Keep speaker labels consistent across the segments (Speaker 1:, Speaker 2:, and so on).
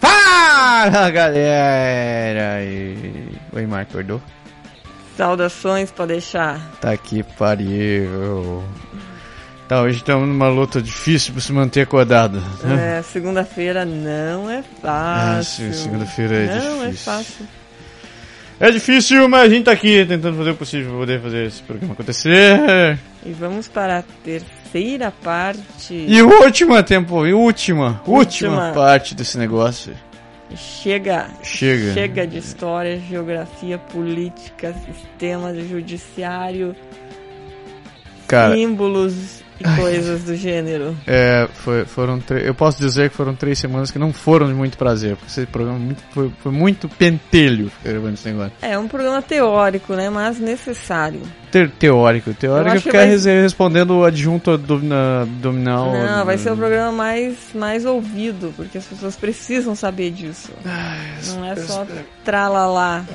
Speaker 1: Fala galera! E... Oi, Marco, acordou?
Speaker 2: Saudações pra deixar.
Speaker 1: Tá aqui, pariu. Tá, hoje estamos numa luta difícil pra se manter acordado. né?
Speaker 2: É, segunda-feira não é fácil.
Speaker 1: Ah, sim, segunda-feira é
Speaker 2: Não é
Speaker 1: difícil.
Speaker 2: fácil.
Speaker 1: É difícil, mas a gente tá aqui tentando fazer o possível pra poder fazer esse programa acontecer.
Speaker 2: E vamos para a terceira parte.
Speaker 1: E última tempo, e última, última,
Speaker 2: Última.
Speaker 1: parte desse negócio.
Speaker 2: Chega.
Speaker 1: Chega.
Speaker 2: Chega de história, geografia, política, sistema de judiciário,
Speaker 1: Cara,
Speaker 2: símbolos e coisas do gênero.
Speaker 1: é, foi- foram tre- eu posso dizer que foram três semanas que não foram de muito prazer, porque esse programa é muito- foi, foi muito pentelho gravando esse negócio.
Speaker 2: É um programa teórico, né? Mas necessário.
Speaker 1: Te- teórico.
Speaker 2: Eu
Speaker 1: Teórico é
Speaker 2: acho que
Speaker 1: ficar
Speaker 2: vai-
Speaker 1: res- respondendo o adjunto domina- abdominal.
Speaker 2: Não, vai ser o programa mais, mais ouvido, porque as pessoas precisam saber disso. Não é só tralalá.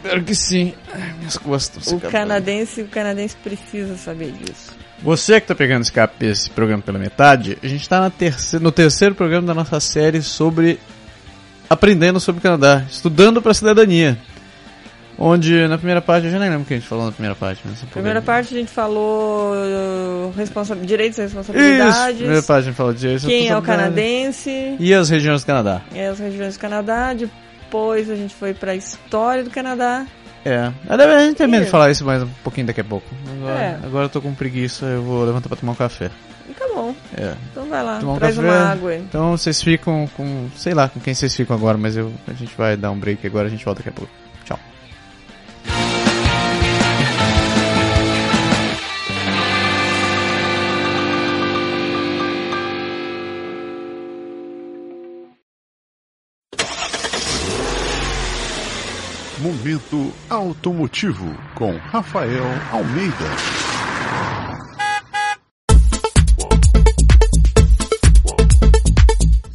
Speaker 1: Espero que sim. Ai, minhas costas.
Speaker 2: O
Speaker 1: Acabou.
Speaker 2: canadense, o canadense precisa saber disso.
Speaker 1: Você que tá pegando esse, cap- esse programa pela metade, a gente tá na terce- no terceiro programa da nossa série sobre. Aprendendo sobre o Canadá, estudando pra cidadania. Onde na primeira parte, eu já nem lembro o que a gente falou na primeira parte. Mas
Speaker 2: Primeira parte a gente falou uh, responsa- direitos e
Speaker 1: Isso,
Speaker 2: responsabilidades,
Speaker 1: primeira parte a gente falou disso.
Speaker 2: quem é o canadense,
Speaker 1: E as regiões do Canadá.
Speaker 2: é as regiões do Canadá, depois a gente foi pra história do Canadá.
Speaker 1: É. Ainda bem, A gente termina de
Speaker 2: Ih.
Speaker 1: falar isso mais um pouquinho daqui a pouco. Agora,
Speaker 2: É.
Speaker 1: agora eu tô com preguiça, eu vou levantar pra tomar um café.
Speaker 2: E tá bom,
Speaker 1: É.
Speaker 2: então vai lá,
Speaker 1: Tomar um
Speaker 2: traz
Speaker 1: café.
Speaker 2: uma água aí.
Speaker 1: Então vocês ficam com. sei lá com quem vocês ficam agora, mas eu, a gente vai dar um break agora, a gente volta daqui a pouco. Tchau.
Speaker 3: Momento Automotivo com Rafael Almeida.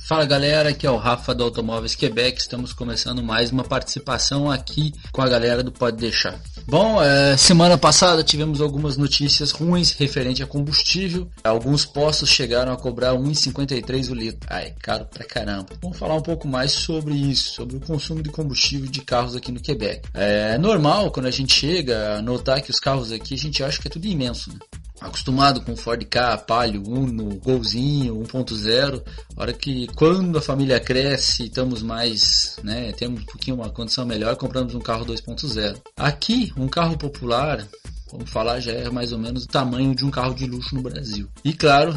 Speaker 4: Fala galera, aqui é o Rafa do Automóveis Quebec. Estamos começando mais uma participação aqui com a galera do Pode Deixar. Bom, eh, semana passada tivemos algumas notícias ruins referente a combustível. Alguns postos chegaram a cobrar 1,53 o litro. Ah, é caro pra caramba. Vamos falar um pouco mais sobre isso, sobre o consumo de combustível de carros aqui no Quebec. É normal quando a gente chega a notar que os carros aqui a gente acha que é tudo imenso, né? acostumado com Ford K, Palio, Uno, Golzinho, 1.0, a hora que quando a família cresce, estamos mais, né, temos um pouquinho uma condição melhor, compramos um carro 2.0. Aqui, um carro popular, vamos falar, já é mais ou menos o tamanho de um carro de luxo no Brasil. E claro,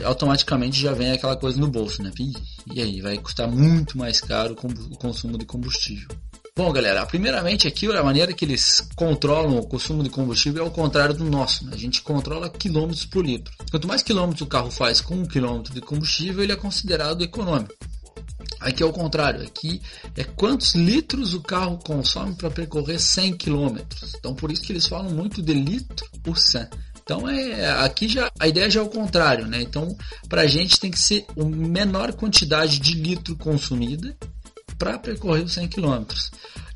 Speaker 4: eh, automaticamente já vem aquela coisa no bolso, né? Ih, E aí, vai custar muito mais caro o combu- o consumo de combustível. Bom, galera, primeiramente aqui a maneira que eles controlam o consumo de combustível é o contrário do nosso. né? A gente controla quilômetros por litro. Quanto mais quilômetros o carro faz com um quilômetro de combustível, ele é considerado econômico. Aqui é o contrário, aqui é quantos litros o carro consome para percorrer 100 quilômetros. Então por isso que eles falam muito de litro por 100. Então é, aqui já a ideia já é o contrário, né? Então para a gente tem que ser a menor quantidade de litro consumida para percorrer os 100 km.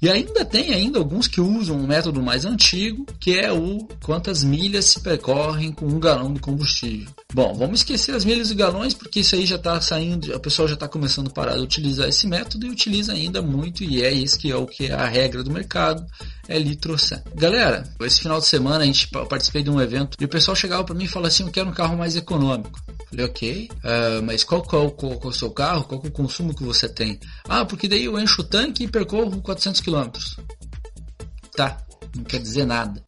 Speaker 4: E ainda tem ainda alguns que usam um método mais antigo, que é o quantas milhas se percorrem com um galão de combustível. Bom, vamos esquecer as milhas e galões, porque isso aí já está saindo, o pessoal já está começando a parar de utilizar esse método e utiliza ainda muito, e é isso que é o que é a regra do mercado, é litro 100. Galera, esse final de semana a gente pa- participei de um evento e o pessoal chegava para mim e falava assim, eu quero um carro mais econômico. Falei, ok, ah, mas qual, qual, qual, qual é o seu carro? Qual que é o consumo que você tem? Ah, porque daí eu encho o tanque e percorro 400 km. Tá, não quer dizer nada.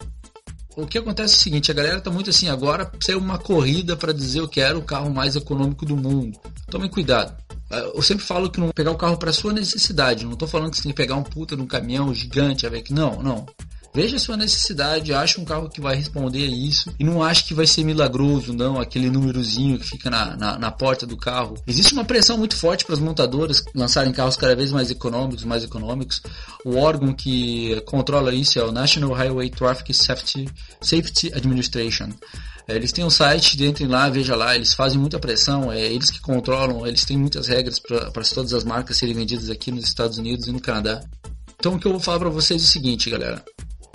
Speaker 4: O que acontece é o seguinte, a galera tá muito assim, agora saiu uma corrida para dizer eu quero o carro mais econômico do mundo. Tomem cuidado. Ah, Eu sempre falo que não pegar o carro para sua necessidade. Não tô falando que você tem que pegar um puta de um caminhão gigante, a ver que não, não. Veja a sua necessidade, acha um carro que vai responder a isso e não acha que vai ser milagroso, não, aquele númerozinho que fica na, na, na porta do carro. Existe uma pressão muito forte para as montadoras lançarem carros cada vez mais econômicos, mais econômicos. O órgão que controla isso é o National Highway Traffic Safety, Safety Administration. Eles têm um site, entrem lá, veja lá, eles fazem muita pressão, é eles que controlam, eles têm muitas regras para todas as marcas serem vendidas aqui nos Estados Unidos e no Canadá. Então o que eu vou falar para vocês é o seguinte, galera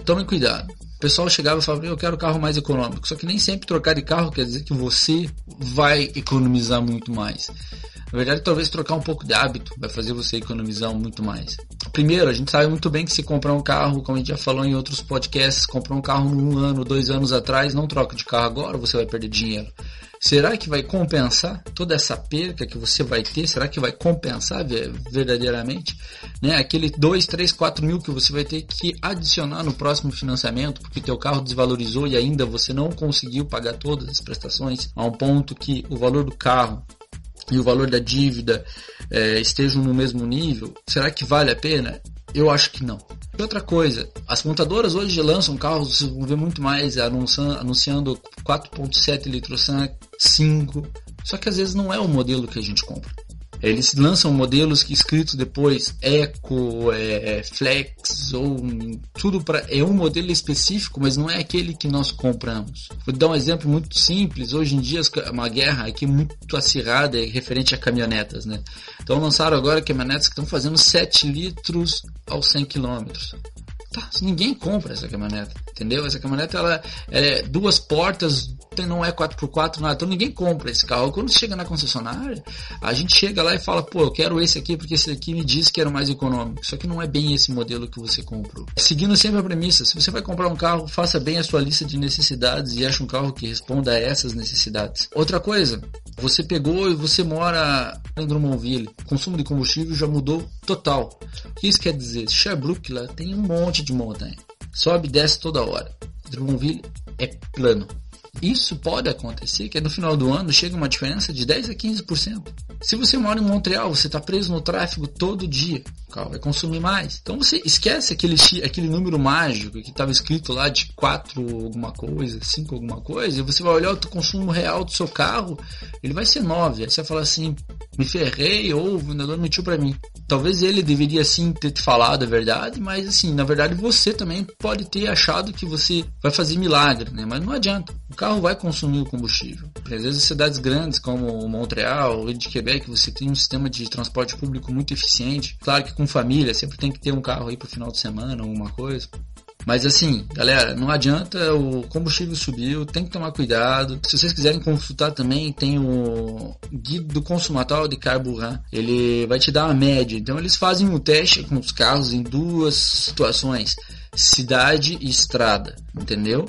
Speaker 4: tomem cuidado. O pessoal chegava e falava, eu quero carro mais econômico. Só que nem sempre trocar de carro quer dizer que você vai economizar muito mais. Na verdade, talvez trocar um pouco de hábito vai fazer você economizar muito mais. Primeiro, a gente sabe muito bem que se comprar um carro, como a gente já falou em outros podcasts, comprar um carro um ano, dois anos atrás, não troca de carro agora, você vai perder dinheiro. Será que vai compensar toda essa perca que você vai ter? Será que vai compensar verdadeiramente? Né? Aquele 2, 3, 4 mil que você vai ter que adicionar no próximo financiamento, porque teu carro desvalorizou e ainda você não conseguiu pagar todas as prestações, a um ponto que o valor do carro e o valor da dívida é, estejam no mesmo nível, será que vale a pena? Eu acho que não. E outra coisa, as montadoras hoje lançam carros, vocês vão ver muito mais anunciando, anunciando 4.7 Litrosan 5, só que às vezes não é o modelo que a gente compra. Eles lançam modelos que escritos depois Eco, é, Flex ou tudo para é um modelo específico, mas não é aquele que nós compramos. Vou dar um exemplo muito simples. Hoje em dia uma guerra aqui muito acirrada é referente a caminhonetas, né? Então lançaram agora caminhonetas que estão fazendo 7 litros aos 100 km. Tá, ninguém compra essa caminhoneta, entendeu? Essa caminhoneta ela, ela é duas portas, não é 4x4, nada. Então ninguém compra esse carro. Quando chega na concessionária, a gente chega lá e fala, pô, eu quero esse aqui porque esse aqui me diz que era mais econômico. Só que não é bem esse modelo que você comprou. Seguindo sempre a premissa, se você vai comprar um carro, faça bem a sua lista de necessidades e ache um carro que responda a essas necessidades. Outra coisa, você pegou e você mora em Drummondville, o consumo de combustível já mudou total. O que isso quer dizer? Sherbrooke lá tem um monte de montanha. Sobe e desce toda hora. Drummondville é plano isso pode acontecer, que no final do ano chega uma diferença de 10 a 15%. Se você mora em Montreal, você está preso no tráfego todo dia, o carro vai consumir mais. Então você esquece aquele, aquele número mágico que estava escrito lá de 4 alguma coisa, 5 alguma coisa, e você vai olhar o consumo real do seu carro, ele vai ser 9. Aí você vai falar assim, me ferrei ou o vendedor mentiu para mim. Talvez ele deveria sim ter te falado a verdade, mas assim, na verdade você também pode ter achado que você vai fazer milagre, né? Mas não adianta. O carro vai consumir o combustível. Às vezes cidades grandes como Montreal e de Quebec, você tem um sistema de transporte público muito eficiente. Claro que com família sempre tem que ter um carro aí pro final de semana, alguma coisa. Mas assim, galera, não adianta, o combustível subiu, tem que tomar cuidado. Se vocês quiserem consultar também, tem o guia do consumatório de carburante. Ele vai te dar uma média. Então eles fazem um teste com os carros em duas situações cidade e estrada, entendeu?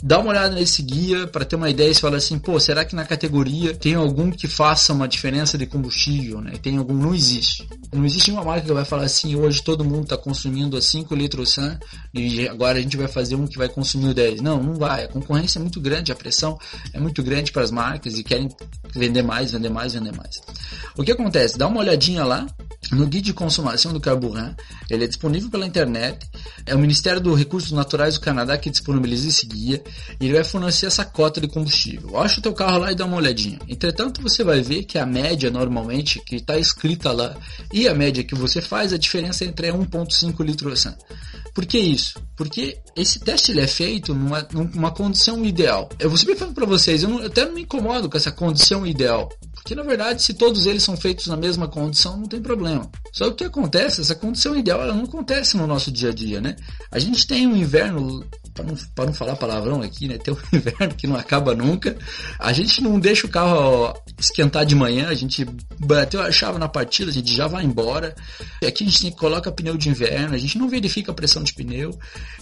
Speaker 4: Dá uma olhada nesse guia para ter uma ideia e fala assim, pô, será que na categoria tem algum que faça uma diferença de combustível, né? Tem algum, não existe. Não existe uma marca que vai falar assim, hoje todo mundo está consumindo a 5 litros san e agora a gente vai fazer um que vai consumir 10. Não, não vai. A concorrência é muito grande, a pressão é muito grande para as marcas e querem vender mais, vender mais, vender mais. O que acontece? Dá uma olhadinha lá no guia de consumação do carburante, ele é disponível pela internet, é o Ministério Ministério dos Recursos Naturais do Canadá que disponibiliza esse guia e ele vai fornecer essa cota de combustível. Acha o teu carro lá e dá uma olhadinha. Entretanto, você vai ver que a média normalmente que está escrita lá e a média que você faz, a diferença entre é 1.5 litros. Por que isso? Porque esse teste ele é feito numa, numa condição ideal. Eu vou sempre falando para vocês, eu, não, eu até não me incomodo com essa condição ideal. Porque na verdade, se todos eles são feitos na mesma condição, não tem problema. Só que o que acontece, essa condição ideal ela não acontece no nosso dia a dia, né? A gente tem um inverno, para não, pra não falar palavrão aqui, né? Tem um inverno que não acaba nunca. A gente não deixa o carro esquentar de manhã, a gente bateu a chave na partida, a gente já vai embora. Aqui a gente tem, coloca pneu de inverno, a gente não verifica a pressão de pneu.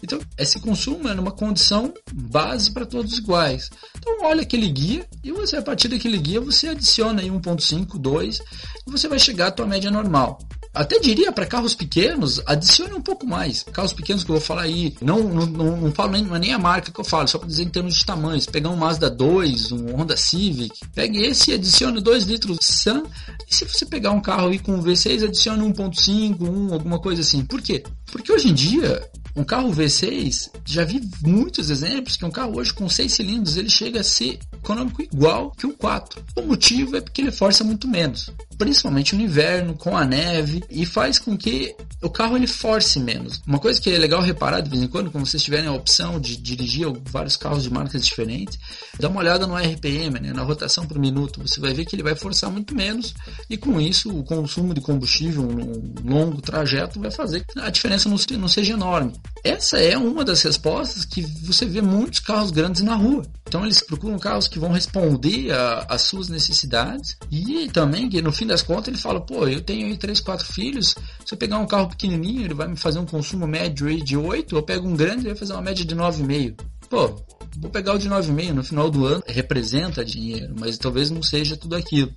Speaker 4: Então, esse consumo é numa condição base para todos iguais. Então, olha aquele guia e você, a um partir daquele guia, você adiciona adiciona aí 1.5, 2 e você vai chegar à tua média normal. até diria para carros pequenos, adicione um pouco mais. Carros pequenos que eu vou falar aí, não, não, não, não falo nem, não é nem a marca que eu falo, só para dizer em termos de tamanhos. Pegar um Mazda 2, um Honda Civic, pegue esse e adicione 2 litros Sun. E se você pegar um carro aí com um V6, adicione 1.5, 1, alguma coisa assim. Por quê? Porque hoje em dia, um carro V6, já vi muitos exemplos que um carro hoje com 6 cilindros, ele chega a ser econômico igual que o 4. O motivo é porque ele força muito menos, principalmente no inverno, com a neve, e faz com que o carro ele force menos. Uma coisa que é legal reparar de vez em quando, quando vocês tiverem a opção de dirigir vários carros de marcas diferentes, dá uma olhada no RPM, né, na rotação por minuto, você vai ver que ele vai forçar muito menos e com isso o consumo de combustível num longo trajeto vai fazer que a diferença não, se- não seja enorme. Essa é uma das respostas que você vê muitos carros grandes na rua. Então eles procuram carros que vão responder a- às suas necessidades e também que no fim das contas ele fala, pô, eu tenho aí 3, 4 filhos, se eu pegar um carro pequenininho ele vai me fazer um consumo médio aí de 8, eu pego um grande ele vai fazer uma média de 9,5. Pô, vou pegar o de 9,5 no final do ano, representa dinheiro, mas talvez não seja tudo aquilo.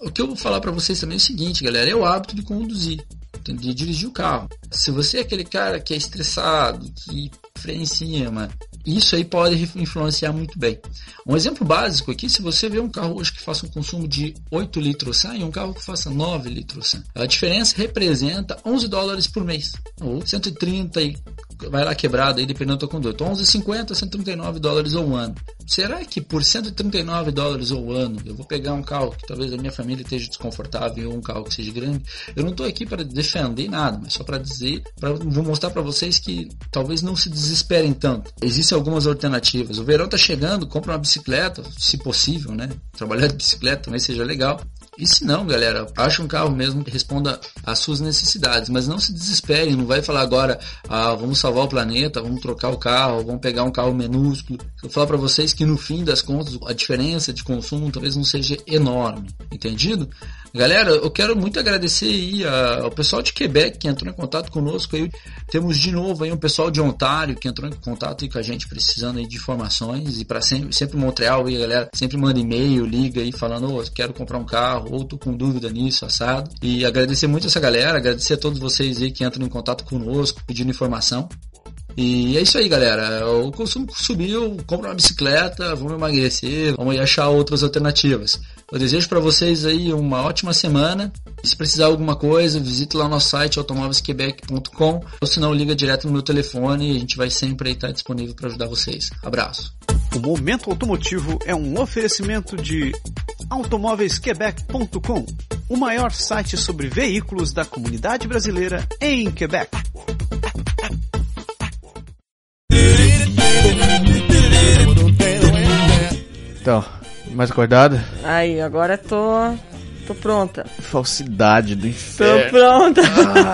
Speaker 4: O que eu vou falar para vocês também é o seguinte, galera, é o hábito de conduzir, de dirigir o carro. Se você é aquele cara que é estressado, que freia em cima, isso aí pode influenciar muito bem. Um exemplo básico aqui, se você vê um carro hoje que faça um consumo de 8 litros 100 e um carro que faça 9 litros 100, a diferença representa 11 dólares por mês, ou 130 e vai lá quebrado aí dependendo da tua conduta, 11,50 a 139 dólares ao ano. Será que por 139 dólares ao ano eu vou pegar um carro que talvez a minha família esteja desconfortável ou um carro que seja grande? Eu não estou aqui para defender nada, mas só para dizer, pra, vou mostrar para vocês que talvez não se desesperem tanto. Existem algumas alternativas. O verão está chegando, compra uma bicicleta, se possível, né? Trabalhar de bicicleta também seja legal. E se não, galera, acha um carro mesmo que responda às suas necessidades, mas não se desespere, não vai falar agora, ah, vamos salvar o planeta, vamos trocar o carro, vamos pegar um carro minúsculo. Eu vou falar para vocês que no fim das contas a diferença de consumo talvez não seja enorme, entendido? Galera, eu quero muito agradecer aí a- ao pessoal de Quebec que entrou em contato conosco aí. Temos de novo aí um pessoal de Ontário que entrou em contato aí com a gente precisando aí de informações e para sempre, sempre Montreal aí, galera, sempre manda e-mail, liga aí falando, "Ô, quero comprar um carro ou tô com dúvida nisso, assado. E agradecer muito essa galera, agradecer a todos vocês aí que entram em contato conosco, pedindo informação. E é isso aí, galera. O consumo subiu, compra uma bicicleta, vamos emagrecer, vamos aí achar outras alternativas. Eu desejo para vocês aí uma ótima semana. E se precisar de alguma coisa, visite lá o nosso site automóveisquebec.com ou se não, liga direto no meu telefone e a gente vai sempre aí estar disponível para ajudar vocês. Abraço.
Speaker 5: O Momento Automotivo é um oferecimento de automóveisquebec.com, o maior site sobre veículos da comunidade brasileira em Quebec.
Speaker 1: Então, mais acordado?
Speaker 2: Aí, agora tô. tô pronta.
Speaker 1: Falsidade do
Speaker 2: Tô
Speaker 1: inferno.
Speaker 2: pronta.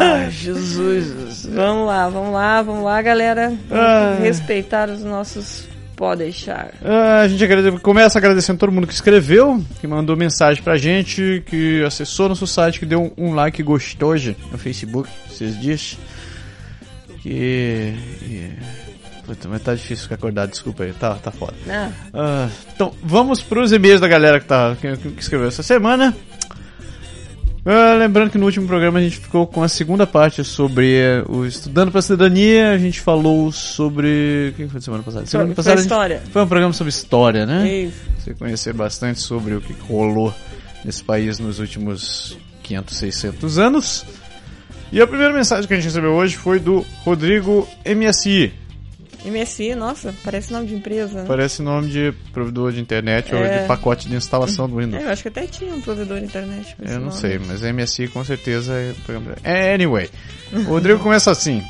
Speaker 1: Ai, Jesus.
Speaker 2: Vamos lá, vamos lá, vamos lá, galera. Vamos
Speaker 1: Ah.
Speaker 2: Respeitar os nossos. Pode deixar.
Speaker 1: Ah, a gente agrade- começa agradecendo todo mundo que escreveu, que mandou mensagem pra gente, que acessou nosso site, que deu um, um like gostoso no Facebook esses dias. Que. que- Puta, mas tá difícil ficar acordado, desculpa aí, tá, tá foda.
Speaker 2: Ah,
Speaker 1: Ah, então, vamos pros e-mails da galera que, tá, que, que escreveu essa semana. Ah, lembrando que no último programa a gente ficou com a segunda parte sobre eh, o Estudando pra Cidadania. A gente falou sobre. O que foi semana passada? Semana
Speaker 2: Foi-
Speaker 1: passada
Speaker 2: foi
Speaker 1: a gente-
Speaker 2: história.
Speaker 1: Foi um programa sobre história, né?
Speaker 2: isso.
Speaker 1: Você conhecer bastante sobre o que rolou nesse país nos últimos 500, 600 anos. E a primeira mensagem que a gente recebeu hoje foi do Rodrigo MSI.
Speaker 2: MSI, nossa, parece nome de empresa, né?
Speaker 1: Parece nome de provedor de internet ou
Speaker 2: É.
Speaker 1: de pacote de instalação do Windows.
Speaker 2: É, eu acho que até tinha um provedor de internet. com esse
Speaker 1: Eu não
Speaker 2: nome. é
Speaker 1: sei, mas MSI com certeza é. programa- Anyway, o Rodrigo começa assim.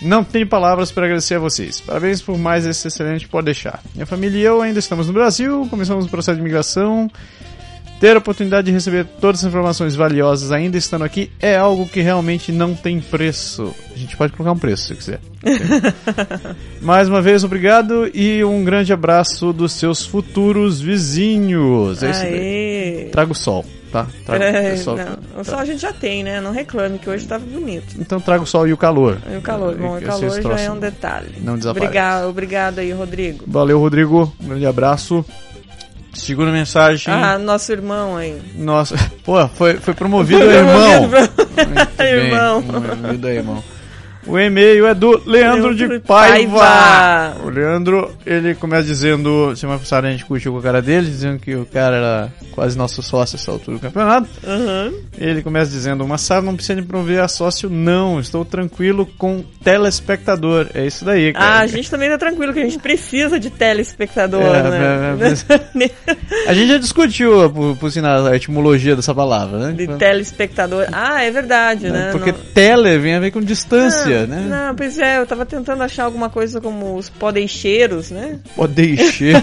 Speaker 1: Não tenho palavras para agradecer a vocês. Parabéns por mais esse excelente pode deixar. Minha família e eu ainda estamos no Brasil, começamos o processo de migração. Ter a oportunidade de receber todas as informações valiosas ainda estando aqui é algo que realmente não tem preço. A gente pode colocar um preço se quiser. mais uma vez, obrigado e um grande abraço dos seus futuros vizinhos. É isso daí.
Speaker 2: Aê!
Speaker 1: Traga o sol, tá? Traga
Speaker 2: É,
Speaker 1: o sol.
Speaker 2: não, o sol
Speaker 1: tá.
Speaker 2: a gente já tem, né? Não reclame que hoje tava bonito.
Speaker 1: Então traga o sol e o calor. É,
Speaker 2: E o calor, bom, o
Speaker 1: Esses
Speaker 2: calor já
Speaker 1: troços
Speaker 2: é um detalhe.
Speaker 1: não desaparecem.
Speaker 2: Obrigado, obrigado aí, Rodrigo.
Speaker 1: Valeu, Rodrigo. Um grande abraço. Segunda mensagem.
Speaker 2: Ah, nosso irmão aí.
Speaker 1: Nosso... Pô, foi, foi promovido, irmão. Muito bem.
Speaker 2: irmão.
Speaker 1: Um e-mail do irmão. O e-mail é do Leandro de Paiva. O Leandro, ele começa dizendo, semana passada a gente curtiu com a cara dele, dizendo que o cara era quase nosso sócio essa altura do campeonato.
Speaker 2: Aham.
Speaker 1: Ele começa dizendo, uma sala não precisa de prover a sócio não, estou tranquilo com telespectador. É isso daí,
Speaker 2: Ah,
Speaker 1: cara.
Speaker 2: a gente também tá tranquilo que a gente precisa de telespectador,
Speaker 1: É,
Speaker 2: né?
Speaker 1: A gente já discutiu, por, por sinal, a etimologia dessa palavra, né?
Speaker 2: de telespectador. Ah, é verdade, né?
Speaker 1: Porque
Speaker 2: Não-
Speaker 1: tele vem a ver com distância,
Speaker 2: não,
Speaker 1: né?
Speaker 2: Não, pois é, eu tava tentando achar alguma coisa como os podeixeiros, né?
Speaker 1: Podeixê.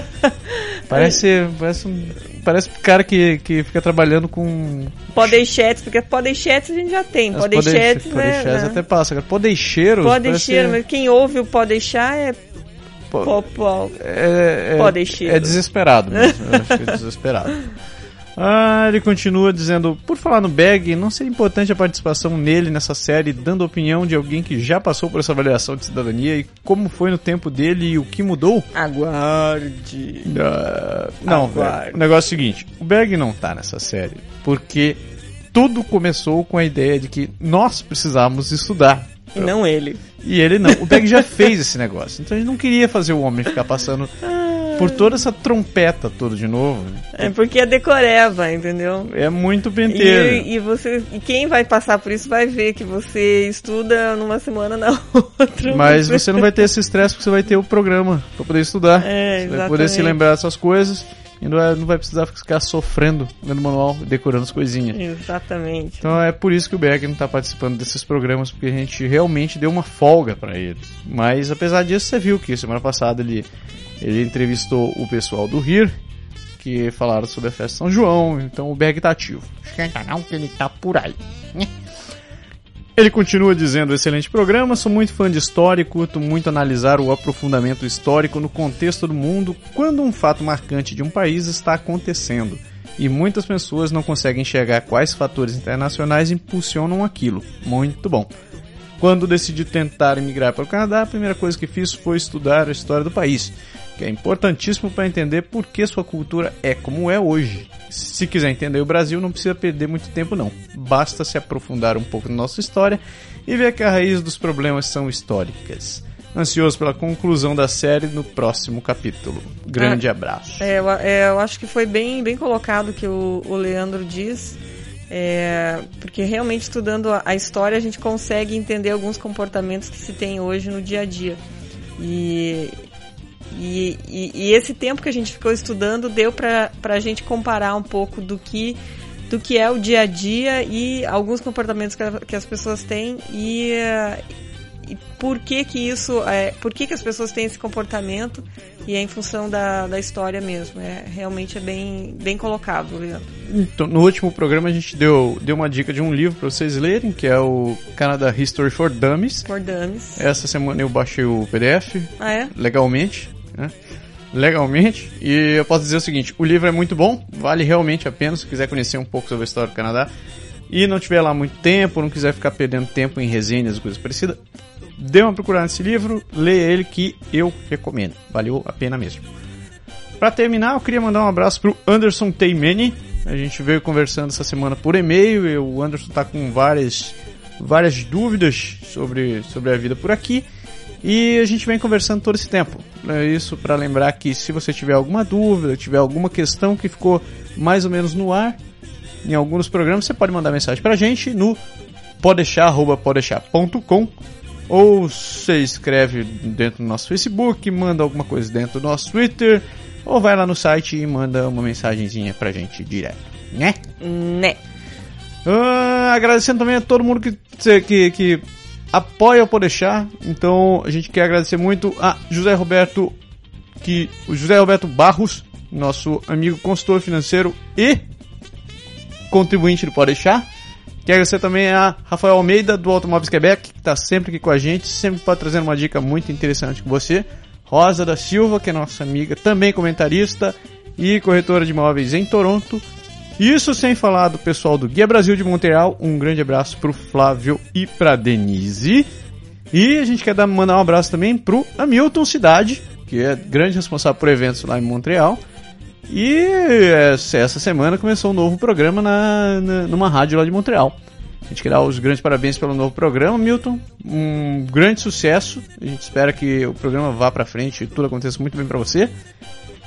Speaker 1: parece, parece um parece um cara que, que fica trabalhando com
Speaker 2: Podeixetes, porque podeixetes a gente já tem.
Speaker 1: as
Speaker 2: Podeixetes,
Speaker 1: podeixe-
Speaker 2: né?
Speaker 1: podeixés
Speaker 2: né?
Speaker 1: até né? passa, cara. Podeixeiros.
Speaker 2: Podeixeiro,
Speaker 1: parece-
Speaker 2: mas quem ouve o podeixar é
Speaker 1: po-
Speaker 2: popó.
Speaker 1: é, é-
Speaker 2: podeixeiro.
Speaker 1: é desesperado mesmo. Eu acho que é desesperado. Ah, ele continua dizendo, por falar no bag, não seria importante a participação nele nessa série, dando a opinião de alguém que já passou por essa avaliação de cidadania e como foi no tempo dele e o que mudou?
Speaker 2: Aguarde.
Speaker 1: Ah, não,
Speaker 2: Aguarde.
Speaker 1: o negócio é o seguinte: o Berg não tá nessa série porque tudo começou com a ideia de que nós precisávamos estudar.
Speaker 2: E não ele.
Speaker 1: E ele não. O Berg já fez esse negócio. Então a gente não queria fazer o homem ficar passando por toda essa trompeta toda de novo.
Speaker 2: É porque é decoreba, entendeu?
Speaker 1: É muito penteiro.
Speaker 2: E, e você, e quem vai passar por isso vai ver que você estuda numa semana na outra. né?
Speaker 1: Mas você não vai ter esse estresse porque você vai ter o programa pra poder estudar.
Speaker 2: É,
Speaker 1: você vai poder se
Speaker 2: exatamente.
Speaker 1: lembrar dessas coisas e não vai- não vai precisar ficar sofrendo lendo manual, decorando as coisinhas.
Speaker 2: Exatamente.
Speaker 1: Então é por isso que o Berg não tá participando desses programas, porque a gente realmente deu uma folga para ele. Mas apesar disso, você viu que semana passada ele, ele entrevistou o pessoal do RIR, que falaram sobre a festa de São João, então o Berg tá ativo. Esquenta não que ele tá por aí. Ele continua dizendo: excelente programa, sou muito fã de história e curto muito analisar o aprofundamento histórico no contexto do mundo quando um fato marcante de um país está acontecendo. E muitas pessoas não conseguem enxergar quais fatores internacionais impulsionam aquilo. Muito bom. Quando decidi tentar emigrar para o Canadá, a primeira coisa que fiz foi estudar a história do país, que é importantíssimo para entender por que sua cultura é como é hoje. Se quiser entender o Brasil, não precisa perder muito tempo não. Basta se aprofundar um pouco na nossa história e ver que a raiz dos problemas são históricas. Ansioso pela conclusão da série no próximo capítulo. Grande abraço.
Speaker 2: É, eu, a- é, eu acho que foi bem, bem colocado o que o, o Leandro diz. é, porque realmente estudando a, a história a gente consegue entender alguns comportamentos que se tem hoje no dia a dia. E, e, e- e esse tempo que a gente ficou estudando deu para a gente comparar um pouco do que, do que é o dia a dia e alguns comportamentos que, a- que as pessoas têm e, eh, e por que que isso é, por que que as pessoas têm esse comportamento e é em função da, da história mesmo. É, realmente é bem, bem colocado, Leandro.
Speaker 1: Então, no último programa a gente deu, deu uma dica de um livro para vocês lerem, que é o Canada History for Dummies.
Speaker 2: Cordames.
Speaker 1: Essa semana eu baixei o PDF,
Speaker 2: Ah, é?
Speaker 1: legalmente, né? Legalmente. E eu posso dizer o seguinte, o livro é muito bom, vale realmente a pena se quiser conhecer um pouco sobre a história do Canadá e não tiver lá muito tempo, não quiser ficar perdendo tempo em resenhas e coisas parecidas, dê uma procurada nesse livro, leia ele que eu recomendo. Valeu a pena mesmo. Pra terminar, eu queria mandar um abraço pro Anderson Teimene. A gente veio conversando essa semana por e-mail e o Anderson tá com várias, várias dúvidas sobre, sobre a vida por aqui. E a gente vem conversando todo esse tempo. É isso pra lembrar que se você tiver alguma dúvida, tiver alguma questão que ficou mais ou menos no ar em alguns programas, você pode mandar mensagem pra gente no podeixar.podeixar.com ou você escreve dentro do nosso Facebook, manda alguma coisa dentro do nosso Twitter, ou vai lá no site e manda uma mensagenzinha pra gente direto, né?
Speaker 2: Né.
Speaker 1: Ah, agradecendo também a todo mundo que, que, que apoia o Podeixar. Então a gente quer agradecer muito a José Roberto, que o José Roberto Barros, nosso amigo consultor financeiro e contribuinte do Podeixar. Quero agradecer também a Rafael Almeida do Automóveis Quebec, que está sempre aqui com a gente, sempre pode trazer uma dica muito interessante com você. Rosa da Silva, que é nossa amiga, também comentarista e corretora de imóveis em Toronto. Isso sem falar do pessoal do Guia Brasil de Montreal. Um grande abraço pro Flávio e pra Denise. E a gente quer dar, mandar um abraço também pro Hamilton Cidade, que é grande responsável por eventos lá em Montreal. E é, essa essa semana começou um novo programa na, na- numa rádio lá de Montreal. A gente quer dar os grandes parabéns pelo novo programa, Milton. Um grande sucesso. A gente espera que o programa vá pra frente e tudo aconteça muito bem pra você.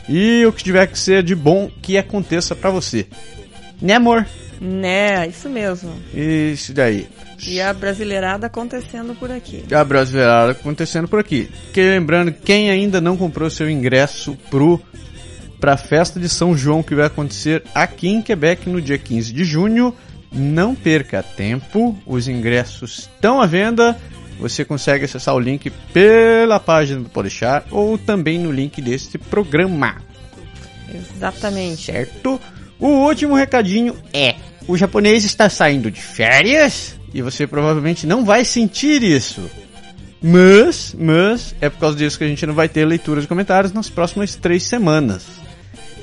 Speaker 1: E o que tiver que ser de bom, que aconteça pra você. Né, amor?
Speaker 2: Né, isso mesmo.
Speaker 1: Isso daí.
Speaker 2: E a brasileirada acontecendo por aqui.
Speaker 1: A Brasileirada acontecendo por aqui. Que lembrando, quem ainda não comprou seu ingresso pro pra festa de São João que vai acontecer aqui em Quebec no dia 15 de junho, não perca tempo. Os ingressos estão à venda. Você consegue acessar o link pela página do Podeixar ou também no link deste programa
Speaker 2: Exatamente.
Speaker 1: certo? O último recadinho é: o japonês está saindo de férias e você provavelmente não vai sentir isso. Mas, mas, é por causa disso que a gente não vai ter leitura de comentários nas próximas três semanas.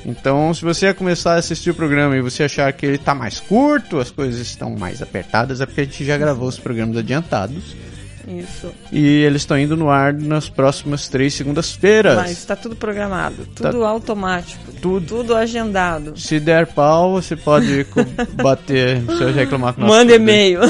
Speaker 1: Então, se você começar a assistir o programa e você achar que ele está mais curto, as coisas estão mais apertadas, é porque a gente já gravou os programas adiantados.
Speaker 2: Isso.
Speaker 1: E eles estão indo no ar nas próximas três segundas-feiras.
Speaker 2: Mas tá tudo programado, tudo automático,
Speaker 1: Tá Tudo.
Speaker 2: tudo agendado.
Speaker 1: Se der pau, você pode co- bater, se eu reclamar com nós.
Speaker 2: Manda e-mail.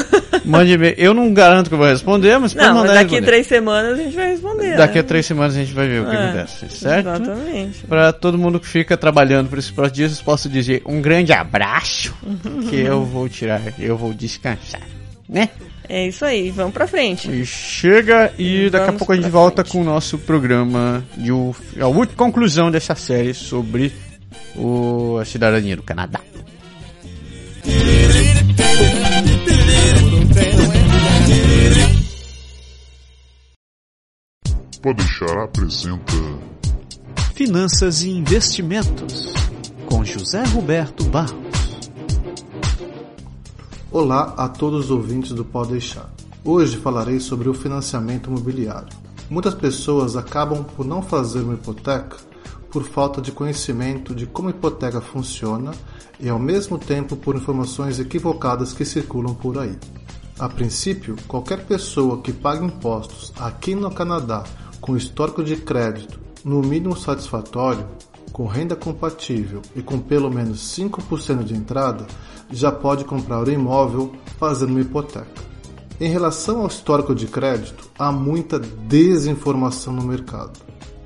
Speaker 1: Mande e-mail. Eu não garanto que eu vou responder, mas pode
Speaker 2: Não, mas
Speaker 1: mandar
Speaker 2: daqui
Speaker 1: responder.
Speaker 2: três semanas a gente vai responder.
Speaker 1: Daqui
Speaker 2: né?
Speaker 1: a três semanas a gente vai ver o que
Speaker 2: É,
Speaker 1: acontece, certo?
Speaker 2: Exatamente.
Speaker 1: Para todo mundo que fica trabalhando por esses próximos dias, eu posso dizer um grande abraço, que eu vou tirar, eu vou descansar, né?
Speaker 2: É isso aí, vamos pra frente.
Speaker 1: E chega e daqui a
Speaker 2: Então, Vamos
Speaker 1: pouco a gente
Speaker 2: pra
Speaker 1: volta
Speaker 2: frente.
Speaker 1: com o nosso programa de o, a última conclusão dessa série sobre o, a cidadania do Canadá.
Speaker 3: Podeixar apresenta
Speaker 5: Finanças e investimentos com José Roberto Barros.
Speaker 6: Olá a todos os ouvintes do Pode Deixar. Hoje falarei sobre o financiamento imobiliário. Muitas pessoas acabam por não fazer uma hipoteca por falta de conhecimento de como a hipoteca funciona e ao mesmo tempo por informações equivocadas que circulam por aí. A princípio, qualquer pessoa que pague impostos aqui no Canadá com histórico de crédito no mínimo satisfatório, com renda compatível e com pelo menos 5% de entrada, já pode comprar o imóvel fazendo uma hipoteca. Em relação ao histórico de crédito, há muita desinformação no mercado.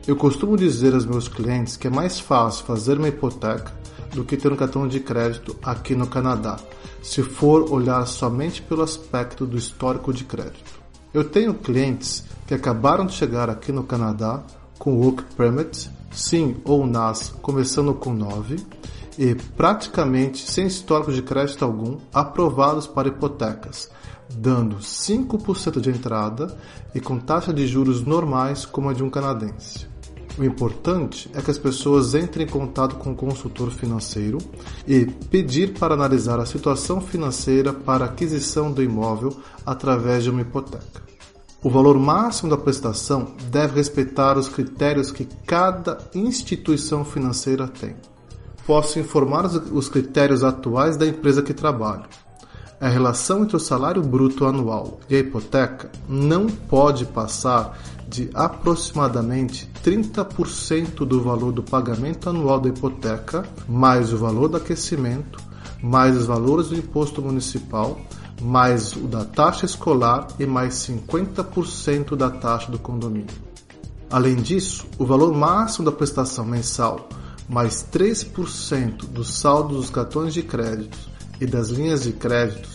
Speaker 6: Eu costumo dizer aos meus clientes que é mais fácil fazer uma hipoteca do que ter um cartão de crédito aqui no Canadá, se for olhar somente pelo aspecto do histórico de crédito. Eu tenho clientes que acabaram de chegar aqui no Canadá com Work Permit, sim ou NAS, começando com 9, e praticamente sem histórico de crédito algum, aprovados para hipotecas, dando 5% de entrada e com taxa de juros normais como a de um canadense. O importante é que as pessoas entrem em contato com o consultor financeiro e pedir para analisar a situação financeira para aquisição do imóvel através de uma hipoteca. O valor máximo da prestação deve respeitar os critérios que cada instituição financeira tem. Posso informar os- os critérios atuais da empresa que trabalho. A relação entre o salário bruto anual e a hipoteca não pode passar de aproximadamente 30% do valor do pagamento anual da hipoteca, mais o valor do aquecimento, mais os valores do imposto municipal, mais o da taxa escolar e mais 50% da taxa do condomínio. Além disso, o valor máximo da prestação mensal, mais 3% do saldo dos cartões de crédito e das linhas de crédito,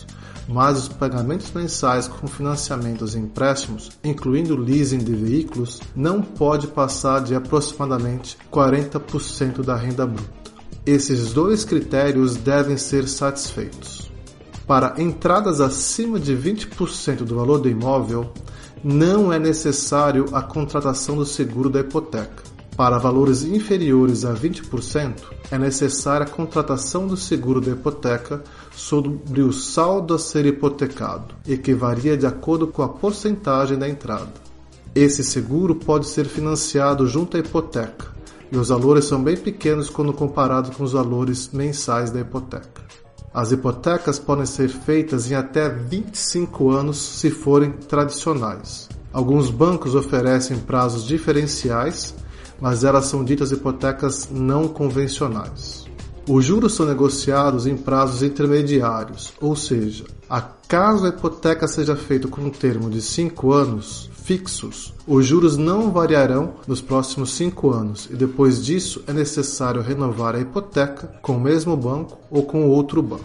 Speaker 6: mais os pagamentos mensais com financiamentos e empréstimos, incluindo leasing de veículos, não pode passar de aproximadamente 40% da renda bruta. Esses dois critérios devem ser satisfeitos. Para entradas acima de 20% do valor do imóvel, não é necessário a contratação do seguro da hipoteca. Para valores inferiores a 20%, é necessária a contratação do seguro da hipoteca sobre o saldo a ser hipotecado e que varia de acordo com a porcentagem da entrada. Esse seguro pode ser financiado junto à hipoteca e os valores são bem pequenos quando comparado com os valores mensais da hipoteca. As hipotecas podem ser feitas em até 25 anos se forem tradicionais. Alguns bancos oferecem prazos diferenciais, mas elas são ditas hipotecas não convencionais. Os juros são negociados em prazos intermediários, ou seja, a Caso a hipoteca seja feita com um termo de 5 anos fixos, os juros não variarão nos próximos 5 anos e depois disso é necessário renovar a hipoteca com o mesmo banco ou com outro banco.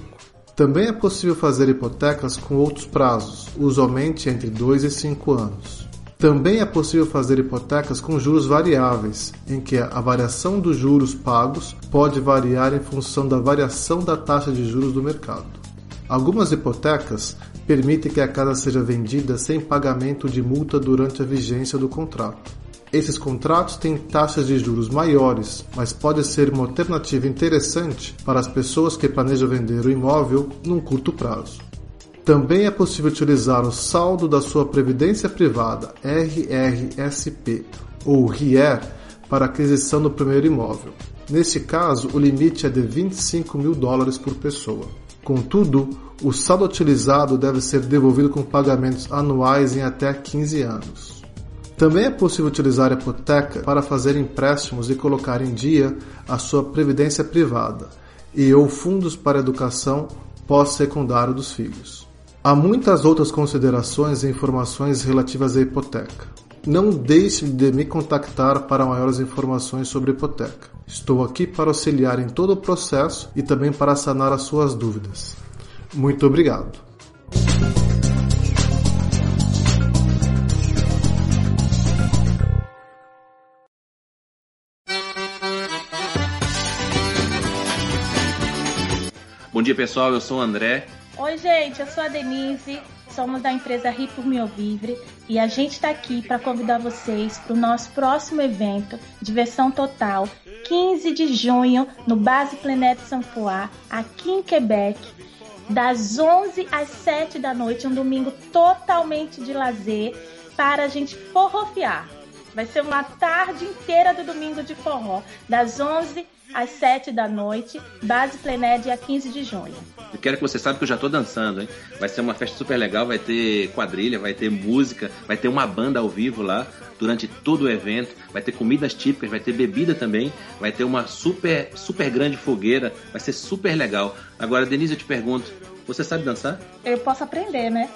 Speaker 6: Também é possível fazer hipotecas com outros prazos, usualmente entre 2 e 5 anos. Também é possível fazer hipotecas com juros variáveis, em que a variação dos juros pagos pode variar em função da variação da taxa de juros do mercado. Algumas hipotecas permitem que a casa seja vendida sem pagamento de multa durante a vigência do contrato. Esses contratos têm taxas de juros maiores, mas pode ser uma alternativa interessante para as pessoas que planejam vender o imóvel num curto prazo. Também é possível utilizar o saldo da sua previdência privada RRSP ou RIER para aquisição do primeiro imóvel. Nesse caso, o limite é de 25 mil dólares por pessoa. Contudo, o saldo utilizado deve ser devolvido com pagamentos anuais em até 15 anos. Também é possível utilizar a hipoteca para fazer empréstimos e colocar em dia a sua previdência privada e ou fundos para educação pós-secundário dos filhos. Há muitas outras considerações e informações relativas à hipoteca. Não deixe de me contactar para maiores informações sobre hipoteca. Estou aqui para auxiliar em todo o processo e também para sanar as suas dúvidas. Muito obrigado.
Speaker 7: Bom dia pessoal, eu sou o André.
Speaker 8: Oi, gente, eu sou a Denise, somos da empresa Ri por Meu Vivre e a gente está aqui para convidar vocês para o nosso próximo evento, Diversão Total, 15 de junho, no Base Planeta Sanfoá, aqui em Quebec, das 11 às 7 da noite, um domingo totalmente de lazer para a gente forrofiar. Vai ser uma tarde inteira do domingo de forró, das 11 às 7 da noite, Base Plenédia, dia 15 de junho.
Speaker 7: Eu quero que você saiba que eu já tô dançando, hein? Vai ser uma festa super legal, vai ter quadrilha, vai ter música, vai ter uma banda ao vivo lá durante todo o evento, vai ter comidas típicas, vai ter bebida também, vai ter uma super super grande fogueira, vai ser super legal. Agora, Denise, eu te pergunto, você sabe dançar?
Speaker 8: Eu posso aprender, né?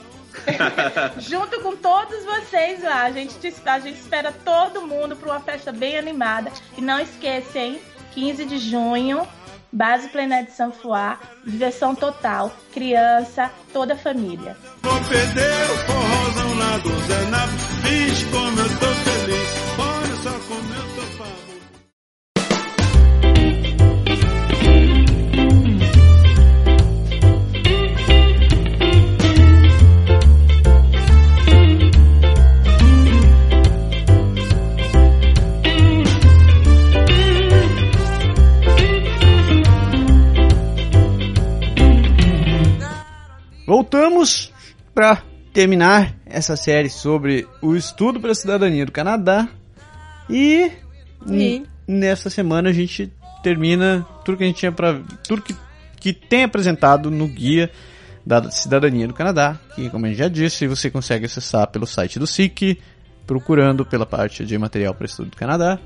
Speaker 8: Junto com todos vocês lá, a gente, te- a gente espera todo mundo para uma festa bem animada. E não esqueça, hein? 15 de junho, Base Planeta de Sanfoá, diversão total, criança, toda a família.
Speaker 1: Voltamos para terminar essa série sobre o estudo para a cidadania do Canadá. E,
Speaker 2: E?
Speaker 1: n- nessa semana a gente termina tudo que a gente tinha para tudo que, que tem apresentado no guia da cidadania do Canadá, que como a gente já disse, você consegue acessar pelo site do SIC, procurando pela parte de material para estudo do Canadá.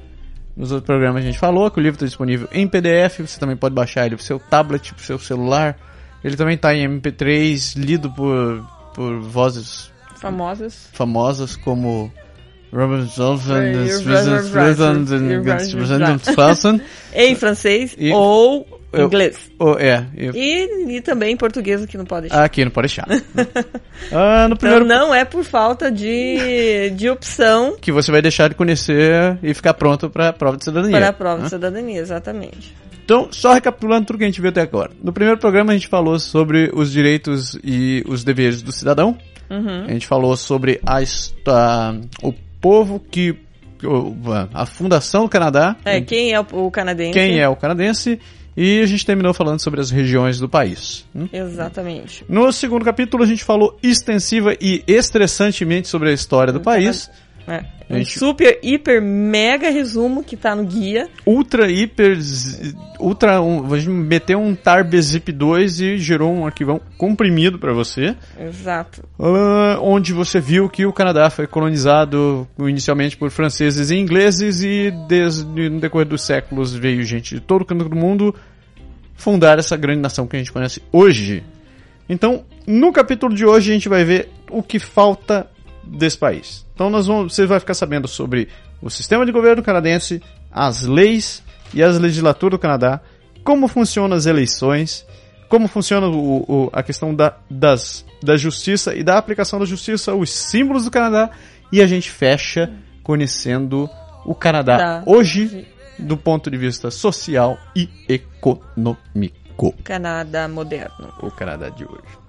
Speaker 1: Nos outros programas a gente falou que o livro está disponível em PDF, você também pode baixar ele pro seu tablet, pro seu celular. Ele também está em MP3, lido por, por vozes
Speaker 2: Famosas.
Speaker 1: famosas como Robert Johnson,
Speaker 2: É, e o Roger Bryson, e o Roger
Speaker 1: Swanson,
Speaker 2: Em francês
Speaker 1: E-
Speaker 2: ou
Speaker 1: Eu-
Speaker 2: inglês.
Speaker 1: ou é, e-
Speaker 2: E, e também em português, o que não pode deixar.
Speaker 1: aqui não pode deixar. Ah, no
Speaker 2: Então
Speaker 1: primeiro
Speaker 2: não é por falta de, de opção
Speaker 1: que você vai deixar de conhecer e ficar pronto para a prova de cidadania.
Speaker 2: para a prova
Speaker 1: né?
Speaker 2: de cidadania, exatamente.
Speaker 1: Então, só recapitulando tudo que a gente viu até agora. No primeiro programa a gente falou sobre os direitos e os deveres do cidadão.
Speaker 2: Uhum.
Speaker 1: A gente falou sobre a, his- a- o povo que o- a fundação do Canadá.
Speaker 2: É, quem é o, o canadense?
Speaker 1: quem é o canadense e a gente terminou falando sobre as regiões do país. né?
Speaker 2: Exatamente.
Speaker 1: No segundo capítulo a gente falou extensiva e estressantemente sobre a história do país,
Speaker 2: É. Um
Speaker 1: Gente-
Speaker 2: super, hiper, mega resumo que tá no guia.
Speaker 1: ultra hiper z- ultra um, a gente meteu um Tarb Zip 2 e gerou um arquivão comprimido para você,
Speaker 2: Exato.
Speaker 1: ah, onde você viu que o Canadá foi colonizado inicialmente por franceses e ingleses e desde no decorrer dos séculos veio gente de todo canto do mundo fundar essa grande nação que a gente conhece hoje. Então, No capítulo de hoje a gente vai ver o que falta desse país. Então nós vamos, você vai ficar sabendo sobre o sistema de governo canadense, as leis e as legislaturas do Canadá, como funcionam as eleições, como funciona o- o- a questão da, das, da justiça e da aplicação da justiça, os símbolos do Canadá e a gente fecha conhecendo o Canadá
Speaker 2: Tá.
Speaker 1: hoje do ponto de vista social e econômico.
Speaker 2: Canadá moderno.
Speaker 1: O Canadá de hoje.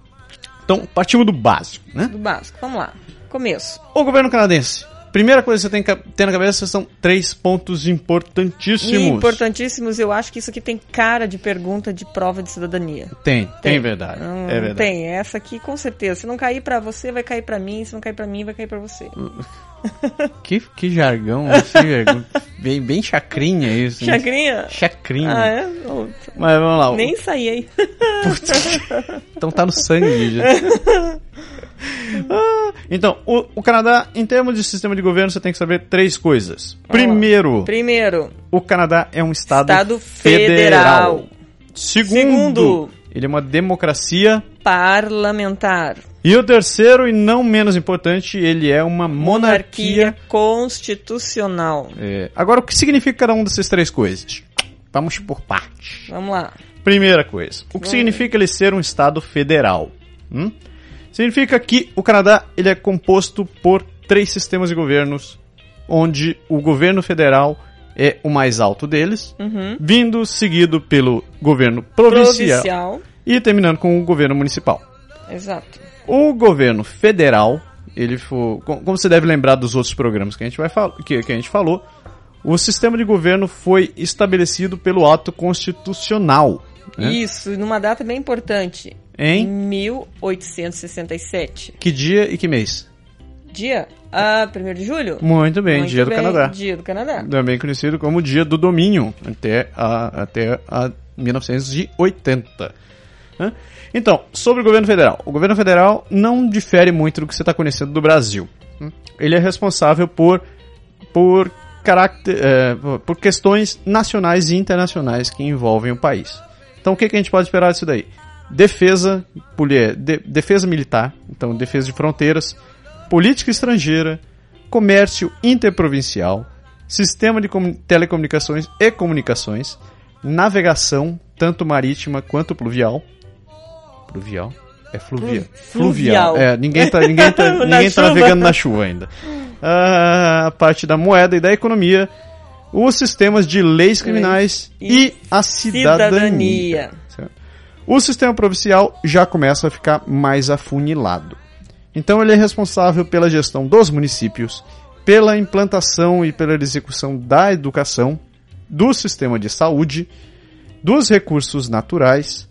Speaker 1: Então, partimos do básico, né?
Speaker 2: Do básico. Vamos lá. Começo.
Speaker 1: O governo canadense. Primeira coisa que você tem que ter na cabeça são três pontos
Speaker 2: E
Speaker 1: importantíssimos.
Speaker 2: importantíssimos, eu acho que isso aqui tem cara de pergunta de prova de cidadania.
Speaker 1: Tem, tem,
Speaker 2: Tem.
Speaker 1: verdade.
Speaker 2: Não,
Speaker 1: é verdade.
Speaker 2: Hum, Tem, essa aqui com certeza. Se não cair pra você, vai cair pra mim. Se não cair pra mim, vai cair pra você.
Speaker 1: Hum. Que, que jargão, assim, velho. bem, bem chacrinha isso. né?
Speaker 2: Chacrinha?
Speaker 1: Chacrinha.
Speaker 2: Ah, é? Não,
Speaker 1: Mas vamos lá. o-
Speaker 2: Nem saí aí.
Speaker 1: Então tá no sangue já. Ah, então, o, o Canadá, em termos de sistema de governo, você tem que saber três coisas.
Speaker 2: Vamos lá.
Speaker 1: Primeiro,
Speaker 2: Primeiro,
Speaker 1: o Canadá é um Estado,
Speaker 2: Estado
Speaker 1: federal.
Speaker 2: federal.
Speaker 1: Segundo, ele é uma democracia.
Speaker 2: parlamentar.
Speaker 1: E o terceiro, e não menos importante, ele é uma monarquia.
Speaker 2: Monarquia constitucional.
Speaker 1: É, agora, o que significa cada uma dessas três coisas? Vamos por partes.
Speaker 2: Vamos lá.
Speaker 1: Primeira coisa, o que
Speaker 2: Vamos
Speaker 1: significa ele ser um Estado federal? Hum? Significa que o Canadá ele é composto por três sistemas de governos, onde o governo federal é o mais alto deles,
Speaker 2: Uhum.
Speaker 1: vindo seguido pelo governo provincial,
Speaker 2: Provincial.
Speaker 1: e terminando com o governo municipal.
Speaker 2: Exato.
Speaker 1: O governo federal, ele foi, com- como você deve lembrar dos outros programas que a gente vai fal- que, que a gente falou, o sistema de governo foi estabelecido pelo ato constitucional. Né?
Speaker 2: Isso, e numa data bem importante.
Speaker 1: Em
Speaker 2: 1867.
Speaker 1: Que dia e que mês?
Speaker 2: Dia? Ah, 1 de julho?
Speaker 1: Muito bem,
Speaker 2: Muito
Speaker 1: dia do
Speaker 2: bem,
Speaker 1: Canadá.
Speaker 2: Dia do Canadá.
Speaker 1: Também conhecido como dia do domínio, até, a, até a 1980. né? Então, sobre o governo federal. O governo federal não difere muito do que você está conhecendo do Brasil. né? Ele é responsável por, por, caracter, eh, por- por questões nacionais e internacionais que envolvem o país. Então, o que, que a gente pode esperar disso daí? Defesa, poli- é, de- defesa militar, então defesa de fronteiras, política estrangeira, comércio interprovincial, sistema de comu- telecomunicações e comunicações, navegação, tanto marítima quanto pluvial. Pluvial? É fluvia.
Speaker 2: Fluvial.
Speaker 1: É, ninguém tá, ninguém tá,
Speaker 2: Na
Speaker 1: ninguém tá
Speaker 2: chuva.
Speaker 1: navegando na chuva ainda. Ah, a parte da moeda e da economia, os sistemas de leis criminais
Speaker 2: e
Speaker 1: e, a cidadania. certo? O sistema provincial já começa a ficar mais afunilado. Então ele é responsável pela gestão dos municípios, pela implantação e pela execução da educação, do sistema de saúde, dos recursos naturais,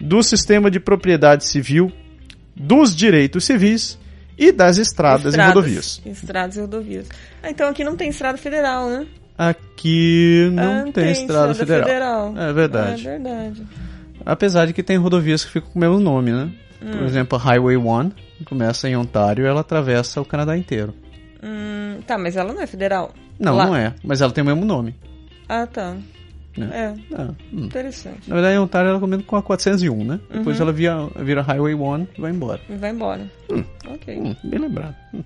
Speaker 1: do sistema de propriedade civil, dos direitos civis e das estradas, e rodovias.
Speaker 2: Estradas e rodovias. Ah, então aqui não tem estrada federal, né?
Speaker 1: Aqui
Speaker 2: Ah,
Speaker 1: não tem, estrada, federal. É verdade.
Speaker 2: É verdade.
Speaker 1: Apesar de que tem rodovias que ficam com o mesmo nome, né? Por exemplo, a Highway 1 que começa em Ontário e ela atravessa o Canadá inteiro.
Speaker 2: Hum, tá, mas ela não é federal.
Speaker 1: Não,
Speaker 2: Lá.
Speaker 1: não é, mas ela tem o mesmo nome.
Speaker 2: Ah, tá.
Speaker 1: Não.
Speaker 2: É,
Speaker 1: Ah, hum.
Speaker 2: interessante.
Speaker 1: Na verdade, em Ontário ela começa com a 401, né? Depois ela via, vira Highway 1 e vai embora.
Speaker 2: E vai embora. Ok.
Speaker 1: Hum, bem lembrado. Hum.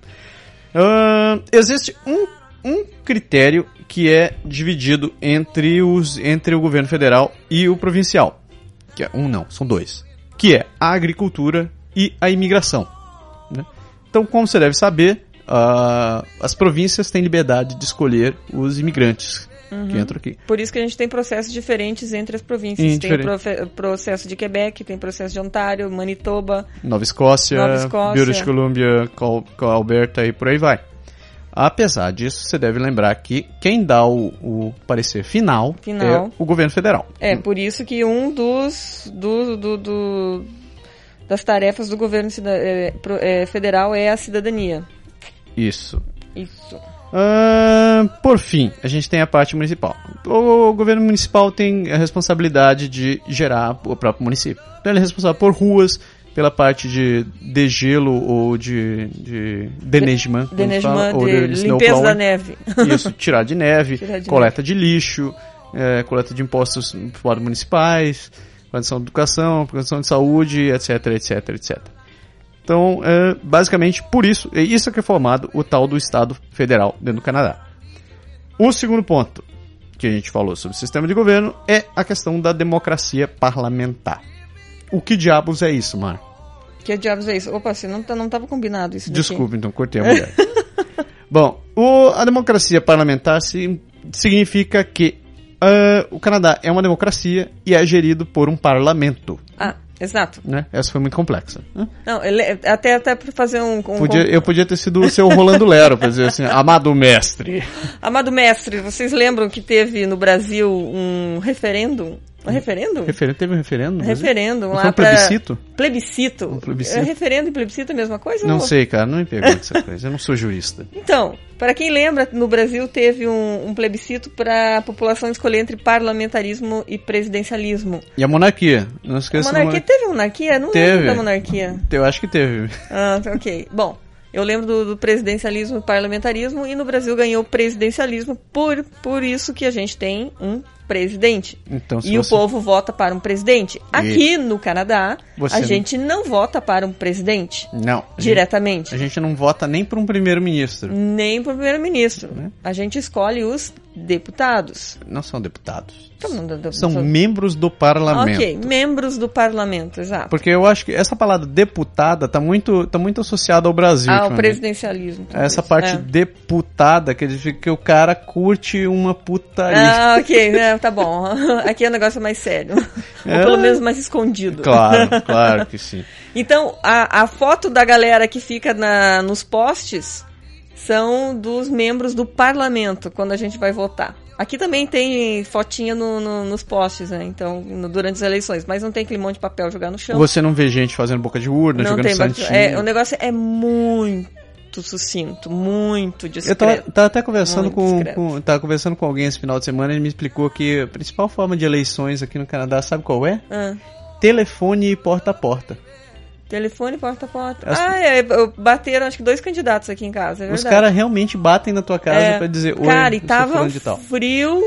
Speaker 1: Ah, existe um, um critério que é dividido entre, os, entre o governo federal e o provincial. Que é, um não, são dois. Que é a agricultura e a imigração. né? Então, como você deve saber, ah, as províncias têm liberdade de escolher os imigrantes que entram aqui.
Speaker 2: Por isso que a gente tem processos diferentes entre as províncias.
Speaker 1: Sim,
Speaker 2: tem o
Speaker 1: diferente.
Speaker 2: profe- processo de Quebec, tem processo de Ontário, Manitoba.
Speaker 1: Nova Escócia,
Speaker 2: Nova Escócia.
Speaker 1: British Columbia, Col- Col- Alberta e por aí vai. Apesar disso, você deve lembrar que quem dá o, o parecer final,
Speaker 2: Final.
Speaker 1: é o governo federal.
Speaker 2: É, por isso que um dos do, do- do- das tarefas do governo cida- é, pro- é, federal é a cidadania.
Speaker 1: Isso.
Speaker 2: Isso.
Speaker 1: Ah, por fim, a gente tem a parte municipal. O governo municipal tem a responsabilidade de gerar o próprio município. Então ele é responsável por ruas, pela parte de degelo ou de, de denegement, como
Speaker 2: Denegman
Speaker 1: fala, ou
Speaker 2: de
Speaker 1: snow né?
Speaker 2: limpeza da
Speaker 1: plowing.
Speaker 2: neve.
Speaker 1: Isso, tirar de neve,
Speaker 2: Tirar de
Speaker 1: coleta de lixo, eh, coleta de impostos fora municipais, condição de educação, condição de saúde, etc, etc, etc. Então, é, basicamente, por isso, é isso que é formado o tal do Estado Federal dentro do Canadá. O segundo ponto que a gente falou sobre o sistema de governo é a questão da democracia parlamentar. O que diabos é isso, mano?
Speaker 2: Que diabos é isso? Opa, assim, não, tá- não tava combinado isso daqui.
Speaker 1: Desculpa, então, cortei a mulher. Bom, o- a democracia parlamentar se- significa que ah, o Canadá é uma democracia e é gerido por um parlamento.
Speaker 2: Ah, exato.
Speaker 1: Né? Essa foi muito complexa. né?
Speaker 2: Não, ele, até, até pra fazer um... um
Speaker 1: Podia- eu podia ter sido o seu Rolando Lero, pra dizer assim, amado mestre.
Speaker 2: Amado mestre, vocês lembram que teve no Brasil um referêndum? Um referêndum?
Speaker 1: Referen teve um referendo? no Brasil?
Speaker 2: Referendo
Speaker 1: Não
Speaker 2: lá
Speaker 1: foi um
Speaker 2: pra-
Speaker 1: plebiscito?
Speaker 2: Plebiscito.
Speaker 1: Um plebiscito.
Speaker 2: É referendo e plebiscito é a mesma coisa?
Speaker 1: Não
Speaker 2: ou-
Speaker 1: sei, cara, não me pergunte essa coisa, eu não sou jurista.
Speaker 2: Então, para quem lembra, no Brasil teve um, um plebiscito para a população escolher entre parlamentarismo e presidencialismo.
Speaker 1: E a monarquia? Não
Speaker 2: A
Speaker 1: esqueça da
Speaker 2: monarquia teve monarquia? Não
Speaker 1: Teve.
Speaker 2: lembro da monarquia.
Speaker 1: monarquia. Eu acho que teve.
Speaker 2: Ah, tá, ok. Bom, eu lembro do, do presidencialismo e parlamentarismo e no Brasil ganhou presidencialismo por, por isso que a gente tem um presidente.
Speaker 1: Então, se
Speaker 2: e o
Speaker 1: você-
Speaker 2: povo vota para um presidente. Aqui no Canadá,
Speaker 1: Você
Speaker 2: a
Speaker 1: não-
Speaker 2: gente não vota para um presidente
Speaker 1: Não. a gente-
Speaker 2: diretamente.
Speaker 1: A gente não vota nem pra um primeiro-ministro.
Speaker 2: Nem para o primeiro-ministro.
Speaker 1: Né?
Speaker 2: A gente escolhe os deputados.
Speaker 1: Não são deputados.
Speaker 2: Então, não- não-
Speaker 1: São membros do parlamento.
Speaker 2: Ok, membros do parlamento, exato.
Speaker 1: Porque eu acho que essa palavra deputada tá muito, tá muito associada ao Brasil.
Speaker 2: Ah, o
Speaker 1: ultimamente.
Speaker 2: presidencialismo. talvez.
Speaker 1: né? Essa parte
Speaker 2: É.
Speaker 1: deputada quer dizer que o cara curte uma putaria.
Speaker 2: Ah, ok, né, tá bom. Aqui é um negócio mais sério. Ou
Speaker 1: É.
Speaker 2: pelo menos mais escondido.
Speaker 1: Claro, claro que sim.
Speaker 2: Então, a, a foto da galera que fica na, nos postes são dos membros do parlamento, quando a gente vai votar. Aqui também tem fotinha no- no- nos postes, né? Então, no- durante as eleições. Mas não tem aquele monte de papel jogar no chão.
Speaker 1: Você não vê gente fazendo boca de urna,
Speaker 2: Então, não
Speaker 1: tá jogando
Speaker 2: tem
Speaker 1: santinho.
Speaker 2: bastante- é, O negócio é muito sucinto, muito
Speaker 1: Eu tava,
Speaker 2: discreto.
Speaker 1: tava até conversando
Speaker 2: Muito
Speaker 1: com,
Speaker 2: discreto.
Speaker 1: com- tava conversando com alguém esse final de semana e ele me explicou que a principal forma de eleições aqui no Canadá, sabe qual é?
Speaker 2: Ah,
Speaker 1: Telefone e porta a porta.
Speaker 2: telefone, porta a porta.
Speaker 1: As-
Speaker 2: Ah, é, eu- bateram acho que dois candidatos aqui em casa, é verdade.
Speaker 1: Os caras realmente batem na tua casa
Speaker 2: É.
Speaker 1: pra dizer oi.
Speaker 2: Cara, e
Speaker 1: eu sou
Speaker 2: tava
Speaker 1: fulano de tal.
Speaker 2: frio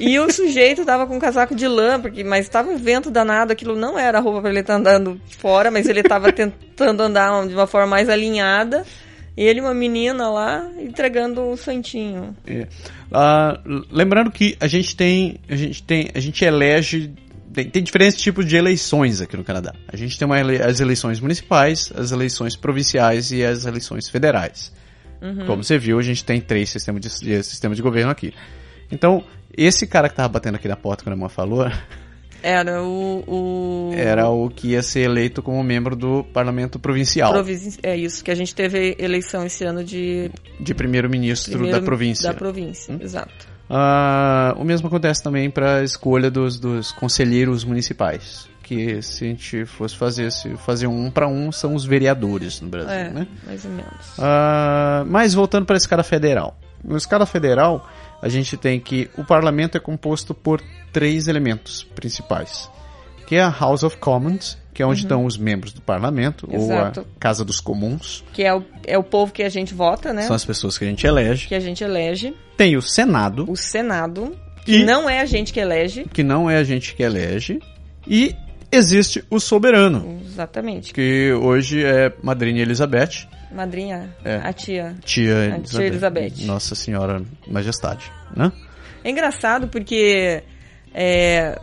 Speaker 2: e o sujeito tava com um casaco de lã, porque, mas tava um vento danado, aquilo não era roupa pra ele estar andando fora, mas ele tava tentando andar de uma forma mais alinhada. Ele e uma menina lá entregando o santinho.
Speaker 1: Ah, lembrando que a gente tem, a gente tem, a gente elege tem, tem diferentes tipos de eleições aqui no Canadá. A gente tem uma ele- as eleições municipais, as eleições provinciais e as eleições federais. Como você viu, a gente tem três sistemas de, de- sistemas de governo aqui. Então, esse cara que tava batendo aqui na porta quando a irmã falou,
Speaker 2: Era o. o...
Speaker 1: era o que ia ser eleito como membro do parlamento provincial,
Speaker 2: Provin- É isso, que a gente teve eleição esse ano de
Speaker 1: de primeiro-ministro
Speaker 2: primeiro
Speaker 1: da província. Hum?
Speaker 2: Da província, exato.
Speaker 1: Ah, o mesmo acontece também para a escolha dos, dos conselheiros municipais. Que se a gente fosse fazer, se fazer um para um, são os vereadores no Brasil,
Speaker 2: É,
Speaker 1: né?
Speaker 2: mais ou menos.
Speaker 1: Ah, mas voltando para a escala federal. Na escala federal, a gente tem que o parlamento é composto por três elementos principais. Que é a House of Commons, que é onde estão os membros do parlamento, ou
Speaker 2: Exato.
Speaker 1: a Casa dos Comuns,
Speaker 2: Que é o, é o povo que a gente vota, né?
Speaker 1: são as pessoas que a gente elege.
Speaker 2: Que a gente elege.
Speaker 1: Tem o Senado,
Speaker 2: O Senado,
Speaker 1: e
Speaker 2: que não é a gente que elege.
Speaker 1: que não é a gente que elege, e existe o soberano,
Speaker 2: Exatamente.
Speaker 1: que hoje é madrinha Elizabeth,
Speaker 2: Madrinha,
Speaker 1: É.
Speaker 2: a tia.
Speaker 1: tia
Speaker 2: A
Speaker 1: Elizabeth,
Speaker 2: tia É, Elizabeth.
Speaker 1: Nossa Senhora Majestade, né?
Speaker 2: É engraçado porque é,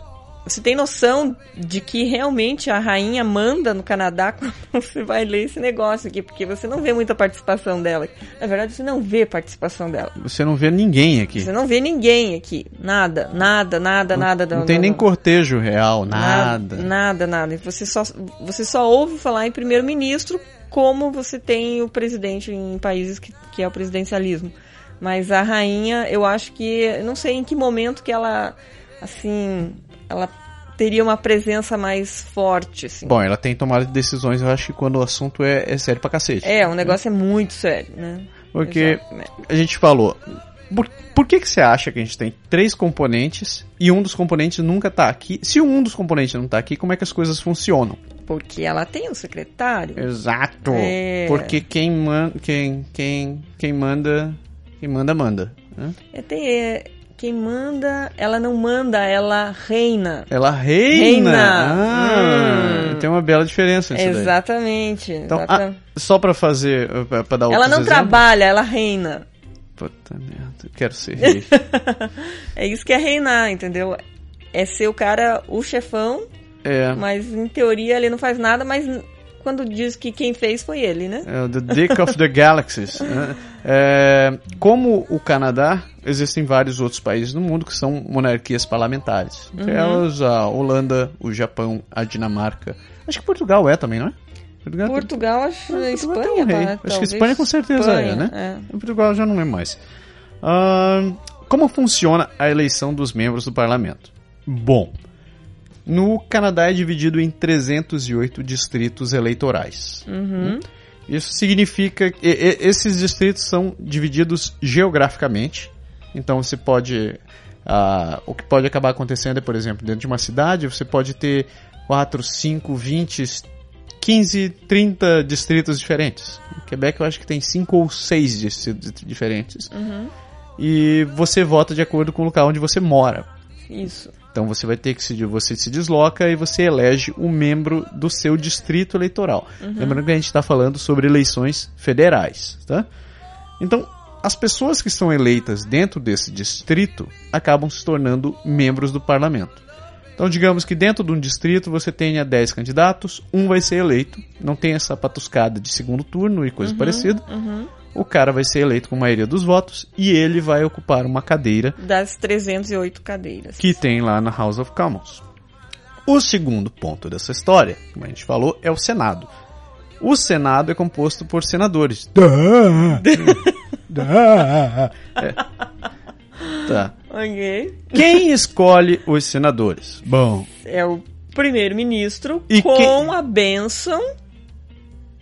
Speaker 2: você tem noção de que realmente a rainha manda no Canadá quando você vai ler esse negócio aqui, porque você não vê muita participação dela. Na verdade, você não vê participação dela.
Speaker 1: Você não vê ninguém aqui.
Speaker 2: Você não vê ninguém aqui. Nada, nada, nada, nada.
Speaker 1: Não
Speaker 2: da-
Speaker 1: tem
Speaker 2: da-
Speaker 1: nem cortejo real, nada.
Speaker 2: Nada, nada, nada. E Você só, você só ouve falar em primeiro-ministro como você tem o presidente em países que, que é o presidencialismo. Mas a rainha, eu acho que, eu não sei em que momento que ela, assim, ela teria uma presença mais forte, assim.
Speaker 1: Bom, ela tem tomado decisões, eu acho que quando o assunto é, é sério pra cacete.
Speaker 2: é, o negócio é muito sério, né?
Speaker 1: Porque
Speaker 2: Exatamente.
Speaker 1: a gente falou. Por, por que, que você acha que a gente tem três componentes e um dos componentes nunca tá aqui? Se um dos componentes não tá aqui, como é que as coisas funcionam?
Speaker 2: Porque ela tem um secretário.
Speaker 1: Exato.
Speaker 2: É.
Speaker 1: Porque quem manda, quem, quem, quem manda, quem manda manda. né?
Speaker 2: É, tem, é, Quem manda, ela não manda, ela reina.
Speaker 1: Ela reina.
Speaker 2: Reina.
Speaker 1: Ah,
Speaker 2: Hum.
Speaker 1: Tem uma bela diferença nisso daí.
Speaker 2: Exatamente.
Speaker 1: Então,
Speaker 2: exata-
Speaker 1: ah, só pra fazer, eh, pra, pra dar
Speaker 2: ela
Speaker 1: outros
Speaker 2: não
Speaker 1: exemplos.
Speaker 2: trabalha, ela reina.
Speaker 1: Puta merda, eu quero ser rei.
Speaker 2: É isso que é reinar, entendeu? É ser o cara, o chefão,
Speaker 1: é,
Speaker 2: mas em teoria ele não faz nada, mas quando diz que quem fez foi ele, né?
Speaker 1: é o The Dick of the Galaxies. né? É, como o Canadá, existem vários outros países no mundo que são monarquias parlamentares. Entre
Speaker 2: Uhum.
Speaker 1: elas a Holanda, o Japão, a Dinamarca. Acho que Portugal é também, não é? Portugal, tem-
Speaker 2: Portugal, acho
Speaker 1: Portugal tem
Speaker 2: Espanha,
Speaker 1: um rei.
Speaker 2: né?
Speaker 1: Acho que
Speaker 2: Talvez
Speaker 1: Espanha com certeza é, né?
Speaker 2: É.
Speaker 1: Em Portugal eu já não lembro mais. Ahn, como funciona a eleição dos membros do parlamento? Bom, no Canadá é dividido em 308 distritos eleitorais.
Speaker 2: Uhum.
Speaker 1: Isso significa que e- e- esses distritos são divididos geograficamente. Então você pode. ah, o que pode acabar acontecendo é, por exemplo, dentro de uma cidade, você pode ter 4, 5, 20, 15, 30 distritos diferentes. No Quebec eu acho que tem 5 ou 6 distritos diferentes.
Speaker 2: Uhum.
Speaker 1: E você vota de acordo com o local onde você mora.
Speaker 2: é, Isso.
Speaker 1: Então você vai ter que se você se desloca e você elege um membro do seu distrito eleitoral.
Speaker 2: Uhum.
Speaker 1: Lembrando que a gente está falando sobre eleições federais, tá? Então as pessoas que são eleitas dentro desse distrito acabam se tornando membros do parlamento. Então digamos que dentro de um distrito você tenha 10 candidatos, um vai ser eleito, não tem essa patuscada de segundo turno e coisa parecida.
Speaker 2: Uhum.
Speaker 1: O cara vai ser eleito com a maioria dos votos e ele vai ocupar uma cadeira
Speaker 2: Das 308 cadeiras.
Speaker 1: que tem lá na House of Commons. O segundo ponto dessa história, como a gente falou, é o Senado. O Senado é composto por senadores. É. Tá.
Speaker 2: Ok.
Speaker 1: Quem escolhe os senadores? Bom,
Speaker 2: É o primeiro-ministro
Speaker 1: E
Speaker 2: com
Speaker 1: quem-
Speaker 2: a bênção.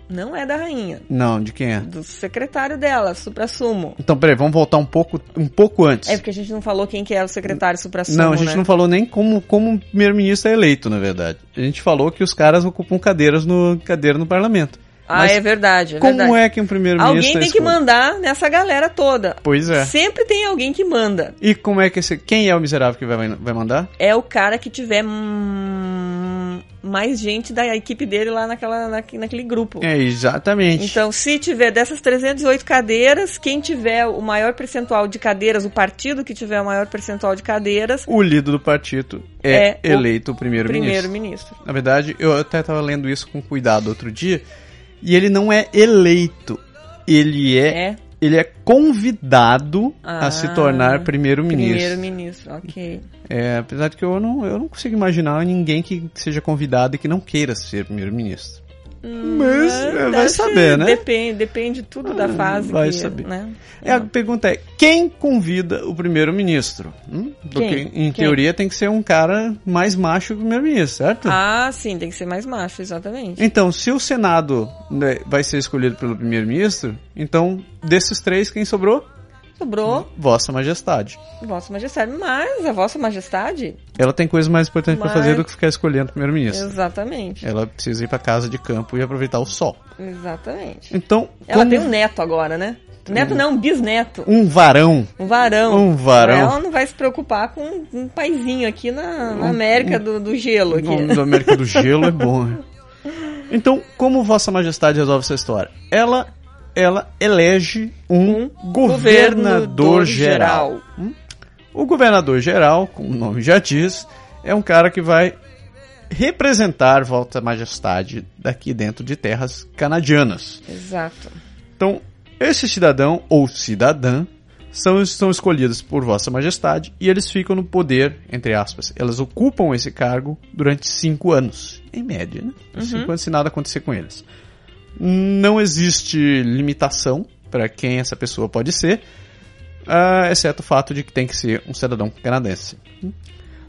Speaker 2: Não é da rainha.
Speaker 1: não, de quem é?
Speaker 2: Do secretário dela, supra-sumo.
Speaker 1: Então, peraí, vamos voltar um pouco, um pouco antes.
Speaker 2: É porque a gente não falou quem que é o secretário supra-sumo,
Speaker 1: Não, a gente
Speaker 2: né?
Speaker 1: não falou nem como como o primeiro-ministro é eleito, na verdade. A gente falou que os caras ocupam cadeiras no cadeira no parlamento.
Speaker 2: Ah,
Speaker 1: Mas
Speaker 2: é verdade, é
Speaker 1: Como
Speaker 2: verdade.
Speaker 1: é que um primeiro-ministro
Speaker 2: Alguém
Speaker 1: é
Speaker 2: tem que
Speaker 1: escolhido?
Speaker 2: mandar nessa galera toda.
Speaker 1: Pois é.
Speaker 2: Sempre tem alguém que manda.
Speaker 1: E como é que esse. Quem é o miserável que vai, vai mandar?
Speaker 2: É o cara que tiver hum, mais gente da equipe dele lá naquela, naque- naquele grupo.
Speaker 1: É, exatamente.
Speaker 2: Então, se tiver dessas 308 cadeiras, quem tiver o maior percentual de cadeiras, o partido que tiver o maior percentual de cadeiras,
Speaker 1: o líder do partido é,
Speaker 2: É o
Speaker 1: eleito o primeiro-ministro.
Speaker 2: primeiro-ministro.
Speaker 1: Na verdade, eu até estava lendo isso com cuidado outro dia. E ele não é eleito. Ele é,
Speaker 2: É,
Speaker 1: ele é convidado
Speaker 2: Ah,
Speaker 1: a se tornar primeiro-ministro.
Speaker 2: primeiro-ministro, ok.
Speaker 1: É, apesar de que eu não, eu não consigo imaginar ninguém que seja convidado e que não queira ser primeiro-ministro. Mas é, vai
Speaker 2: Hum, acho
Speaker 1: saber,
Speaker 2: que
Speaker 1: né?
Speaker 2: Ah, tá, Depende, depende tudo da
Speaker 1: Ah,
Speaker 2: fase
Speaker 1: vai
Speaker 2: que,
Speaker 1: saber.
Speaker 2: né?
Speaker 1: É, a pergunta é: quem convida o primeiro-ministro? Hum? Porque,
Speaker 2: Quem?
Speaker 1: em
Speaker 2: Quem?
Speaker 1: teoria, tem que ser um cara mais macho que o primeiro-ministro, certo?
Speaker 2: Ah, sim, tem que ser mais macho, exatamente.
Speaker 1: Então, se o Senado né, vai ser escolhido pelo primeiro-ministro, então, desses três, quem sobrou?
Speaker 2: Sobrou
Speaker 1: Vossa Majestade.
Speaker 2: Vossa Majestade, mas a Vossa Majestade?
Speaker 1: Ela tem coisa mais importante pra
Speaker 2: Mas-
Speaker 1: fazer do que ficar escolhendo o primeiro-ministro.
Speaker 2: Exatamente,
Speaker 1: Ela precisa ir pra casa de campo e aproveitar o sol.
Speaker 2: exatamente.
Speaker 1: Então,
Speaker 2: Ela
Speaker 1: como
Speaker 2: tem um neto agora, né? Neto não, bisneto.
Speaker 1: um varão,
Speaker 2: Um varão.
Speaker 1: um varão
Speaker 2: Ela não vai se preocupar com um- um paizinho aqui na,
Speaker 1: Um
Speaker 2: na América do, do gelo.
Speaker 1: O nome
Speaker 2: Aqui.
Speaker 1: da América do Gelo é bom. né? Então, como Vossa Majestade resolve essa história? Ela, ela elege um, governador geral. O governador geral, como o nome já diz, é um cara que vai representar Vossa Majestade daqui dentro de terras canadianas.
Speaker 2: Exato.
Speaker 1: Então, esse cidadão ou cidadã são, são escolhidos por Vossa Majestade e eles ficam no poder, entre aspas. Elas ocupam esse cargo durante cinco anos, em média, né? Cinco anos se nada acontecer com eles. Não existe limitação para quem essa pessoa pode ser, ah, exceto o fato de que tem que ser um cidadão canadense.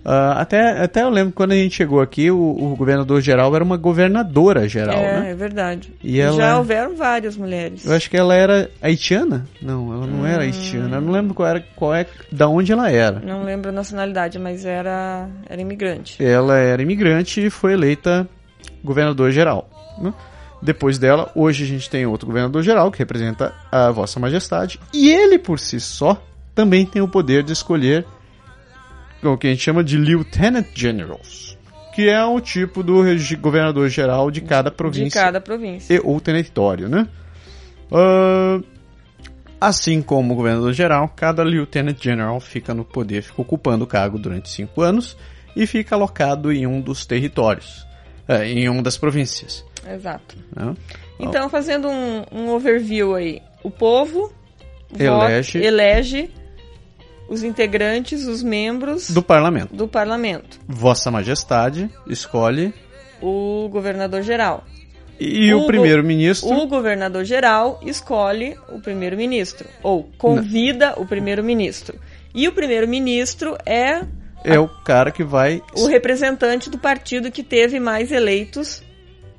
Speaker 1: Ah, até, até eu lembro que quando a gente chegou aqui, o, o governador geral era uma governadora geral,
Speaker 2: é,
Speaker 1: né?
Speaker 2: é verdade.
Speaker 1: E ela-
Speaker 2: Já houveram várias mulheres.
Speaker 1: Eu acho que ela era haitiana? Não, ela não era haitiana. Eu não lembro qual era, qual é, da onde ela era.
Speaker 2: Não lembro a nacionalidade, mas era, era imigrante.
Speaker 1: Ela era imigrante e foi eleita governador geral. né? Depois dela, hoje a gente tem outro governador geral que representa a Vossa Majestade e ele por si só também tem o poder de escolher o que a gente chama de Lieutenant Generals, que é um tipo do regi- governador-geral de cada província
Speaker 2: de cada província.
Speaker 1: e ou território, né? Ahn, assim como o governador-geral, cada lieutenant-general fica no poder, fica ocupando o cargo durante cinco anos e fica alocado em um dos territórios, eh, em uma das províncias.
Speaker 2: Exato.
Speaker 1: né?
Speaker 2: Então, fazendo um, um overview aí. O povo vota-
Speaker 1: Elege.
Speaker 2: elege os integrantes, os membros
Speaker 1: Do parlamento.
Speaker 2: do parlamento.
Speaker 1: Vossa Majestade escolhe
Speaker 2: O governador-geral.
Speaker 1: e
Speaker 2: O
Speaker 1: o
Speaker 2: go-
Speaker 1: primeiro-ministro
Speaker 2: O governador-geral escolhe o primeiro-ministro, ou convida o primeiro-ministro. E o primeiro-ministro é
Speaker 1: é o cara que vai
Speaker 2: o representante do partido que teve mais eleitos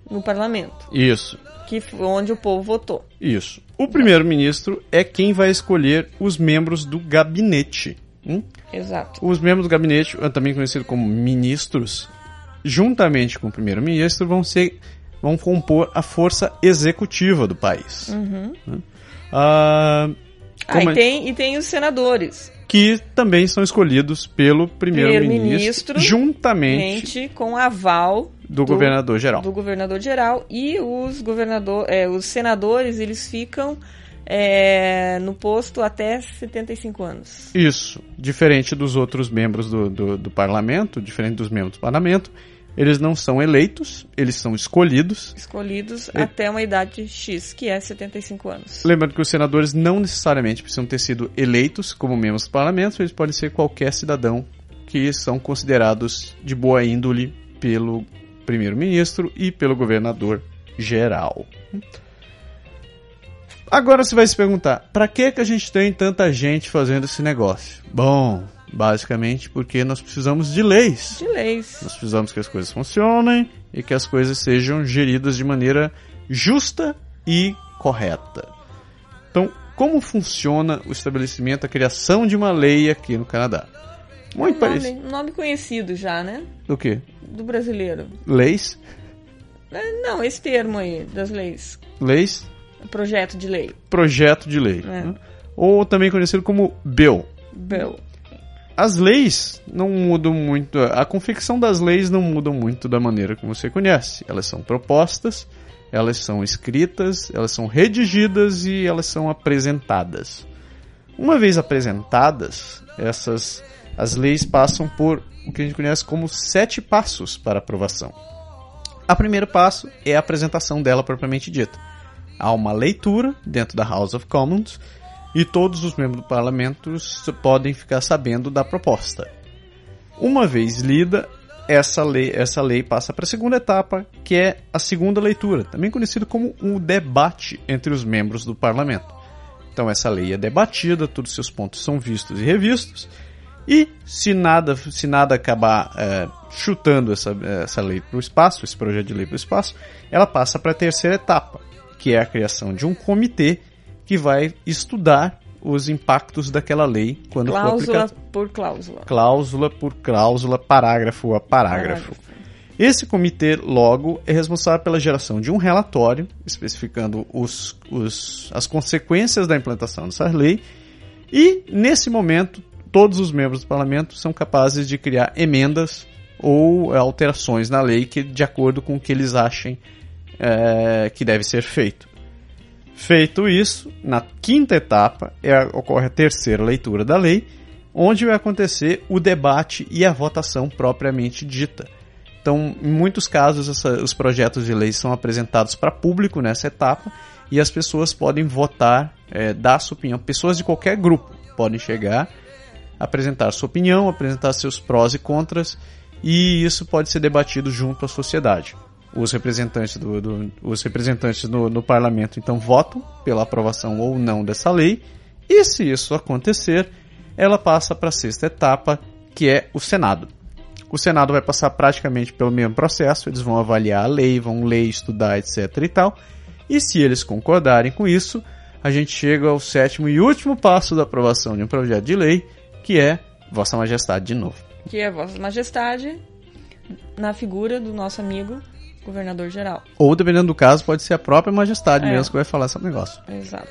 Speaker 2: no parlamento,
Speaker 1: isso.
Speaker 2: que f- onde o povo votou.
Speaker 1: Isso. O primeiro-ministro é quem vai escolher os membros do gabinete. Hum?
Speaker 2: Exato.
Speaker 1: Os membros do gabinete, eh, também conhecido como ministros, juntamente com o primeiro-ministro, vão ser vão compor a força executiva do país.
Speaker 2: Uhum.
Speaker 1: Né? Ah,
Speaker 2: Aí
Speaker 1: como é-
Speaker 2: tem e tem os senadores,
Speaker 1: que também são escolhidos pelo primeiro-ministro
Speaker 2: Primeiro-ministro,
Speaker 1: juntamente
Speaker 2: gente com aval
Speaker 1: do, governador geral.
Speaker 2: do governador geral e os governador, é, os senadores eles ficam é, no posto até 75 anos.
Speaker 1: Isso. Diferente dos outros membros do, do, do parlamento, diferente dos membros do parlamento, eles não são eleitos, eles são escolhidos.
Speaker 2: Escolhidos
Speaker 1: É.
Speaker 2: até uma idade X, que é 75 anos.
Speaker 1: Lembrando que os senadores não necessariamente precisam ter sido eleitos como membros do parlamento, eles podem ser qualquer cidadão que são considerados de boa índole pelo primeiro-ministro e pelo governador geral. Agora você vai se perguntar, para que que a gente tem tanta gente fazendo esse negócio? Bom, basicamente porque nós precisamos de leis.
Speaker 2: De leis.
Speaker 1: Nós precisamos que as coisas funcionem e que as coisas sejam geridas de maneira justa e correta. Então, como funciona o estabelecimento, a criação de uma lei aqui no Canadá? Muito
Speaker 2: Nome,
Speaker 1: parecido.
Speaker 2: nome conhecido já, né?
Speaker 1: Do quê?
Speaker 2: Do brasileiro.
Speaker 1: Leis?
Speaker 2: É, Não, esse termo aí das leis.
Speaker 1: Leis?
Speaker 2: Projeto de lei.
Speaker 1: Projeto de lei.
Speaker 2: É.
Speaker 1: né? Ou também conhecido como Bill.
Speaker 2: Bill.
Speaker 1: As leis não mudam muito, a confecção das leis não mudam muito da maneira como você conhece. Elas são propostas, elas são escritas, elas são redigidas e elas são apresentadas. Uma vez apresentadas, essas as leis passam por o que a gente conhece como sete passos para aprovação. A primeiro passo é a apresentação dela propriamente dita. Há uma leitura dentro da House of Commons e todos os membros do parlamento s- podem ficar sabendo da proposta. Uma vez lida, essa lei, essa lei passa para a segunda etapa, que é a segunda leitura, também conhecido como um debate entre os membros do parlamento. Então essa lei é debatida, todos seus pontos são vistos e revistos, e se nada, se nada acabar eh, chutando essa, essa lei para o espaço, esse projeto de lei para o espaço, ela passa para a terceira etapa, que é a criação de um comitê que vai estudar os impactos daquela lei quando for
Speaker 2: Cláusula
Speaker 1: aplicada
Speaker 2: por cláusula.
Speaker 1: cláusula por cláusula, parágrafo a parágrafo. Esse comitê, logo, é responsável pela geração de um relatório especificando os, os, as consequências da implantação dessa lei e, nesse momento, todos os membros do parlamento são capazes de criar emendas ou é, alterações na lei que, de acordo com o que eles achem é, que deve ser feito. Feito isso, na quinta etapa é, a- ocorre a terceira leitura da lei, onde vai acontecer o debate e a votação propriamente dita. Então, em muitos casos, essa- os projetos de lei são apresentados para público nessa etapa e as pessoas podem votar, eh, dar sua opinião. Pessoas de qualquer grupo podem chegar, apresentar sua opinião, apresentar seus prós e contras e isso pode ser debatido junto à sociedade. Os representantes, do, do- os representantes no, no parlamento então votam pela aprovação ou não dessa lei e se isso acontecer, ela passa para a sexta etapa, que é o Senado. O Senado vai passar praticamente pelo mesmo processo, eles vão avaliar a lei, vão ler, estudar, etc e tal. E se eles concordarem com isso, a gente chega ao sétimo e último passo da aprovação de um projeto de lei, que é Vossa Majestade de novo.
Speaker 2: Que é Vossa Majestade, na figura do nosso amigo governador geral.
Speaker 1: Ou, dependendo do caso, pode ser a própria Majestade
Speaker 2: É.
Speaker 1: mesmo que vai falar esse negócio.
Speaker 2: Exato.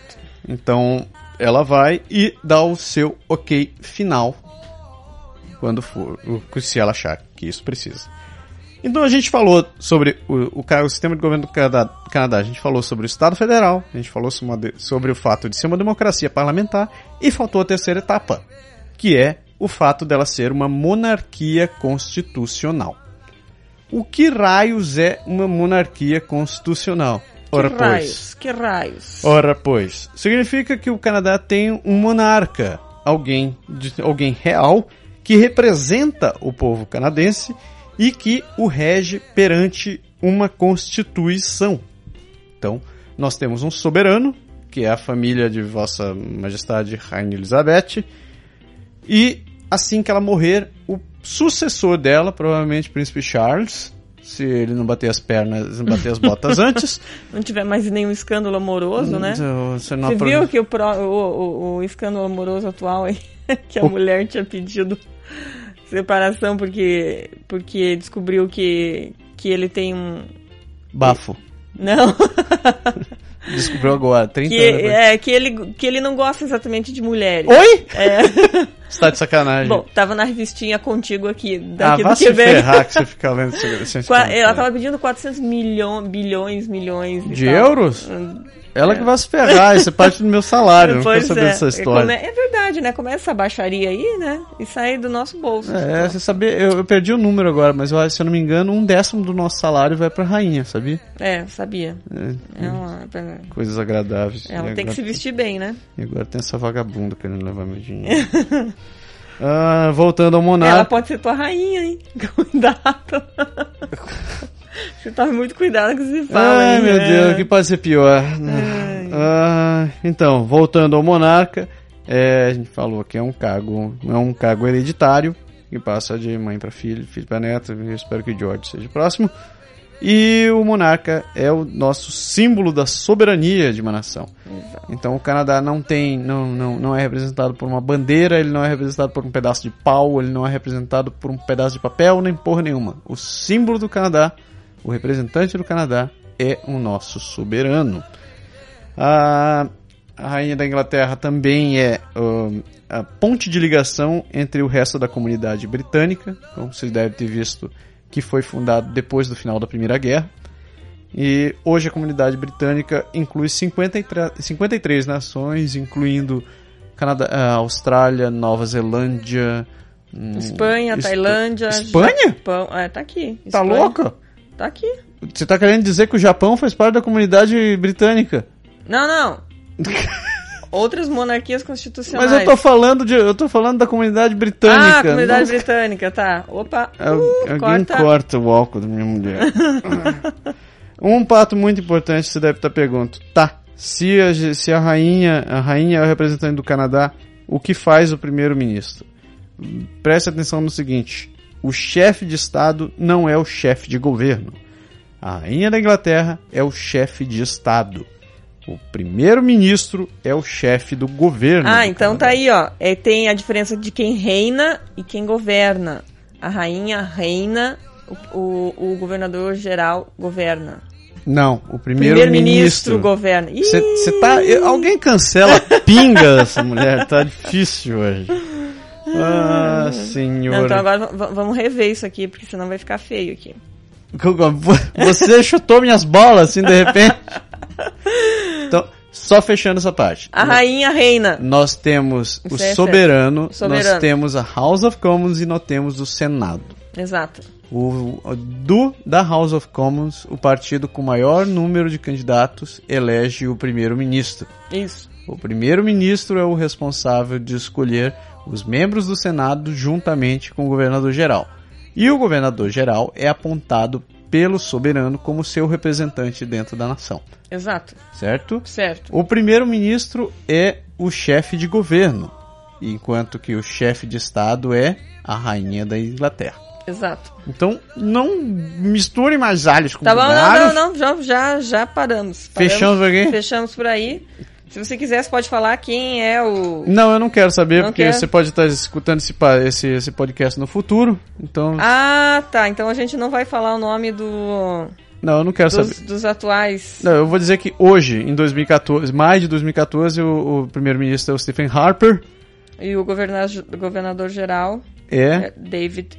Speaker 1: Então ela vai e dá o seu ok final quando for, o- se ela achar que isso precisa. Então a gente falou sobre o, o, ca- o sistema de governo do Canadá, Canadá, a gente falou sobre o Estado Federal, a gente falou sobre, uma de- sobre o fato de ser uma democracia parlamentar e faltou a terceira etapa, que é o fato dela ser uma monarquia constitucional. O que raios é uma monarquia constitucional? Ora,
Speaker 2: que
Speaker 1: pois.
Speaker 2: raios, que raios.
Speaker 1: Ora, pois, significa que o Canadá tem um monarca, alguém, de- alguém real, que representa o povo canadense e que o rege perante uma constituição. Então, nós temos um soberano, que é a família de Vossa Majestade Rainha Elizabeth, e assim que ela morrer, o sucessor dela, provavelmente Príncipe Charles, se ele não bater as pernas, não bater as botas antes,
Speaker 2: Não tiver mais nenhum escândalo amoroso, né?
Speaker 1: então, se não
Speaker 2: Você
Speaker 1: apro-
Speaker 2: viu que o, pró- o- o- o escândalo amoroso atual aí, que a
Speaker 1: O-
Speaker 2: mulher tinha pedido separação porque, porque descobriu que, que ele tem um.
Speaker 1: Bafo. Então,
Speaker 2: Não,
Speaker 1: Descobriu agora, 30
Speaker 2: que,
Speaker 1: anos. depois.
Speaker 2: é, que, ele, que ele não gosta exatamente de mulheres.
Speaker 1: Oi?
Speaker 2: É.
Speaker 1: Você tá de sacanagem.
Speaker 2: Bom, tava na revistinha contigo aqui,
Speaker 1: ah,
Speaker 2: daqui
Speaker 1: vá
Speaker 2: do
Speaker 1: se
Speaker 2: Quebec.
Speaker 1: ferrar que você fica lendo esse- esse-
Speaker 2: Qua- Ela tava pedindo 400 milhões, bilhões, milhões. e
Speaker 1: De
Speaker 2: tal.
Speaker 1: euros?
Speaker 2: Hum,
Speaker 1: Ela que vai se ferrar, isso é parte do meu salário, eu não quero
Speaker 2: pois
Speaker 1: saber
Speaker 2: é.
Speaker 1: dessa história.
Speaker 2: Come- É verdade, né? Começa essa baixaria aí, né? E sai do nosso bolso.
Speaker 1: É, você sabia, eu, eu perdi o número agora, mas eu acho, se eu não me engano, um décimo do nosso salário vai pra rainha, sabia?
Speaker 2: É, sabia.
Speaker 1: É,
Speaker 2: É uma-
Speaker 1: Coisas agradáveis.
Speaker 2: Ela
Speaker 1: E
Speaker 2: tem que
Speaker 1: agora-
Speaker 2: se vestir bem, né?
Speaker 1: E agora tem essa vagabunda querendo levar meu dinheiro. Ah, voltando ao
Speaker 2: Ela
Speaker 1: monarca.
Speaker 2: pode ser tua rainha, hein? Cuidado. Você tome muito cuidado com o que você fala.
Speaker 1: Ai,
Speaker 2: hein?
Speaker 1: meu
Speaker 2: É.
Speaker 1: Deus, o que pode ser pior? Ah, então, voltando ao monarca, é, a gente falou que é um cargo, é um cargo hereditário que passa de mãe para filho, filho para neto. Eu espero que o George seja próximo. E o monarca é o nosso símbolo da soberania de uma nação. Então o Canadá não tem, não, não, não é representado por uma bandeira, ele não é representado por um pedaço de pau, ele não é representado por um pedaço de papel, nem porra nenhuma. O símbolo do Canadá, o representante do Canadá, é o nosso soberano. A, a rainha da Inglaterra também é hum, a ponte de ligação entre o resto da comunidade britânica, como vocês devem ter visto, que foi fundado depois do final da Primeira Guerra. E hoje a comunidade britânica inclui 53, 53 nações, incluindo Canadá, ah, Austrália, Nova Zelândia. hum,
Speaker 2: Espanha,
Speaker 1: Es-
Speaker 2: Tailândia.
Speaker 1: Espanha?
Speaker 2: Japão. É, tá aqui.
Speaker 1: Tá
Speaker 2: Espanha.
Speaker 1: louca?
Speaker 2: Tá aqui.
Speaker 1: Você tá querendo dizer que o Japão faz parte da comunidade britânica?
Speaker 2: Não, não. Outras monarquias constitucionais.
Speaker 1: Mas eu tô falando de, eu tô falando da comunidade britânica.
Speaker 2: Ah, comunidade
Speaker 1: Nossa,
Speaker 2: britânica, tá. Opa.
Speaker 1: al-
Speaker 2: Uh,
Speaker 1: alguém
Speaker 2: corta.
Speaker 1: corta. o álcool da minha mulher. um pato muito importante você deve estar perguntando. Tá. Se a, ge- se a rainha, a rainha é o representante do Canadá, o que faz o primeiro-ministro? Preste atenção no seguinte: o chefe de estado não é o chefe de governo. A rainha da Inglaterra é o chefe de estado. O primeiro-ministro é o chefe do governo.
Speaker 2: Ah,
Speaker 1: do
Speaker 2: então
Speaker 1: Canadá.
Speaker 2: tá aí, ó. É, tem a diferença de quem reina e quem governa. A rainha reina, o, o, o governador geral governa.
Speaker 1: Não, o
Speaker 2: tá. Primeiro-ministro
Speaker 1: primeiro-ministro.
Speaker 2: governa. Ih,
Speaker 1: Você tá. eu- alguém cancela a pinga dessa mulher, tá difícil hoje. Ah,
Speaker 2: não,
Speaker 1: senhor.
Speaker 2: então agora v- v- vamos rever isso aqui, porque senão vai ficar feio aqui.
Speaker 1: Você chutou minhas bolas assim de repente. Então, só fechando essa parte.
Speaker 2: A rainha reina.
Speaker 1: Nós temos o
Speaker 2: Ah. Isso é
Speaker 1: soberano,
Speaker 2: Soberano.
Speaker 1: nós temos a House of Commons e nós temos o Senado.
Speaker 2: Exato.
Speaker 1: O, o- do da House of Commons, o partido com maior número de candidatos elege o primeiro-ministro.
Speaker 2: Isso.
Speaker 1: O primeiro-ministro é o responsável de escolher os membros do Senado juntamente com o governador-geral. E o governador-geral é apontado pelo soberano como seu representante dentro da nação,
Speaker 2: Exato.
Speaker 1: certo?
Speaker 2: Certo.
Speaker 1: O primeiro-ministro é o chefe de governo, enquanto que o chefe de estado é a rainha da Inglaterra.
Speaker 2: Exato.
Speaker 1: Então, não misture mais alhos com
Speaker 2: Tá bom,
Speaker 1: bugalhos.
Speaker 2: não, não, não. Já, já, já paramos. Paramos.
Speaker 1: Fechamos por aqui?
Speaker 2: Fechamos por aí. Se você quiser, você pode falar quem é o.
Speaker 1: Não, eu não quero saber,
Speaker 2: Não
Speaker 1: porque
Speaker 2: quer?
Speaker 1: você pode estar escutando esse, pa- esse, esse podcast no futuro. Então,
Speaker 2: Ah, tá. Então a gente não vai falar o nome do
Speaker 1: não, eu não quero saber.
Speaker 2: dos, dos atuais.
Speaker 1: Não, eu vou dizer que hoje, em 2014, mais de 2014, o, o primeiro-ministro é o Stephen Harper.
Speaker 2: E o governador, governador geral.
Speaker 1: É,
Speaker 2: É David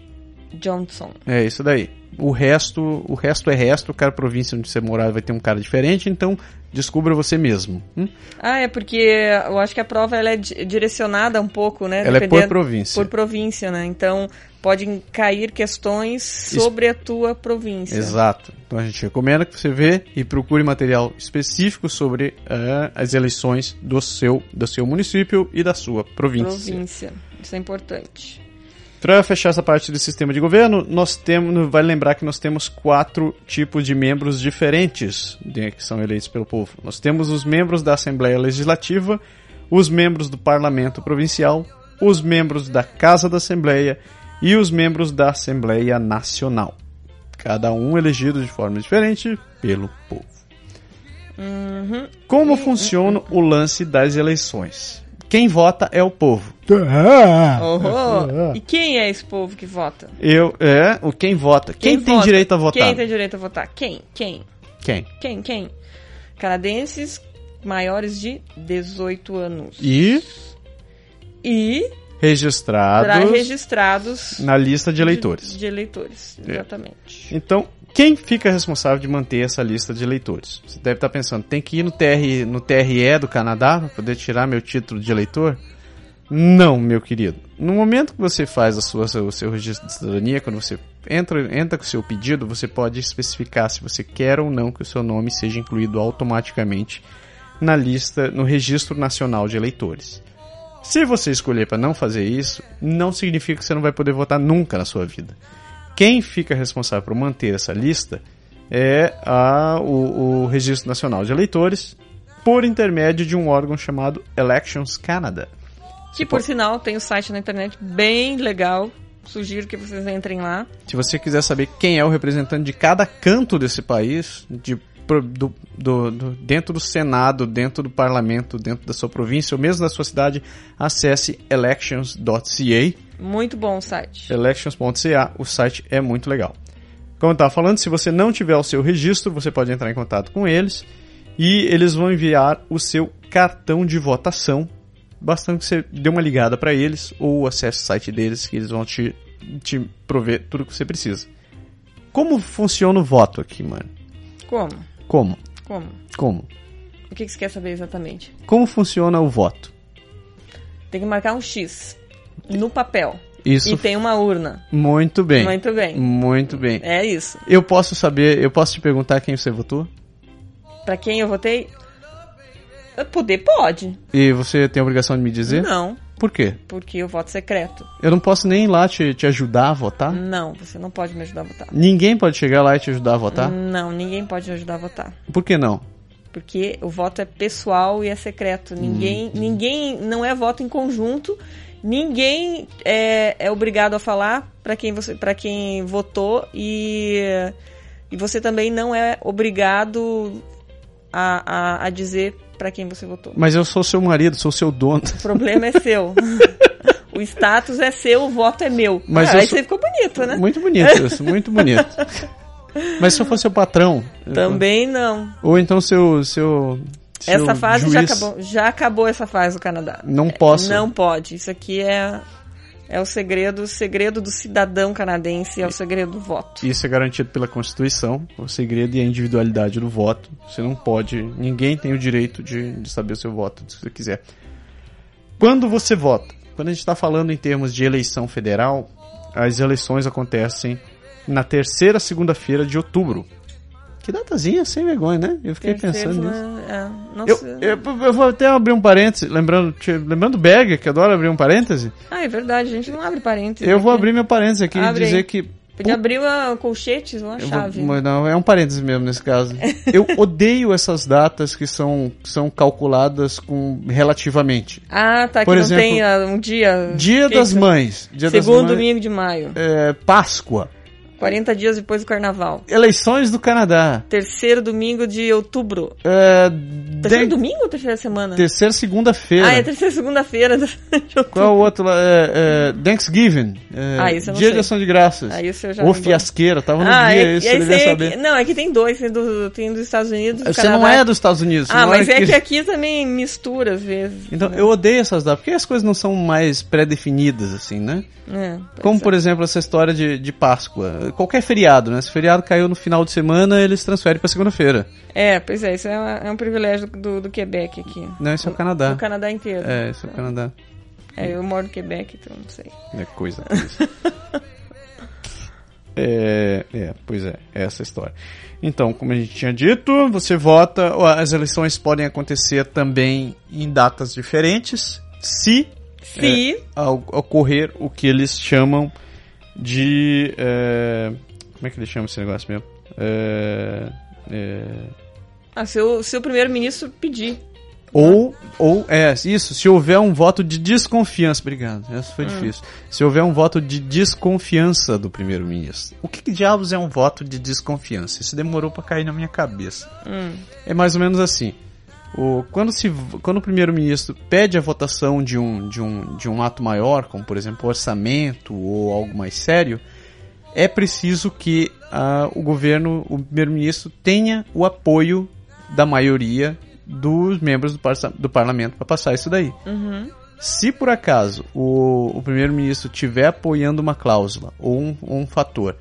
Speaker 2: Johnson.
Speaker 1: é isso daí. O resto, o resto é resto, cada província onde você morar vai ter um cara diferente, então descubra você mesmo. hum?
Speaker 2: Ah, é porque eu acho que a prova ela é di- direcionada um pouco, né?
Speaker 1: Ela é por
Speaker 2: dependendo-
Speaker 1: província.
Speaker 2: por província, né? Então podem cair questões sobre a tua província.
Speaker 1: Exato. Então a gente recomenda que você vê e procure material específico sobre ah, as eleições do seu, do seu município e da sua província.
Speaker 2: Província. Isso é importante.
Speaker 1: Para fechar essa parte do sistema de governo, nós temos, vale lembrar que nós temos quatro tipos de membros diferentes de- que são eleitos pelo povo. Nós temos os membros da Assembleia Legislativa, os membros do Parlamento Provincial, os membros da Casa da Assembleia e os membros da Assembleia Nacional. Cada um elegido de forma diferente pelo povo. Como funciona o lance das eleições? Quem vota é o povo.
Speaker 2: Ah!
Speaker 1: Ah.
Speaker 2: Oho! E quem é esse povo que vota?
Speaker 1: Eu, é, o quem vota. Quem, tem
Speaker 2: vota?
Speaker 1: direito a votar?
Speaker 2: Quem tem direito a votar? Quem? Quem?
Speaker 1: Quem?
Speaker 2: Quem? Quem? Canadenses maiores de 18 anos.
Speaker 1: E
Speaker 2: E pra
Speaker 1: registrados
Speaker 2: registrados
Speaker 1: na lista de É.
Speaker 2: De,
Speaker 1: eleitores.
Speaker 2: de eleitores, exatamente.
Speaker 1: Então, quem fica responsável de manter essa lista de eleitores? Você deve estar pensando, tem que ir no, TR, no TRE do Canadá para poder tirar meu título de eleitor? Não, meu querido. No momento que você faz a sua, o seu registro de cidadania, quando você entra, entra com o seu pedido, você pode especificar se você quer ou não que o seu nome seja incluído automaticamente na lista, no Registro Nacional de Eleitores. Se você escolher para não fazer isso, não significa que você não vai poder votar nunca na sua vida. Quem fica responsável por manter essa lista é a- o, o Registro Nacional de Eleitores, por intermédio de um órgão chamado Elections Canada.
Speaker 2: Que por sinal tem um site na internet bem legal. Sugiro que vocês entrem lá.
Speaker 1: Se você quiser saber quem é o representante de cada canto desse país, de, pro- do, do- do- dentro do Senado, dentro do parlamento, dentro da sua província ou mesmo da sua cidade, acesse elections.ca,
Speaker 2: Muito bom o site.
Speaker 1: elections.ca, o site é muito legal. Como eu estava falando, se você não tiver o seu registro, você pode entrar em contato com eles e eles vão enviar o seu cartão de votação. Bastante que você dê uma ligada para eles ou acesse o site deles que eles vão te, te prover tudo que você precisa. Como funciona o voto aqui, mano?
Speaker 2: Como?
Speaker 1: Como?
Speaker 2: Como?
Speaker 1: Como?
Speaker 2: O que que você quer saber exatamente?
Speaker 1: Como funciona o voto?
Speaker 2: Tem que marcar um X no papel.
Speaker 1: Isso
Speaker 2: E tem uma urna.
Speaker 1: muito bem. Hum.
Speaker 2: Muito bem.
Speaker 1: Muito bem.
Speaker 2: É isso.
Speaker 1: Eu posso saber, eu posso te perguntar quem você votou?
Speaker 2: Pra quem eu votei? Eu Poder pode.
Speaker 1: E você tem a obrigação de me dizer?
Speaker 2: Não,
Speaker 1: Por quê?
Speaker 2: porque o voto secreto.
Speaker 1: Eu não posso nem ir lá te, te ajudar a votar?
Speaker 2: Não, você não pode me ajudar a votar.
Speaker 1: Ninguém pode chegar lá e te ajudar a votar?
Speaker 2: Não, ninguém pode me ajudar a votar.
Speaker 1: Por que não?
Speaker 2: Porque o voto é pessoal e é secreto. Ninguém,
Speaker 1: Uhum.
Speaker 2: ninguém não é voto em conjunto. Ninguém é, é obrigado a falar para quem você, para quem votou e e você também não é obrigado a, a, a dizer para quem você votou.
Speaker 1: Mas eu sou seu marido, sou seu dono.
Speaker 2: O problema é seu. o status é seu, o voto é meu.
Speaker 1: Mas
Speaker 2: Ah,
Speaker 1: eu
Speaker 2: aí
Speaker 1: sou- Uhum.
Speaker 2: você ficou bonito, né?
Speaker 1: Muito bonito isso, muito bonito. Mas se eu fosse seu patrão.
Speaker 2: Também não.
Speaker 1: Ou então seu. seu, seu
Speaker 2: Essa fase já
Speaker 1: juiz,
Speaker 2: acabou. Já acabou essa fase do Canadá.
Speaker 1: Não posso.
Speaker 2: Não pode. Isso aqui é, é o segredo, o segredo do cidadão canadense, é o segredo do voto.
Speaker 1: Isso é garantido pela Constituição, o segredo e a individualidade do voto. Você não pode, ninguém tem o direito de, de saber o seu voto, se você quiser. Quando você vota, quando a gente está falando em termos de eleição federal, as eleições acontecem na terceira segunda-feira de outubro. Que datazinha sem vergonha, né? Eu fiquei
Speaker 2: Terceiro,
Speaker 1: pensando nisso.
Speaker 2: né? É, não
Speaker 1: Eu,
Speaker 2: sei.
Speaker 1: eu, eu vou até abrir um parêntese, lembrando, te- lembrando do Berger, que adora abrir um parêntese.
Speaker 2: Ah, é verdade, a gente não abre parênteses. né?
Speaker 1: Eu vou
Speaker 2: aqui.
Speaker 1: abrir meu parêntese aqui e
Speaker 2: Abre aí.
Speaker 1: dizer que
Speaker 2: Podia abrir uma colchete, é uma
Speaker 1: Eu vou-
Speaker 2: chave.
Speaker 1: mas não, é um parênteses mesmo nesse caso. Eu odeio essas datas que são, que são calculadas com relativamente.
Speaker 2: Ah, tá,
Speaker 1: Por
Speaker 2: que
Speaker 1: exemplo,
Speaker 2: não tem ah, um dia.
Speaker 1: Dia
Speaker 2: que
Speaker 1: das
Speaker 2: isso?
Speaker 1: Mães. Dia
Speaker 2: Segundo
Speaker 1: das Mães.
Speaker 2: domingo de maio.
Speaker 1: é, Páscoa.
Speaker 2: 40 dias depois do carnaval.
Speaker 1: Eleições do Canadá.
Speaker 2: Terceiro domingo de outubro.
Speaker 1: É,
Speaker 2: Terceiro
Speaker 1: de-
Speaker 2: domingo ou terceira semana?
Speaker 1: Terceira segunda-feira.
Speaker 2: Tá Ah, é terceira segunda-feira de outubro.
Speaker 1: Qual o outro lá? É, é, Thanksgiving. É,
Speaker 2: Ah, isso eu não
Speaker 1: Dia
Speaker 2: sei.
Speaker 1: de Ação de Graças.
Speaker 2: Ah, isso eu já
Speaker 1: Ô,
Speaker 2: não-
Speaker 1: fiasqueira, tá? tava no
Speaker 2: Ah,
Speaker 1: dia
Speaker 2: é,
Speaker 1: isso,
Speaker 2: é,
Speaker 1: ele
Speaker 2: isso
Speaker 1: devia
Speaker 2: aí é que-
Speaker 1: saber.
Speaker 2: não, é que tem dois, tem, do, tem dos Estados Unidos, do
Speaker 1: Você
Speaker 2: Canadá.
Speaker 1: não é dos Estados Unidos. você
Speaker 2: Ah,
Speaker 1: não
Speaker 2: mas é
Speaker 1: aqui-
Speaker 2: que aqui também mistura às vezes.
Speaker 1: Então, eu odeio essas datas, porque as coisas não são mais pré-definidas, assim, né?
Speaker 2: É, pois
Speaker 1: Como,
Speaker 2: é.
Speaker 1: por exemplo, essa história de, de Páscoa. Qualquer feriado, né? Se o feriado caiu no final de semana, eles transferem pra segunda-feira.
Speaker 2: É, pois é, isso é, uma- é um privilégio do, do Quebec aqui.
Speaker 1: Não, isso é o Canadá.
Speaker 2: Do Canadá inteiro.
Speaker 1: É, isso é o Canadá.
Speaker 2: É, eu moro no Quebec, então não sei.
Speaker 1: É coisa, coisa. é, é, pois é, é essa a história. Então, como a gente tinha dito, você vota, ó, as eleições podem acontecer também em datas diferentes, se
Speaker 2: Se
Speaker 1: ao- ocorrer o que eles chamam de. é, como é que eles chamam esse negócio mesmo? É, é,
Speaker 2: ah, se o, se o primeiro-ministro pedir.
Speaker 1: ou, ou, é, isso, se houver um voto de desconfiança, obrigado, essa foi difícil. Se houver um voto de desconfiança do primeiro-ministro. O que, que diabos é um voto de desconfiança? Isso demorou pra cair na minha cabeça.
Speaker 2: Hum.
Speaker 1: É mais ou menos assim. O, quando, se, quando o primeiro-ministro pede a votação de um, de, um, de um ato maior, como por exemplo orçamento ou algo mais sério, é preciso que ah, o governo, o primeiro-ministro, tenha o apoio da maioria dos membros do, parça- do parlamento para passar isso daí.
Speaker 2: Uhum.
Speaker 1: Se por acaso o, o primeiro-ministro estiver apoiando uma cláusula ou um, ou um fator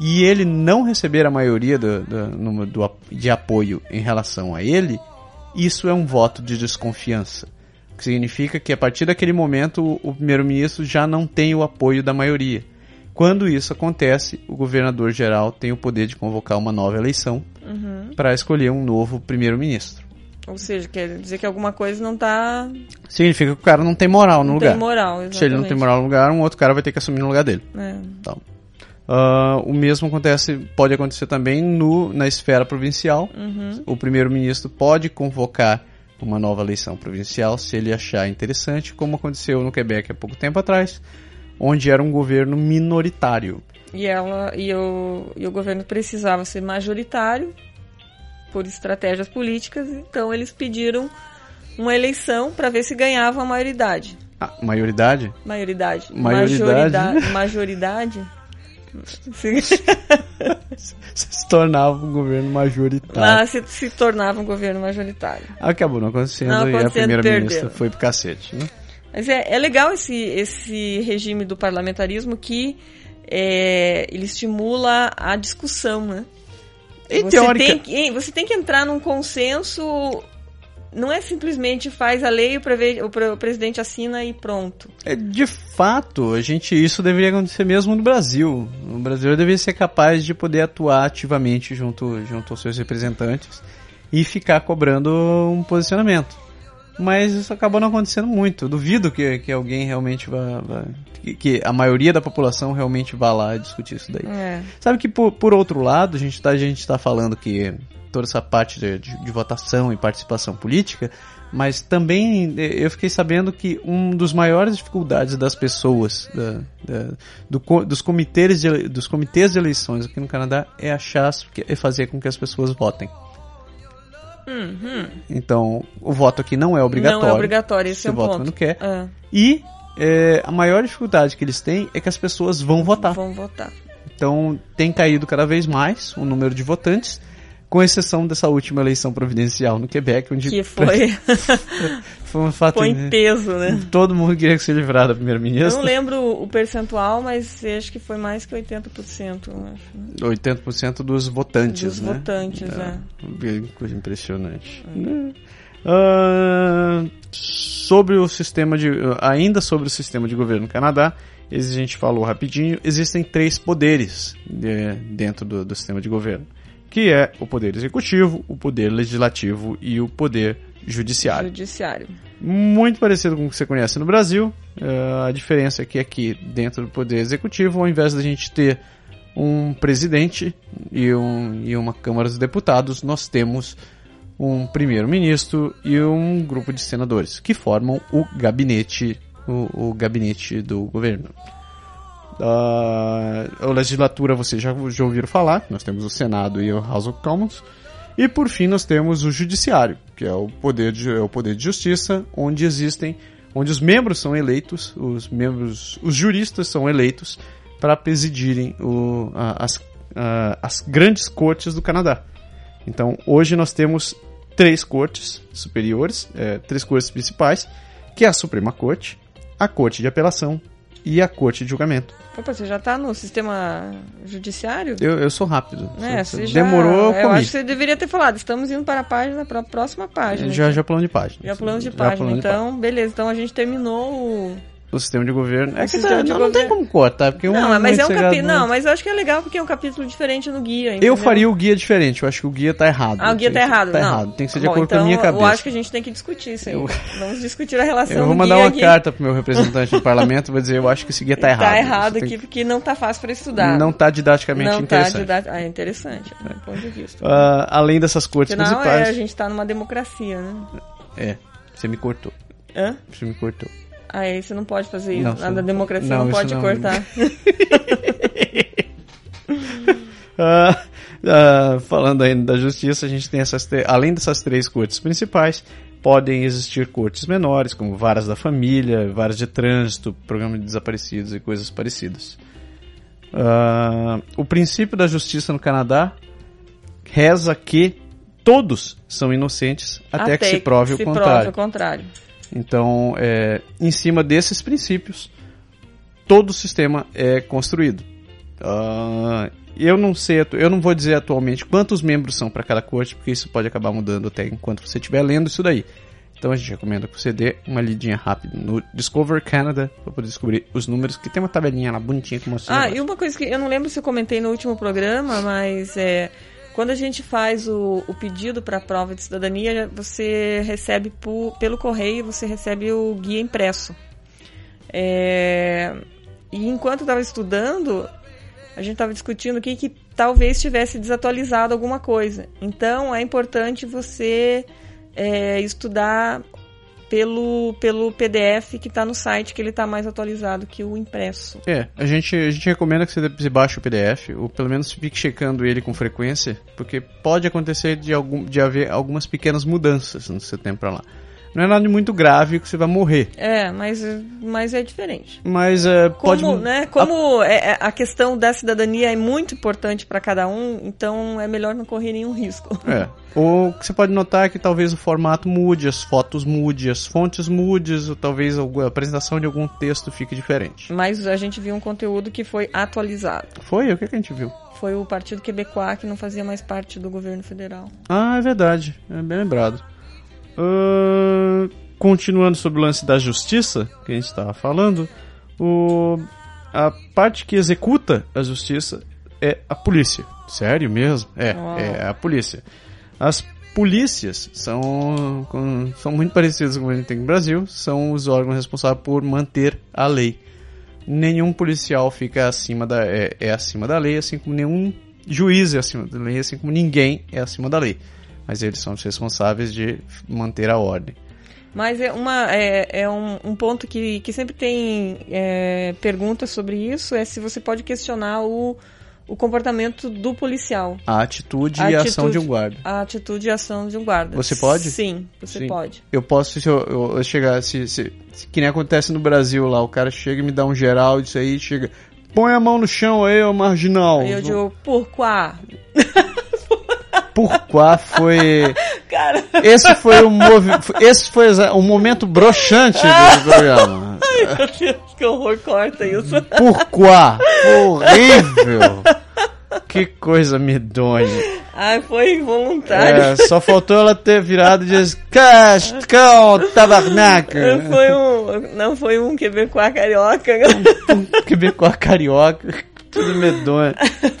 Speaker 1: e ele não receber a maioria do, do- no- do ap- de apoio em relação a ele, isso é um voto de desconfiança. O que significa que a partir daquele momento o- o primeiro-ministro já não tem o apoio da maioria. Quando isso acontece, o governador-geral tem o poder de convocar uma nova eleição
Speaker 2: Uhum.
Speaker 1: para escolher um novo primeiro-ministro.
Speaker 2: Ou seja, quer dizer que alguma coisa não tá.
Speaker 1: Significa que o cara não tem moral no
Speaker 2: Não
Speaker 1: lugar.
Speaker 2: tem moral. Exatamente.
Speaker 1: Se ele não tem moral no lugar, um outro cara vai ter que assumir no lugar dele.
Speaker 2: É.
Speaker 1: Ah, o mesmo acontece, pode acontecer também no, na esfera provincial.
Speaker 2: Uhum.
Speaker 1: O primeiro-ministro pode convocar uma nova eleição provincial se ele achar interessante, como aconteceu no Quebec há pouco tempo atrás, onde era um governo minoritário.
Speaker 2: E, ela, e, o, e o governo precisava ser majoritário por estratégias políticas, então eles pediram uma eleição para ver se ganhava a maioridade.
Speaker 1: Ah, maioridade?
Speaker 2: Maioridade.
Speaker 1: Maioridade.
Speaker 2: Majoridade. majoridade.
Speaker 1: Se tornava um governo majoritário.
Speaker 2: Lá se, se tornava um governo majoritário.
Speaker 1: Acabou não acontecendo
Speaker 2: Não
Speaker 1: e a
Speaker 2: acontecendo,
Speaker 1: primeira-ministra
Speaker 2: perdeu.
Speaker 1: foi pro cacete. Né?
Speaker 2: Mas é, é legal esse, esse regime do parlamentarismo que é, ele estimula a discussão, né?
Speaker 1: E
Speaker 2: você,
Speaker 1: teórica-
Speaker 2: tem que, você tem que entrar num consenso. Não é simplesmente faz a lei, o, preve- o pre- o presidente assina e pronto.
Speaker 1: É, de fato, a gente isso deveria acontecer mesmo no Brasil. O brasileiro deveria ser capaz de poder atuar ativamente junto, junto aos seus representantes e ficar cobrando um posicionamento. Mas isso acabou não acontecendo muito. Eu duvido que, que alguém realmente vá. vá- que, que a maioria da população realmente vá lá discutir isso daí.
Speaker 2: É.
Speaker 1: Sabe que por, por outro lado, a gente tá, a gente tá falando que toda essa parte de, de- de votação e participação política, mas também eh, eu fiquei sabendo que um dos maiores dificuldades das pessoas, da- da- do co- dos, comitês de, ele- dos comitês de eleições aqui no Canadá, é achar, as- que- é fazer com que as pessoas votem.
Speaker 2: Uhum.
Speaker 1: Então, o voto aqui não é obrigatório.
Speaker 2: Não é obrigatório, esse
Speaker 1: Você
Speaker 2: é um
Speaker 1: vota
Speaker 2: ponto.
Speaker 1: quando quer.
Speaker 2: Ah,
Speaker 1: E eh, a maior dificuldade que eles têm é que as pessoas vão votar.
Speaker 2: Vão votar.
Speaker 1: Então tem caído cada vez mais o número de votantes, com exceção dessa última eleição providencial no Quebec, onde
Speaker 2: Que foi,
Speaker 1: foi um fato
Speaker 2: foi em peso, né?
Speaker 1: todo mundo queria se livrar da
Speaker 2: Eu não
Speaker 1: primeira-ministra.
Speaker 2: lembro o percentual, mas acho que foi mais que 80%. eu acho, né?
Speaker 1: 80% dos votantes,
Speaker 2: Dos
Speaker 1: né?
Speaker 2: votantes, é.
Speaker 1: É, Coisa impressionante. Né? Ah, sobre o sistema de. Ainda sobre o sistema de governo no Canadá, esse a gente falou rapidinho. Existem três poderes eh, dentro do, do sistema de governo. Que é o poder executivo, o poder legislativo e o poder judiciário.
Speaker 2: Judiciário.
Speaker 1: Muito parecido com o que você conhece no Brasil. Eh, a diferença é que aqui, dentro do Poder Executivo, ao invés da gente ter um presidente e, um, e uma Câmara dos Deputados, nós temos um primeiro-ministro e um grupo de senadores que formam o gabinete, o, o gabinete do governo. Ah, a legislatura vocês já, já ouviram falar, nós temos o Senado e o House of Commons. E por fim nós temos o Judiciário, que é o poder de, é o poder de justiça, onde existem, onde os membros são eleitos, os membros, os juristas são eleitos para presidirem o, a- as, a- as grandes cortes do Canadá. Então hoje nós temos três cortes superiores, é, três cortes principais, que é a Suprema Corte, a Corte de Apelação e a Corte de Julgamento.
Speaker 2: Opa, você já tá no sistema judiciário?
Speaker 1: Eu, eu sou rápido.
Speaker 2: É,
Speaker 1: Se-
Speaker 2: você
Speaker 1: se
Speaker 2: já-
Speaker 1: Demorou, eu
Speaker 2: Eu
Speaker 1: comi.
Speaker 2: acho que você deveria ter falado. Estamos indo para a página, para a próxima página.
Speaker 1: Já, já plano de página.
Speaker 2: Já pulamos de
Speaker 1: Já
Speaker 2: página.
Speaker 1: pulamos de
Speaker 2: então, beleza. Então a gente terminou o.
Speaker 1: página. O sistema de governo. É que
Speaker 2: sistema
Speaker 1: tá-
Speaker 2: de
Speaker 1: não, não tem
Speaker 2: governo.
Speaker 1: como cortar, porque um
Speaker 2: não, mas é um
Speaker 1: chegado
Speaker 2: capítulo.
Speaker 1: no
Speaker 2: Não,
Speaker 1: outro.
Speaker 2: mas eu acho que é legal porque é um capítulo diferente no guia.
Speaker 1: Eu
Speaker 2: entendeu?
Speaker 1: faria o guia diferente. Eu acho que o guia tá errado.
Speaker 2: Ah, o guia tá
Speaker 1: Tem que-
Speaker 2: errado,
Speaker 1: Tá
Speaker 2: não.
Speaker 1: errado. Tem que ser de
Speaker 2: Bom,
Speaker 1: acordo
Speaker 2: então,
Speaker 1: com a minha cabeça.
Speaker 2: Eu acho que a gente tem que discutir isso aí.
Speaker 1: Eu-
Speaker 2: Vamos discutir a relação
Speaker 1: Eu vou
Speaker 2: do
Speaker 1: mandar
Speaker 2: guia
Speaker 1: uma
Speaker 2: aqui.
Speaker 1: carta pro meu representante do parlamento e vou dizer: eu acho que esse guia tá errado.
Speaker 2: Tá
Speaker 1: Você
Speaker 2: errado
Speaker 1: tem
Speaker 2: aqui porque não tá fácil para
Speaker 1: que-
Speaker 2: estudar.
Speaker 1: Não tá didaticamente
Speaker 2: não tá
Speaker 1: interessante.
Speaker 2: didá- Ah, é interessante, do ponto de vista.
Speaker 1: Ah, além dessas cortes
Speaker 2: Afinal, é, a
Speaker 1: principais.
Speaker 2: gente tá numa democracia, né?
Speaker 1: É, você me cortou.
Speaker 2: Hã?
Speaker 1: Você me cortou.
Speaker 2: Aí você não pode fazer isso.
Speaker 1: Não,
Speaker 2: Nada
Speaker 1: você
Speaker 2: da
Speaker 1: não-
Speaker 2: democracia
Speaker 1: não,
Speaker 2: não,
Speaker 1: isso
Speaker 2: pode
Speaker 1: não.
Speaker 2: cortar.
Speaker 1: Ah, ah, falando ainda da justiça, a gente tem essas tre- além dessas três cortes principais, podem existir cortes menores, como varas da família, varas de trânsito, programa de desaparecidos e coisas parecidas. Ah, o princípio da justiça no Canadá reza que todos são inocentes até, que se prove o
Speaker 2: se
Speaker 1: contrário.
Speaker 2: prove o contrário.
Speaker 1: Então, é, em cima desses princípios, todo o sistema é construído. Ah, eu não sei, atu- eu não vou dizer atualmente quantos membros são para cada corte, porque isso pode acabar mudando até enquanto você estiver lendo isso daí. Então a gente recomenda que você dê uma lidinha rápida no Discover Canada para poder descobrir os números, que tem uma tabelinha lá bonitinha que mostra. os
Speaker 2: Ah,
Speaker 1: negócios.
Speaker 2: e uma coisa que eu não lembro se eu comentei no último programa, mas é, quando a gente faz o, o pedido para a prova de cidadania, você recebe por- pelo correio, você recebe o guia impresso. É, e enquanto eu estava estudando, a gente estava discutindo aqui que talvez tivesse desatualizado alguma coisa. Então é importante você é, estudar pelo, pelo PDF que está no site, que ele está mais atualizado que o impresso.
Speaker 1: É, a gente, a gente recomenda que você de- você baixe o PDF, ou pelo menos fique checando ele com frequência, porque pode acontecer de, algum, de haver algumas pequenas mudanças no seu tempo pra lá. Não é nada de muito grave que você vai morrer,
Speaker 2: É, mas, mas é diferente.
Speaker 1: mas é,
Speaker 2: Como,
Speaker 1: pode... mu-
Speaker 2: né, como é- é- a questão da cidadania é muito importante para cada um, então é melhor não correr nenhum risco.
Speaker 1: É. O que você pode notar é que talvez o formato mude, as fotos mude, as fontes mude, ou talvez alguma- a apresentação de algum texto fique diferente.
Speaker 2: Mas a gente viu um conteúdo que foi atualizado.
Speaker 1: Foi? O que, que a gente viu?
Speaker 2: Foi o Partido Quebecois que não fazia mais parte do governo federal.
Speaker 1: Ah, é verdade. É bem lembrado. Ahn, continuando sobre o lance da justiça, que a gente estava falando, o- a parte que executa a justiça é a polícia. Sério mesmo? É,
Speaker 2: Uau.
Speaker 1: é a polícia. As polícias são, com- são muito parecidas com o que a gente tem no Brasil, são os órgãos responsáveis por manter a lei. Nenhum policial fica acima da, é, é acima da lei, assim como nenhum juiz é acima da lei, assim como ninguém é acima da lei. Mas eles são os responsáveis de manter a ordem.
Speaker 2: Mas é, uma, é, é um, um ponto que, que sempre tem é, perguntas sobre isso, é se você pode questionar o, o comportamento do policial.
Speaker 1: A atitude
Speaker 2: A
Speaker 1: e a ação
Speaker 2: atitude.
Speaker 1: de um guarda.
Speaker 2: A atitude e ação de um guarda.
Speaker 1: Você pode?
Speaker 2: Sim, você
Speaker 1: Sim.
Speaker 2: pode.
Speaker 1: Eu posso, se eu, eu- eu chegar, se, se- se- que nem acontece no Brasil lá, o cara chega e me dá um geral disso aí, chega, põe a mão no chão aí, ô marginal.
Speaker 2: Aí eu digo, por quá?
Speaker 1: Por qual foi...
Speaker 2: Cara,
Speaker 1: Esse foi o movi... esse foi exa- o momento broxante do programa.
Speaker 2: meu Deus, que horror, corta isso.
Speaker 1: Por qual? Horrível. Que coisa medonha.
Speaker 2: Ai, foi involuntário.
Speaker 1: É, só faltou ela ter virado e dizer Cascão
Speaker 2: Não
Speaker 1: Tabarnaca
Speaker 2: Foi um, não foi um quebecois carioca,
Speaker 1: Quebecois carioca Tudo medonho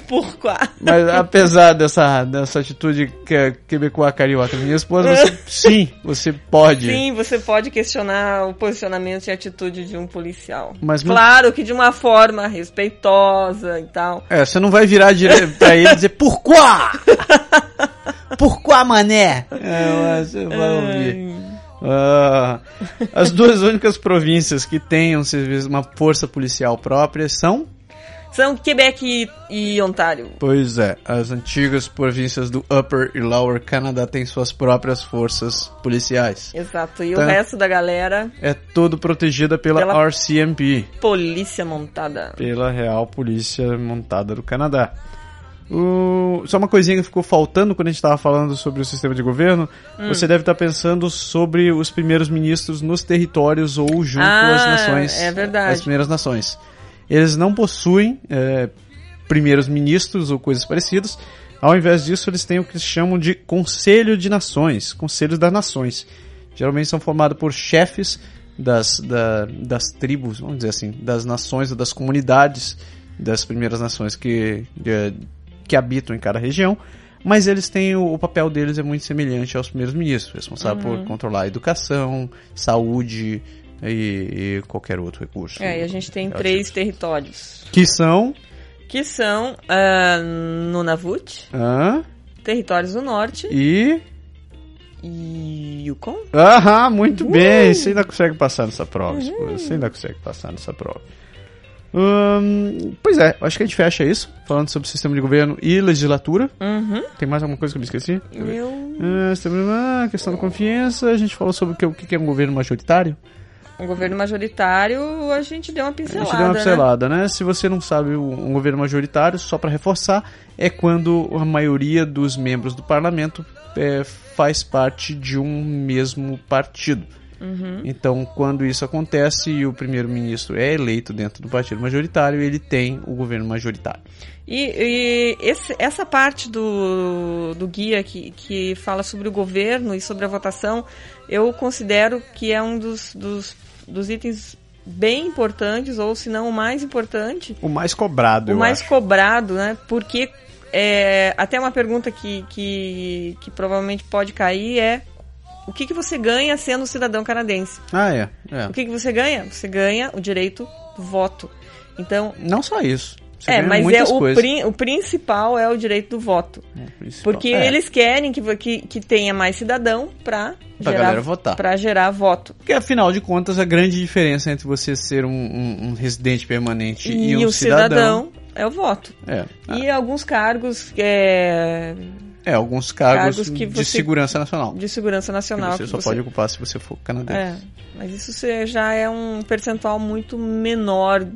Speaker 2: por quá?
Speaker 1: Mas apesar dessa, dessa atitude que Quebecois carioca Minha esposa, você, sim, você pode
Speaker 2: Sim, você pode questionar o posicionamento e atitude de um policial.
Speaker 1: Mas não-
Speaker 2: claro que de uma forma respeitosa e tal.
Speaker 1: É, você não vai virar dire... pra ele e dizer Por quá? Por quá, mané? É, mas você vai ouvir Ah, as duas únicas províncias que têm um serviço, uma força policial própria são
Speaker 2: são Quebec e, e Ontário.
Speaker 1: Pois é, as antigas províncias do Upper e Lower Canadá têm suas próprias forças policiais.
Speaker 2: Exato. E
Speaker 1: Tá.
Speaker 2: o resto da galera,
Speaker 1: É todo protegida pela,
Speaker 2: Pela-
Speaker 1: RCMP,
Speaker 2: polícia montada.
Speaker 1: pela Real Polícia Montada do Canadá. O- Só uma coisinha que ficou faltando quando a gente estava falando sobre o sistema de governo.
Speaker 2: Hum.
Speaker 1: Você deve estar pensando sobre os primeiros ministros nos territórios ou junto
Speaker 2: Ah,
Speaker 1: às nações.
Speaker 2: é verdade.
Speaker 1: As primeiras nações. Eles não possuem é, primeiros ministros ou coisas parecidas. Ao invés disso, eles têm o que eles chamam de Conselho de Nações, Conselhos das Nações. Geralmente são formados por chefes das, da- das tribos, vamos dizer assim, das nações ou das comunidades das primeiras nações que, é, que habitam em cada região. Mas eles têm o, o papel deles é muito semelhante aos primeiros ministros, responsável
Speaker 2: Uhum.
Speaker 1: por controlar a educação, saúde e, e qualquer outro recurso.
Speaker 2: É, e a gente tem três territórios.
Speaker 1: Que são.
Speaker 2: Que são ah, Nunavut,
Speaker 1: Hã?
Speaker 2: Territórios do Norte
Speaker 1: e.
Speaker 2: e Yukon.
Speaker 1: Aham, muito
Speaker 2: Uh!
Speaker 1: bem. Você ainda consegue passar nessa prova, esposa. Você é ainda consegue passar nessa prova. Hum, pois é, acho que a gente fecha isso, falando sobre sistema de governo e legislatura.
Speaker 2: Uhum.
Speaker 1: Tem mais alguma coisa que eu me esqueci?
Speaker 2: Eu...
Speaker 1: Ah, sistema- ah, questão da confiança, a gente falou sobre o que, o que é um governo majoritário.
Speaker 2: O um governo majoritário, a gente deu uma
Speaker 1: A
Speaker 2: pincelada,
Speaker 1: gente deu uma
Speaker 2: né?
Speaker 1: pincelada, né? Se você não sabe o- um governo majoritário, só para reforçar, é quando a maioria dos membros do parlamento é, faz parte de um mesmo partido.
Speaker 2: Uhum.
Speaker 1: Então, quando isso acontece e o primeiro-ministro é eleito dentro do partido majoritário, ele tem o governo majoritário.
Speaker 2: E, e esse- essa parte do, do guia que, que fala sobre o governo e sobre a votação, eu considero que é um dos, dos, dos itens bem importantes, ou se não o mais importante,
Speaker 1: O mais cobrado,
Speaker 2: o
Speaker 1: eu
Speaker 2: mais
Speaker 1: acho.
Speaker 2: cobrado, né? Porque é, até uma pergunta que, que, que provavelmente pode cair é o que, que você ganha sendo cidadão canadense?
Speaker 1: Ah, é. é.
Speaker 2: O que, que você ganha? Você ganha o direito do voto. Então,
Speaker 1: Não só isso. Você
Speaker 2: é,
Speaker 1: ganha
Speaker 2: mas é
Speaker 1: muitas
Speaker 2: o,
Speaker 1: coisas.
Speaker 2: prin- o principal é o direito do voto.
Speaker 1: Principal.
Speaker 2: Porque
Speaker 1: É,
Speaker 2: eles querem que, vo- que, que tenha mais cidadão pra,
Speaker 1: Pra galera votar.
Speaker 2: pra gerar voto.
Speaker 1: Porque, afinal de contas, a grande diferença entre você ser um, um- um residente permanente e,
Speaker 2: E,
Speaker 1: um
Speaker 2: o cidadão, é o voto.
Speaker 1: É.
Speaker 2: E alguns cargos é,
Speaker 1: É, alguns cargos,
Speaker 2: Cargos que
Speaker 1: de
Speaker 2: você-
Speaker 1: segurança nacional.
Speaker 2: de segurança
Speaker 1: Que
Speaker 2: nacional.
Speaker 1: você
Speaker 2: que
Speaker 1: só pode ocupar se você for canadense.
Speaker 2: É, mas isso se- já é um percentual muito menor.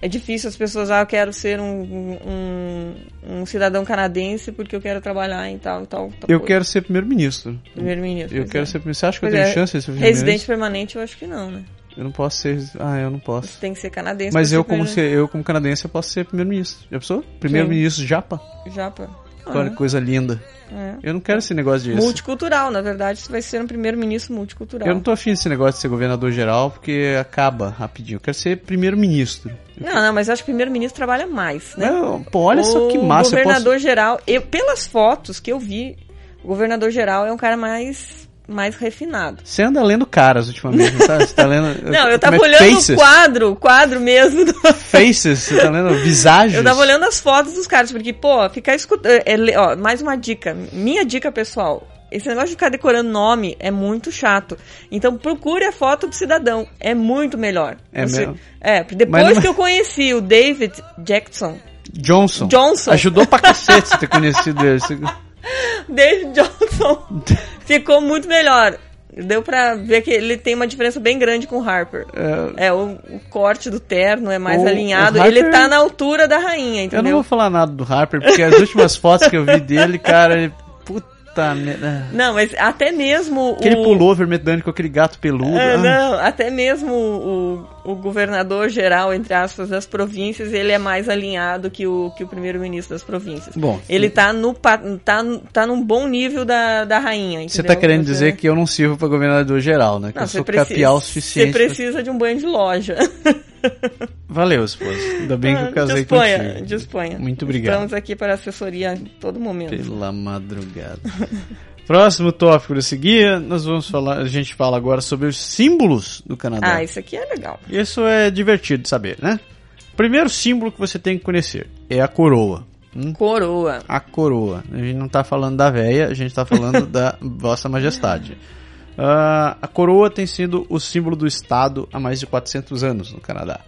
Speaker 2: É difícil as pessoas, ah, eu quero ser um, um, um cidadão canadense porque eu quero trabalhar em tal, tal, tal
Speaker 1: Eu
Speaker 2: coisa.
Speaker 1: quero ser primeiro-ministro.
Speaker 2: Primeiro-ministro.
Speaker 1: Eu
Speaker 2: pois
Speaker 1: quero
Speaker 2: é.
Speaker 1: ser primeiro Você acha que eu
Speaker 2: Pois
Speaker 1: tenho
Speaker 2: é,
Speaker 1: chance de ser
Speaker 2: Residente
Speaker 1: primeiro-ministro?
Speaker 2: permanente, eu acho que não, né?
Speaker 1: Eu não posso ser. Ah, eu não posso.
Speaker 2: Você tem que ser canadense.
Speaker 1: Mas
Speaker 2: pra
Speaker 1: eu
Speaker 2: ser
Speaker 1: como,
Speaker 2: primeiro-
Speaker 1: ser, eu, como canadense, eu posso ser primeiro-ministro. Já pensou? Primeiro-ministro japa.
Speaker 2: Japa. Ah,
Speaker 1: Olha que coisa linda.
Speaker 2: é.
Speaker 1: Eu não quero esse negócio de.
Speaker 2: Multicultural, na verdade, você vai ser um primeiro-ministro multicultural.
Speaker 1: Eu não tô afim desse negócio de ser governador geral, porque acaba rapidinho. Eu quero ser primeiro-ministro.
Speaker 2: não, não, mas acho que o primeiro-ministro trabalha mais, né?
Speaker 1: Não, Pô, olha só que
Speaker 2: O
Speaker 1: massa. eu posso-
Speaker 2: governador geral, eu, pelas fotos que eu vi, o governador geral é um cara mais, mais refinado.
Speaker 1: Você anda lendo caras ultimamente, não tá? Você tá lendo.
Speaker 2: Não, eu
Speaker 1: como
Speaker 2: tava
Speaker 1: é?
Speaker 2: olhando
Speaker 1: Faces?
Speaker 2: o quadro, o quadro mesmo. do-
Speaker 1: Faces, você tá lendo visagens.
Speaker 2: Eu tava olhando as fotos dos caras, porque, pô, ficar escutando. é, le- ó, mais uma dica. Minha dica, pessoal. Esse negócio de ficar decorando nome é muito chato. Então procure a foto do cidadão. É muito melhor.
Speaker 1: É mesmo?
Speaker 2: É, depois
Speaker 1: não-
Speaker 2: que eu conheci o David Jackson.
Speaker 1: Johnson.
Speaker 2: Johnson.
Speaker 1: Ajudou pra cacete você ter conhecido ele. Você-
Speaker 2: David Johnson ficou muito melhor. Deu pra ver que ele tem uma diferença bem grande com o Harper. É, o, o corte do terno é mais
Speaker 1: O-
Speaker 2: alinhado.
Speaker 1: o Harper-
Speaker 2: Ele tá na altura da rainha,
Speaker 1: Eu não
Speaker 2: entendeu?
Speaker 1: vou falar nada do Harper, porque as últimas fotos que eu vi dele, cara, ele. Puta merda.
Speaker 2: Não, mas até mesmo
Speaker 1: Aquele né?
Speaker 2: o...
Speaker 1: pullover medânico com aquele gato peludo.
Speaker 2: É,
Speaker 1: ah.
Speaker 2: não, até mesmo o, o governador geral, entre aspas, das províncias, ele é mais alinhado que o, que o primeiro-ministro das províncias.
Speaker 1: Bom,
Speaker 2: ele tá, no, pa- tá, tá num bom nível da, da rainha, entendeu?
Speaker 1: Você tá querendo dizer que eu não sirvo pra governador geral, né? Que
Speaker 2: né? Não,
Speaker 1: eu
Speaker 2: você
Speaker 1: sou
Speaker 2: precisa-
Speaker 1: capial o
Speaker 2: Você
Speaker 1: suficiente. pra-
Speaker 2: precisa de um banho de loja.
Speaker 1: Valeu, esposa. Ainda bem que
Speaker 2: Ah,
Speaker 1: eu casei
Speaker 2: disponha,
Speaker 1: contigo.
Speaker 2: disponha.
Speaker 1: Muito obrigado.
Speaker 2: Estamos aqui para assessoria em todo momento.
Speaker 1: Pela madrugada. Próximo tópico desse guia, nós vamos falar, a gente fala agora sobre os símbolos do Canadá.
Speaker 2: Ah, isso aqui é legal.
Speaker 1: Isso é divertido de saber, né? Primeiro símbolo que você tem que conhecer é a coroa. Hum?
Speaker 2: Coroa.
Speaker 1: A coroa. A gente não tá falando da véia, a gente tá falando da Vossa Majestade. Ah, a coroa tem sido o símbolo do Estado há mais de 400 anos no Canadá.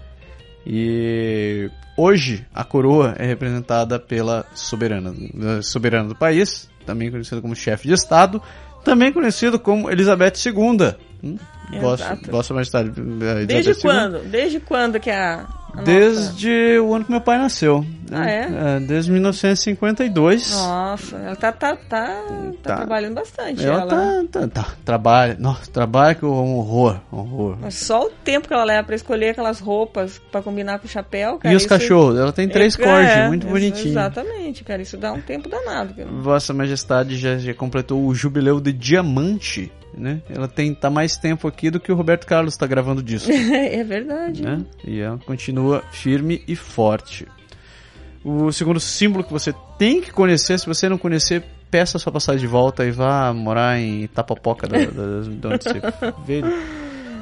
Speaker 1: E hoje a coroa é representada pela soberana, soberana do país, também conhecida como chefe de Estado, também conhecido como Elizabeth II. Hum? Vossa,
Speaker 2: Exato.
Speaker 1: Vossa Majestade. eh, Elizabeth
Speaker 2: Desde
Speaker 1: II.
Speaker 2: quando? Desde quando que é a. a Nossa...
Speaker 1: Desde o ano que meu pai nasceu.
Speaker 2: Ah, é?
Speaker 1: desde 1952.
Speaker 2: Nossa, ela tá, tá, tá, tá
Speaker 1: Tá.
Speaker 2: trabalhando bastante.
Speaker 1: Ela tá, tá, tá, trabalha, nossa, trabalha que é um horror, um horror.
Speaker 2: Mas Só o tempo que ela leva pra escolher aquelas roupas pra combinar com o chapéu, cara.
Speaker 1: E os
Speaker 2: isso-
Speaker 1: cachorros, ela tem três
Speaker 2: É,
Speaker 1: cortes,
Speaker 2: é,
Speaker 1: muito
Speaker 2: ex-
Speaker 1: bonitinho. Hum.
Speaker 2: Exatamente, cara. Isso dá um tempo danado. Cara.
Speaker 1: Vossa Majestade já, já completou o jubileu de diamante, né? Ela tem tá mais tempo aqui do que o Roberto Carlos tá gravando disco,
Speaker 2: É verdade.
Speaker 1: né? E ela continua firme e forte. O segundo símbolo que você tem que conhecer, se você não conhecer, peça sua passagem de volta e vá morar em Itapopoca, da, da, de onde você veio,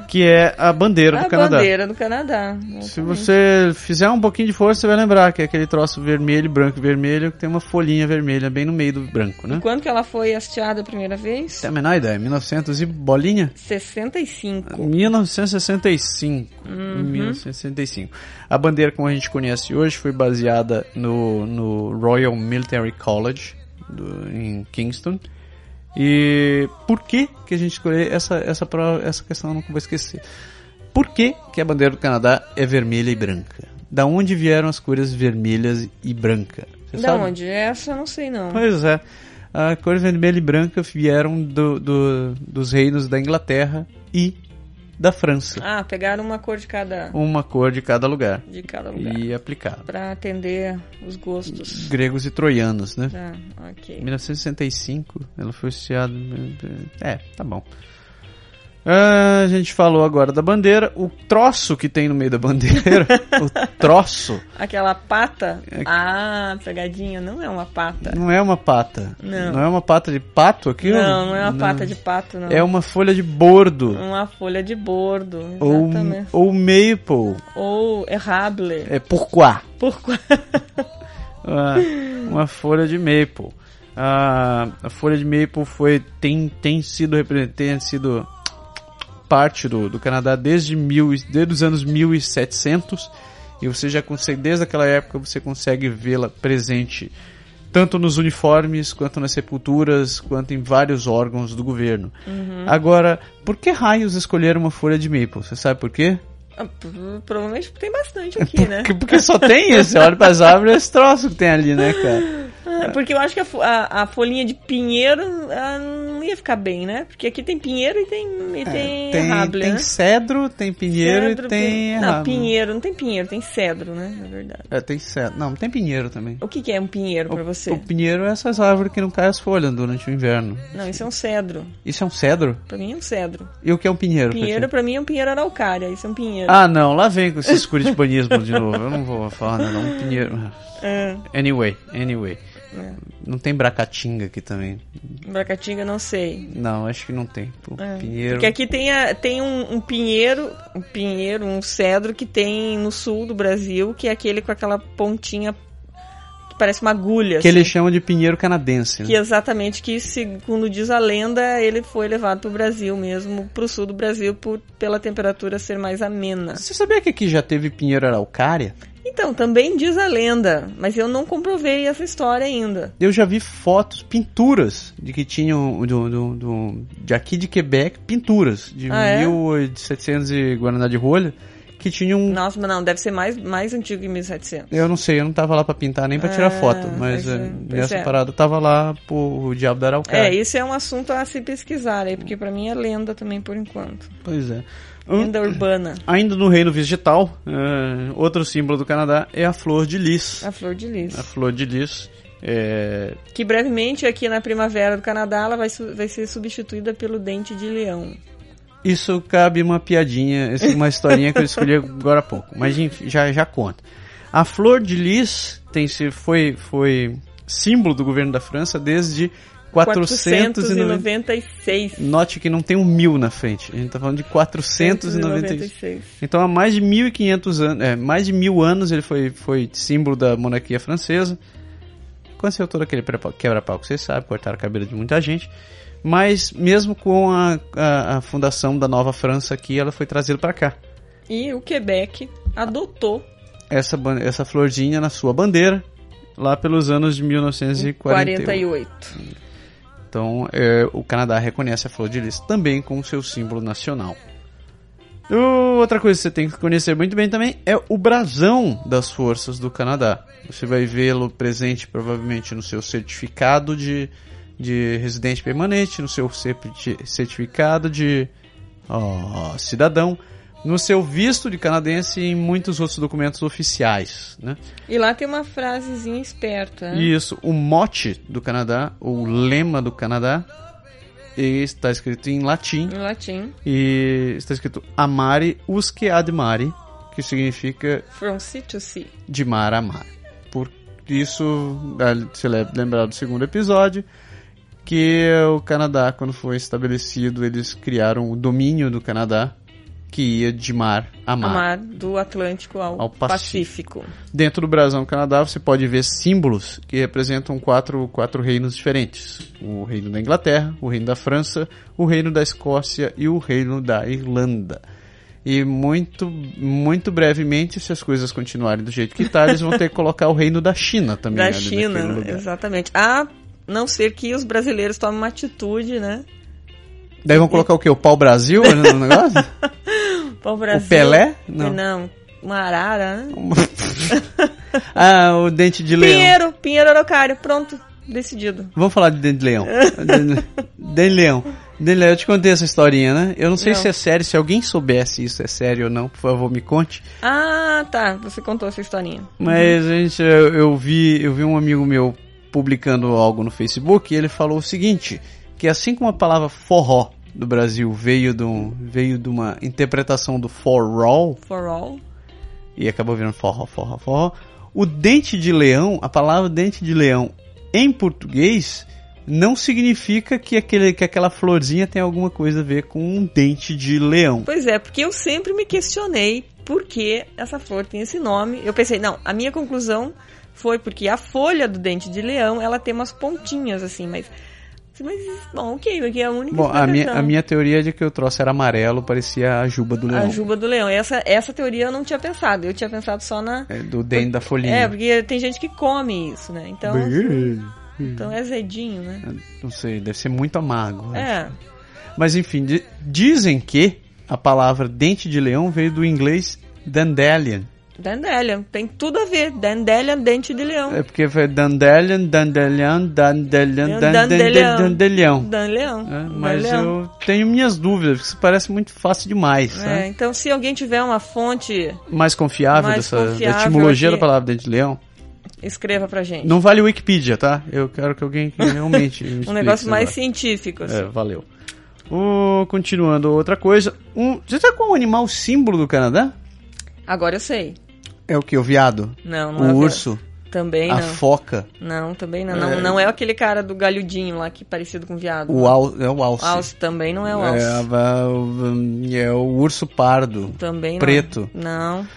Speaker 1: que é a bandeira
Speaker 2: a
Speaker 1: do Canadá.
Speaker 2: bandeira do Canadá.
Speaker 1: Se você fizer um pouquinho de força, você vai lembrar que é aquele troço vermelho, branco e vermelho, que tem uma folhinha vermelha bem no meio do branco, né?
Speaker 2: Quando que ela foi hasteada a primeira vez?
Speaker 1: Tem a menor ideia, 1900 e bolinha?
Speaker 2: 65.
Speaker 1: 1965.
Speaker 2: Uhum.
Speaker 1: 1965. A bandeira como a gente conhece hoje foi baseada no, no Royal Military College do- em Kingston. E por que que a gente escolheu essa essa pro- essa questão eu nunca vou esquecer. Por que que a bandeira do Canadá é vermelha e branca? Da onde vieram as cores vermelhas e branca? Você
Speaker 2: da
Speaker 1: sabe?
Speaker 2: onde? Essa eu não sei não.
Speaker 1: Pois é. A cor vermelha e branca vieram do, do- dos reinos da Inglaterra e da França.
Speaker 2: Ah, pegaram uma cor de cada,
Speaker 1: Uma cor de cada lugar.
Speaker 2: de cada lugar.
Speaker 1: E aplicaram.
Speaker 2: Pra atender os gostos.
Speaker 1: Gregos e troianos, né?
Speaker 2: Tá,
Speaker 1: Em
Speaker 2: ok.
Speaker 1: 1965, ela foi associada. É, tá bom. Ah, a gente falou agora da bandeira. O troço que tem no meio da bandeira. o troço.
Speaker 2: Aquela pata.
Speaker 1: É-
Speaker 2: Ah, pegadinha, não é uma pata.
Speaker 1: Não é uma pata.
Speaker 2: Não.
Speaker 1: é uma pata de pato aqui?
Speaker 2: Não, não é uma pata de pato, não.
Speaker 1: É uma folha de bordo.
Speaker 2: Uma folha de bordo.
Speaker 1: Ou, um,
Speaker 2: Exatamente.
Speaker 1: ou Maple.
Speaker 2: Ou é rable.
Speaker 1: É pourquoi?
Speaker 2: Por qua-
Speaker 1: Ah, uma folha de Maple. Ah, a folha de Maple foi, tem, tem sido repre- tem sido parte do, do Canadá desde, mil, e- desde os anos 1700 e você já consegue, desde aquela época você consegue vê-la presente tanto nos uniformes, quanto nas sepulturas, quanto em vários órgãos do governo. Agora, por que raios escolheram uma folha de maple? Você sabe por quê?
Speaker 2: Ah, p- Provavelmente tem bastante aqui, né?
Speaker 1: Porque, porque só tem isso, você olha pras árvores, é esse troço que tem ali, né, cara?
Speaker 2: Ah, porque eu acho que a, fo- a- a folhinha de pinheiro ah, não ia ficar bem, né? Porque aqui tem pinheiro e tem, e tem, rable,
Speaker 1: É, tem
Speaker 2: né?
Speaker 1: cedro, tem pinheiro
Speaker 2: Cedro,
Speaker 1: e tem né?
Speaker 2: pin- Não,
Speaker 1: rabo.
Speaker 2: pinheiro, não tem pinheiro, tem cedro, né? Na verdade.
Speaker 1: É, tem cedro. Não, tem pinheiro também.
Speaker 2: O que, que é um pinheiro pra você?
Speaker 1: O pinheiro é essas árvores que não caem as folhas durante o inverno.
Speaker 2: Não, isso é um cedro.
Speaker 1: Isso é um cedro?
Speaker 2: Pra mim é um cedro.
Speaker 1: E o que é um pinheiro?
Speaker 2: Pinheiro
Speaker 1: Petit?
Speaker 2: pra mim é um pinheiro araucária, isso é um pinheiro.
Speaker 1: Ah, não, lá vem com esse escuritibanismo de novo. Eu não vou falar nada, um pinheiro.
Speaker 2: É,
Speaker 1: Anyway, anyway. Não tem bracatinga aqui também.
Speaker 2: Bracatinga, não sei.
Speaker 1: Não, acho que não tem. Pô,
Speaker 2: É.
Speaker 1: Pinheiro.
Speaker 2: Porque aqui tem, a- tem um, um pinheiro, um pinheiro, um cedro que tem no sul do Brasil, que é aquele com aquela pontinha que parece uma agulha.
Speaker 1: Que
Speaker 2: assim.
Speaker 1: eles chamam de pinheiro canadense. né?
Speaker 2: Que exatamente que, segundo diz a lenda, ele foi levado para o Brasil mesmo, para o sul do Brasil, por, pela temperatura ser mais amena.
Speaker 1: Você sabia que aqui já teve pinheiro araucária?
Speaker 2: Então, também diz a lenda, mas eu não comprovei essa história ainda.
Speaker 1: Eu já vi fotos, pinturas de que tinham do, do, do- de aqui de Quebec, pinturas de
Speaker 2: Ah, é?
Speaker 1: 1700 e Guaraná de rolha que tinham um,
Speaker 2: Nossa, mas não, deve ser mais, mais antigo que 1700.
Speaker 1: eu não sei, eu não tava lá pra pintar nem pra tirar
Speaker 2: Ah,
Speaker 1: foto, mas
Speaker 2: pois é,
Speaker 1: eh,
Speaker 2: pois
Speaker 1: nessa
Speaker 2: é.
Speaker 1: parada tava lá pô, o diabo da Araucária.
Speaker 2: É, isso é um assunto a se pesquisar aí, porque para mim é lenda também por enquanto.
Speaker 1: Pois é. Hum,
Speaker 2: Lenda urbana,
Speaker 1: Ainda no reino vegetal, eh, outro símbolo do Canadá é a flor de lis.
Speaker 2: a flor de
Speaker 1: A
Speaker 2: lis.
Speaker 1: flor de lis é,
Speaker 2: Que brevemente aqui na primavera do Canadá ela vai, su- vai ser substituída pelo dente de leão.
Speaker 1: Isso cabe uma piadinha, esse- uma historinha que eu escolhi agora há pouco, mas enfim, já, já conta. A flor de lis tem se foi foi símbolo do governo da França desde 490.
Speaker 2: 496.
Speaker 1: Note que não tem um mil na frente, a gente tá falando de 490.
Speaker 2: 196.
Speaker 1: Então há mais de 1500 anos, é, mais de mil anos ele foi foi símbolo da monarquia francesa. Aconteceu todo aquele prepa- quebra-pau que vocês sabem, cortaram a cabeça de muita gente. Mas mesmo com a, a, a fundação da Nova França aqui, ela foi trazida para cá.
Speaker 2: E o Quebec adotou
Speaker 1: essa, ban- essa florzinha na sua bandeira lá pelos anos de 1948.
Speaker 2: 48.
Speaker 1: Então, é, o Canadá reconhece a flor de lis também como seu símbolo nacional. O- Outra coisa que você tem que conhecer muito bem também é o brasão das forças do Canadá. Você vai vê-lo presente provavelmente no seu certificado de, de residente permanente, no seu certi- certificado de ó, cidadão, no seu visto de canadense e em muitos outros documentos oficiais, né?
Speaker 2: E lá tem uma frasezinha esperta. né?
Speaker 1: Isso, o mote do Canadá, ou o lema do Canadá, está escrito em latim
Speaker 2: Em latim.
Speaker 1: e está escrito Amare usque ad mare, que significa
Speaker 2: From sea to sea.
Speaker 1: de mar a mar. Por isso, ah, se le- lembrar do segundo episódio, que o Canadá, quando foi estabelecido, eles criaram o domínio do Canadá, que ia de mar a mar.
Speaker 2: Amar do Atlântico ao,
Speaker 1: Ao Pacífico.
Speaker 2: Pacífico.
Speaker 1: Dentro do brasão do Canadá, você pode ver símbolos que representam quatro, quatro reinos diferentes: o reino da Inglaterra, o reino da França, o reino da Escócia e o reino da Irlanda. E muito, muito brevemente, se as coisas continuarem do jeito que tá, eles vão ter que colocar o reino da China também.
Speaker 2: Da
Speaker 1: ali naquele
Speaker 2: China,
Speaker 1: lugar.
Speaker 2: exatamente. A não ser que os brasileiros tomem uma atitude, né?
Speaker 1: Daí vão colocar o quê? O pau-brasil ali no negócio?
Speaker 2: Pô, O Brasil-
Speaker 1: O Pelé?
Speaker 2: Não.
Speaker 1: Não.
Speaker 2: Uma arara, né?
Speaker 1: ah, o dente de leão.
Speaker 2: Pinheiro, Pinheiro Araucário. Pronto, decidido.
Speaker 1: Vamos falar de Dente de Leão. Dente de Leão. Dente de Leão, eu te contei essa historinha, né? Eu não sei
Speaker 2: Não.
Speaker 1: se é sério, se alguém soubesse isso é sério ou não, por favor me conte.
Speaker 2: Ah, tá. Você contou essa historinha.
Speaker 1: Mas, gente, eu, eu vi, eu vi um amigo meu publicando algo no Facebook e ele falou o seguinte, que assim como a palavra forró do Brasil veio de, um, veio de uma interpretação do forró,
Speaker 2: For all.
Speaker 1: e acabou virando forró, forró, forró. O dente de leão, a palavra dente de leão em português não significa que, aquele, que aquela florzinha tem alguma coisa a ver com um dente de leão.
Speaker 2: Pois é, porque eu sempre me questionei por que essa flor tem esse nome. Eu pensei, não, a minha conclusão foi porque a folha do dente de leão, ela tem umas pontinhas assim, mas... Mas, bom, ok, porque é a única
Speaker 1: Bom, a minha, a
Speaker 2: explicação.
Speaker 1: minha teoria é de que o troço era amarelo, parecia a juba do
Speaker 2: A
Speaker 1: leão.
Speaker 2: juba do leão. Essa, essa teoria eu não tinha pensado. Eu tinha pensado só na...
Speaker 1: É, do dente da folhinha.
Speaker 2: É, porque tem gente que come isso, né? Então,
Speaker 1: Brrr.
Speaker 2: então é zedinho, né?
Speaker 1: Não sei, deve ser muito amargo. né?
Speaker 2: É.
Speaker 1: Mas enfim, di- dizem que a palavra dente de leão veio do inglês dandelion.
Speaker 2: Dandelion. Tem tudo a ver. Dandelion, dente de leão.
Speaker 1: É porque foi Dandelion, Dandelion, Dandelion,
Speaker 2: É um Dandelion.
Speaker 1: Dandelion, Dandelion.
Speaker 2: Dandelion.
Speaker 1: É, Mas
Speaker 2: Dandelion.
Speaker 1: eu tenho minhas dúvidas, porque isso parece muito fácil demais,
Speaker 2: É,
Speaker 1: sabe?
Speaker 2: então, se alguém tiver uma fonte,
Speaker 1: Mais confiável
Speaker 2: Mais
Speaker 1: dessa da
Speaker 2: confiável
Speaker 1: etimologia
Speaker 2: que-
Speaker 1: da palavra dente de leão.
Speaker 2: escreva pra gente.
Speaker 1: Não vale Wikipedia, tá? Eu quero que alguém que realmente me explique
Speaker 2: um negócio
Speaker 1: esse
Speaker 2: mais
Speaker 1: negócio.
Speaker 2: científico. assim.
Speaker 1: É, valeu. Ô, continuando, outra coisa. Um... Você sabe qual é o animal símbolo do Canadá?
Speaker 2: Agora eu sei.
Speaker 1: É o que? O viado?
Speaker 2: Não, não é
Speaker 1: o
Speaker 2: ver-
Speaker 1: urso?
Speaker 2: Também
Speaker 1: a
Speaker 2: não.
Speaker 1: foca?
Speaker 2: Não, também não. Não, não é aquele cara do galhudinho lá, que é parecido com viado.
Speaker 1: O, al... é o alce?
Speaker 2: alce. Também não é o alce.
Speaker 1: É, a- o- é o urso pardo.
Speaker 2: Também não.
Speaker 1: preto.
Speaker 2: Não,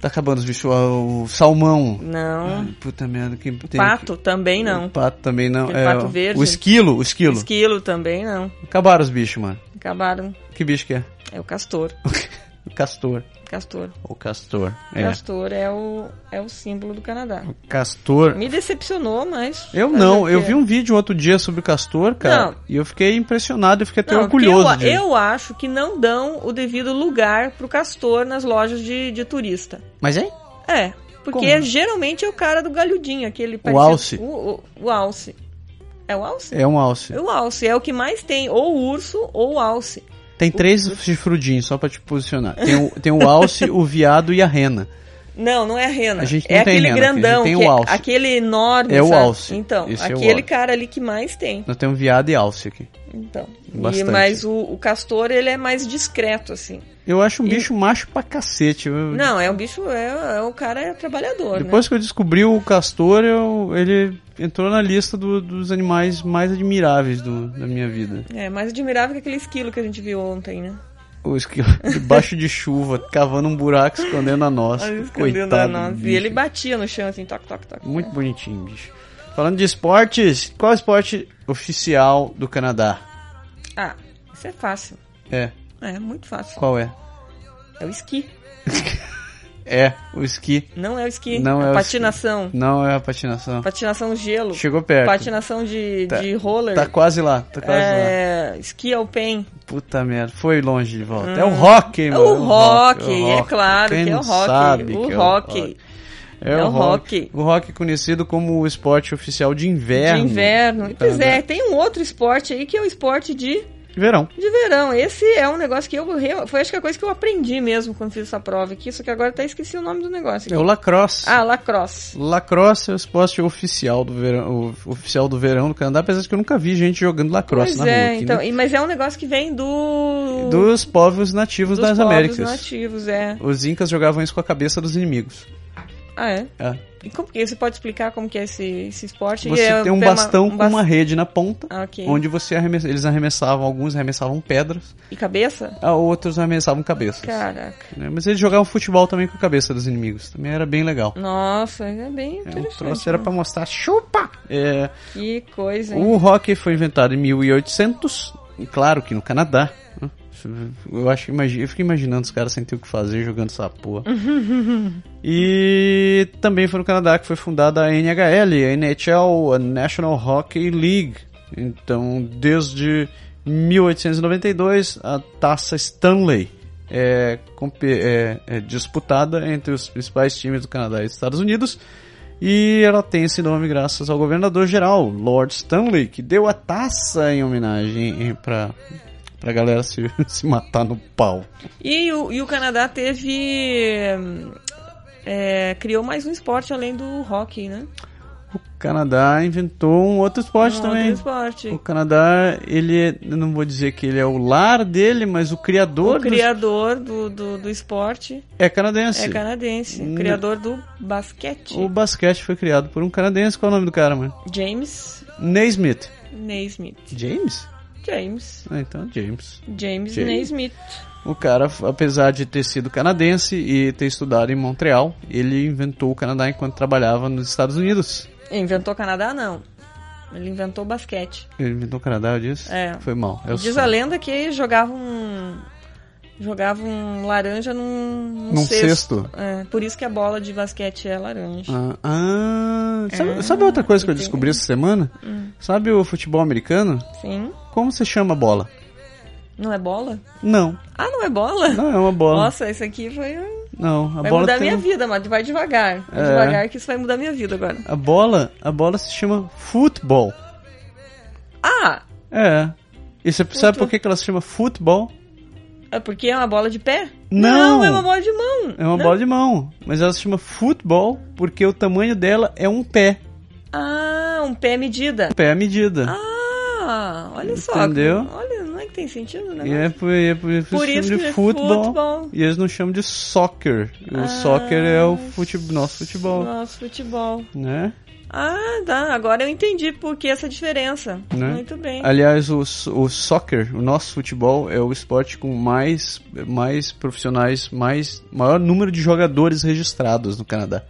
Speaker 1: Tá acabando os bichos. ah, O salmão.
Speaker 2: não.
Speaker 1: Puta merda, que tem.
Speaker 2: Pato também
Speaker 1: O
Speaker 2: não.
Speaker 1: pato também não.
Speaker 2: Aquele
Speaker 1: É,
Speaker 2: pato
Speaker 1: o-
Speaker 2: verde.
Speaker 1: O esquilo, o esquilo.
Speaker 2: Esquilo também não.
Speaker 1: Acabaram os bichos, mano.
Speaker 2: Acabaram.
Speaker 1: Que bicho que é?
Speaker 2: É o castor.
Speaker 1: O castor.
Speaker 2: Castor.
Speaker 1: O castor. É.
Speaker 2: Castor é o, é o símbolo do Canadá.
Speaker 1: Castor.
Speaker 2: Me decepcionou, mas.
Speaker 1: Eu
Speaker 2: fazer o
Speaker 1: não,
Speaker 2: quê?
Speaker 1: eu vi um vídeo outro dia sobre o castor, cara,
Speaker 2: Não.
Speaker 1: e eu fiquei impressionado, eu fiquei até
Speaker 2: Não,
Speaker 1: orgulhoso.
Speaker 2: porque
Speaker 1: de-
Speaker 2: Eu, eu acho que não dão o devido lugar pro castor nas lojas de, de turista.
Speaker 1: Mas hein?
Speaker 2: É. Porque
Speaker 1: Como?
Speaker 2: geralmente é o cara do galhudinho, aquele
Speaker 1: alce.
Speaker 2: O, o, o alce. É o alce?
Speaker 1: É um alce.
Speaker 2: É O alce. É o que mais tem. Ou o urso ou o alce.
Speaker 1: Tem três chifrudinhos, só pra te posicionar. Tem o, tem o alce, o viado e a rena.
Speaker 2: Não, não é a rena.
Speaker 1: A gente
Speaker 2: é
Speaker 1: não tem
Speaker 2: aquele
Speaker 1: rena, aqui a gente
Speaker 2: grandão,
Speaker 1: tem o
Speaker 2: que é
Speaker 1: alce.
Speaker 2: aquele enorme.
Speaker 1: É o
Speaker 2: sabe?
Speaker 1: alce.
Speaker 2: Então,
Speaker 1: Esse é o
Speaker 2: aquele
Speaker 1: alce.
Speaker 2: cara ali que mais tem.
Speaker 1: Nós temos viado e alce aqui.
Speaker 2: Então. E,
Speaker 1: Bastante.
Speaker 2: mas o, o castor, ele é mais discreto, assim.
Speaker 1: Eu acho um
Speaker 2: E-
Speaker 1: bicho macho pra cacete. Eu-
Speaker 2: Não, é um bicho, é, é o cara é trabalhador,
Speaker 1: Depois que eu descobri o castor, eu- ele entrou na lista do- dos animais mais admiráveis do- da minha vida.
Speaker 2: né? É mais admirável que aquele esquilo que a gente viu ontem, né?
Speaker 1: O esquilo debaixo de chuva, cavando um buraco, escondendo a nossa.
Speaker 2: Aí escondendo a
Speaker 1: Coitado do
Speaker 2: nós.
Speaker 1: bicho.
Speaker 2: E ele batia no chão assim, toque, toque, toque.
Speaker 1: Muito bonitinho, bicho. Falando de esportes, qual é o esporte oficial do Canadá?
Speaker 2: Ah, isso é fácil.
Speaker 1: É,
Speaker 2: É, muito fácil.
Speaker 1: qual é?
Speaker 2: É o esqui.
Speaker 1: É o esqui.
Speaker 2: Não é o esqui,
Speaker 1: Não é
Speaker 2: é
Speaker 1: o
Speaker 2: patinação.
Speaker 1: Não é a patinação.
Speaker 2: Patinação no gelo.
Speaker 1: Chegou perto.
Speaker 2: Patinação de,
Speaker 1: Tá-
Speaker 2: de roller.
Speaker 1: Tá quase lá, tá quase lá.
Speaker 2: é, esqui ao pen.
Speaker 1: Puta merda, foi longe de volta. É o hockey,
Speaker 2: É
Speaker 1: mano.
Speaker 2: o
Speaker 1: é
Speaker 2: hockey,
Speaker 1: o
Speaker 2: é
Speaker 1: hockey.
Speaker 2: claro
Speaker 1: Quem
Speaker 2: que é o
Speaker 1: não sabe
Speaker 2: hockey.
Speaker 1: que
Speaker 2: O hockey.
Speaker 1: É o hockey. O hockey conhecido como o esporte oficial de
Speaker 2: De
Speaker 1: inverno.
Speaker 2: inverno. Pois
Speaker 1: Tá,
Speaker 2: é, tem um outro esporte aí que é o esporte de,
Speaker 1: Verão.
Speaker 2: de verão. Esse é um negócio que eu. re- Foi acho que é a coisa que eu aprendi mesmo quando fiz essa prova aqui, só que agora até esqueci o nome do negócio.
Speaker 1: É o lacrosse.
Speaker 2: Ah, lacrosse.
Speaker 1: Lacrosse é o esporte oficial do verão, o oficial do verão do Canadá, apesar de que eu nunca vi gente jogando lacrosse
Speaker 2: Pois
Speaker 1: na
Speaker 2: é,
Speaker 1: rua aqui,
Speaker 2: então,
Speaker 1: né?
Speaker 2: e- mas é um negócio que vem do.
Speaker 1: Dos povos nativos
Speaker 2: dos
Speaker 1: das
Speaker 2: povos
Speaker 1: Américas.
Speaker 2: nativos, é.
Speaker 1: Os incas jogavam isso com a cabeça dos inimigos.
Speaker 2: Ah, é?
Speaker 1: É.
Speaker 2: E como que você pode explicar como que é esse, esse esporte?
Speaker 1: Você
Speaker 2: E é-
Speaker 1: tem um
Speaker 2: pé- uma-
Speaker 1: bastão
Speaker 2: um
Speaker 1: com uma
Speaker 2: bast-
Speaker 1: rede na ponta,
Speaker 2: Ah, ok.
Speaker 1: onde você arremessa, eles arremessavam, alguns arremessavam pedras,
Speaker 2: E cabeça?
Speaker 1: a outros arremessavam cabeças.
Speaker 2: Caraca.
Speaker 1: né? Mas eles jogavam futebol também com a cabeça dos inimigos. Também era bem legal.
Speaker 2: Nossa, é
Speaker 1: É,
Speaker 2: bem
Speaker 1: o
Speaker 2: interessante. né?
Speaker 1: troço era pra mostrar chupa! É,
Speaker 2: Que coisa, hein?
Speaker 1: o hockey foi inventado em 1800, e claro que no Canadá. né? Eu acho, imagi- eu fico imaginando os caras sem ter o que fazer jogando essa porra. e também foi no Canadá que foi fundada a NHL, a NHL, a National Hockey League. Então, desde 1892, a taça Stanley é, compe- é- é disputada entre os principais times do Canadá e dos Estados Unidos. E ela tem esse nome graças ao governador-geral, Lord Stanley, que deu a taça em homenagem para pra galera se, se matar no pau.
Speaker 2: E o, e o Canadá teve. hum, é, criou mais um esporte além do hockey, né?
Speaker 1: O Canadá inventou um outro esporte
Speaker 2: um
Speaker 1: também.
Speaker 2: outro esporte.
Speaker 1: O Canadá, ele, é- eu não vou dizer que ele é o lar dele, mas o criador
Speaker 2: O
Speaker 1: do-
Speaker 2: criador do, do, do esporte
Speaker 1: é canadense.
Speaker 2: é canadense.
Speaker 1: Hum.
Speaker 2: O criador do basquete.
Speaker 1: O basquete foi criado por um canadense, qual é o nome do cara, mano?
Speaker 2: James
Speaker 1: Naismith.
Speaker 2: Naismith.
Speaker 1: James?
Speaker 2: James.
Speaker 1: Ah, então James.
Speaker 2: James,
Speaker 1: James.
Speaker 2: Naismith.
Speaker 1: O cara, f- apesar de ter sido canadense e ter estudado em Montreal, ele inventou o Canadá enquanto trabalhava nos Estados Unidos.
Speaker 2: Ele inventou o Canadá? Não. Ele inventou o basquete.
Speaker 1: Ele inventou o Canadá, eu disse?
Speaker 2: É.
Speaker 1: Foi mal. Eu
Speaker 2: Diz
Speaker 1: sou-
Speaker 2: a lenda que jogava um. Jogava um laranja num, num
Speaker 1: Num
Speaker 2: cesto.
Speaker 1: cesto?
Speaker 2: É, por isso que a bola de basquete é laranja.
Speaker 1: Ah, ah,
Speaker 2: É.
Speaker 1: sabe, sabe outra coisa que eu descobri essa semana?
Speaker 2: Hum.
Speaker 1: Sabe o futebol americano?
Speaker 2: Sim.
Speaker 1: Como se chama a bola?
Speaker 2: Não é bola?
Speaker 1: Não,
Speaker 2: Ah, não é bola?
Speaker 1: não é uma bola.
Speaker 2: Nossa, isso aqui foi. um
Speaker 1: Não, a
Speaker 2: vai
Speaker 1: bola
Speaker 2: mudar
Speaker 1: tem... um-
Speaker 2: minha vida, mas vai devagar. Vai
Speaker 1: É.
Speaker 2: devagar que isso vai mudar minha vida agora.
Speaker 1: A bola, a bola se chama futebol.
Speaker 2: Ah!
Speaker 1: É. E você sabe
Speaker 2: Futebol.
Speaker 1: por que que ela se chama futebol?
Speaker 2: É porque é uma bola de pé?
Speaker 1: Não.
Speaker 2: é uma bola de mão!
Speaker 1: É uma
Speaker 2: Não.
Speaker 1: bola de mão, mas ela se chama futebol porque o tamanho dela é um pé,
Speaker 2: Ah, um pé medida.
Speaker 1: um pé à medida.
Speaker 2: Ah, olha só.
Speaker 1: Entendeu?
Speaker 2: Olha, não é que tem sentido, né?
Speaker 1: e é por, é por, é por
Speaker 2: Por
Speaker 1: isso
Speaker 2: isso
Speaker 1: que
Speaker 2: que
Speaker 1: de
Speaker 2: é
Speaker 1: futebol,
Speaker 2: futebol.
Speaker 1: E eles não chamam de soccer. O
Speaker 2: Ah,
Speaker 1: soccer é o fute nosso futebol,
Speaker 2: Nosso futebol.
Speaker 1: né?
Speaker 2: Ah, tá. Agora eu entendi por que essa diferença.
Speaker 1: Né?
Speaker 2: Muito bem.
Speaker 1: Aliás, o, so- o soccer, o nosso futebol, é o esporte com mais, mais profissionais, mais maior número de jogadores registrados no Canadá.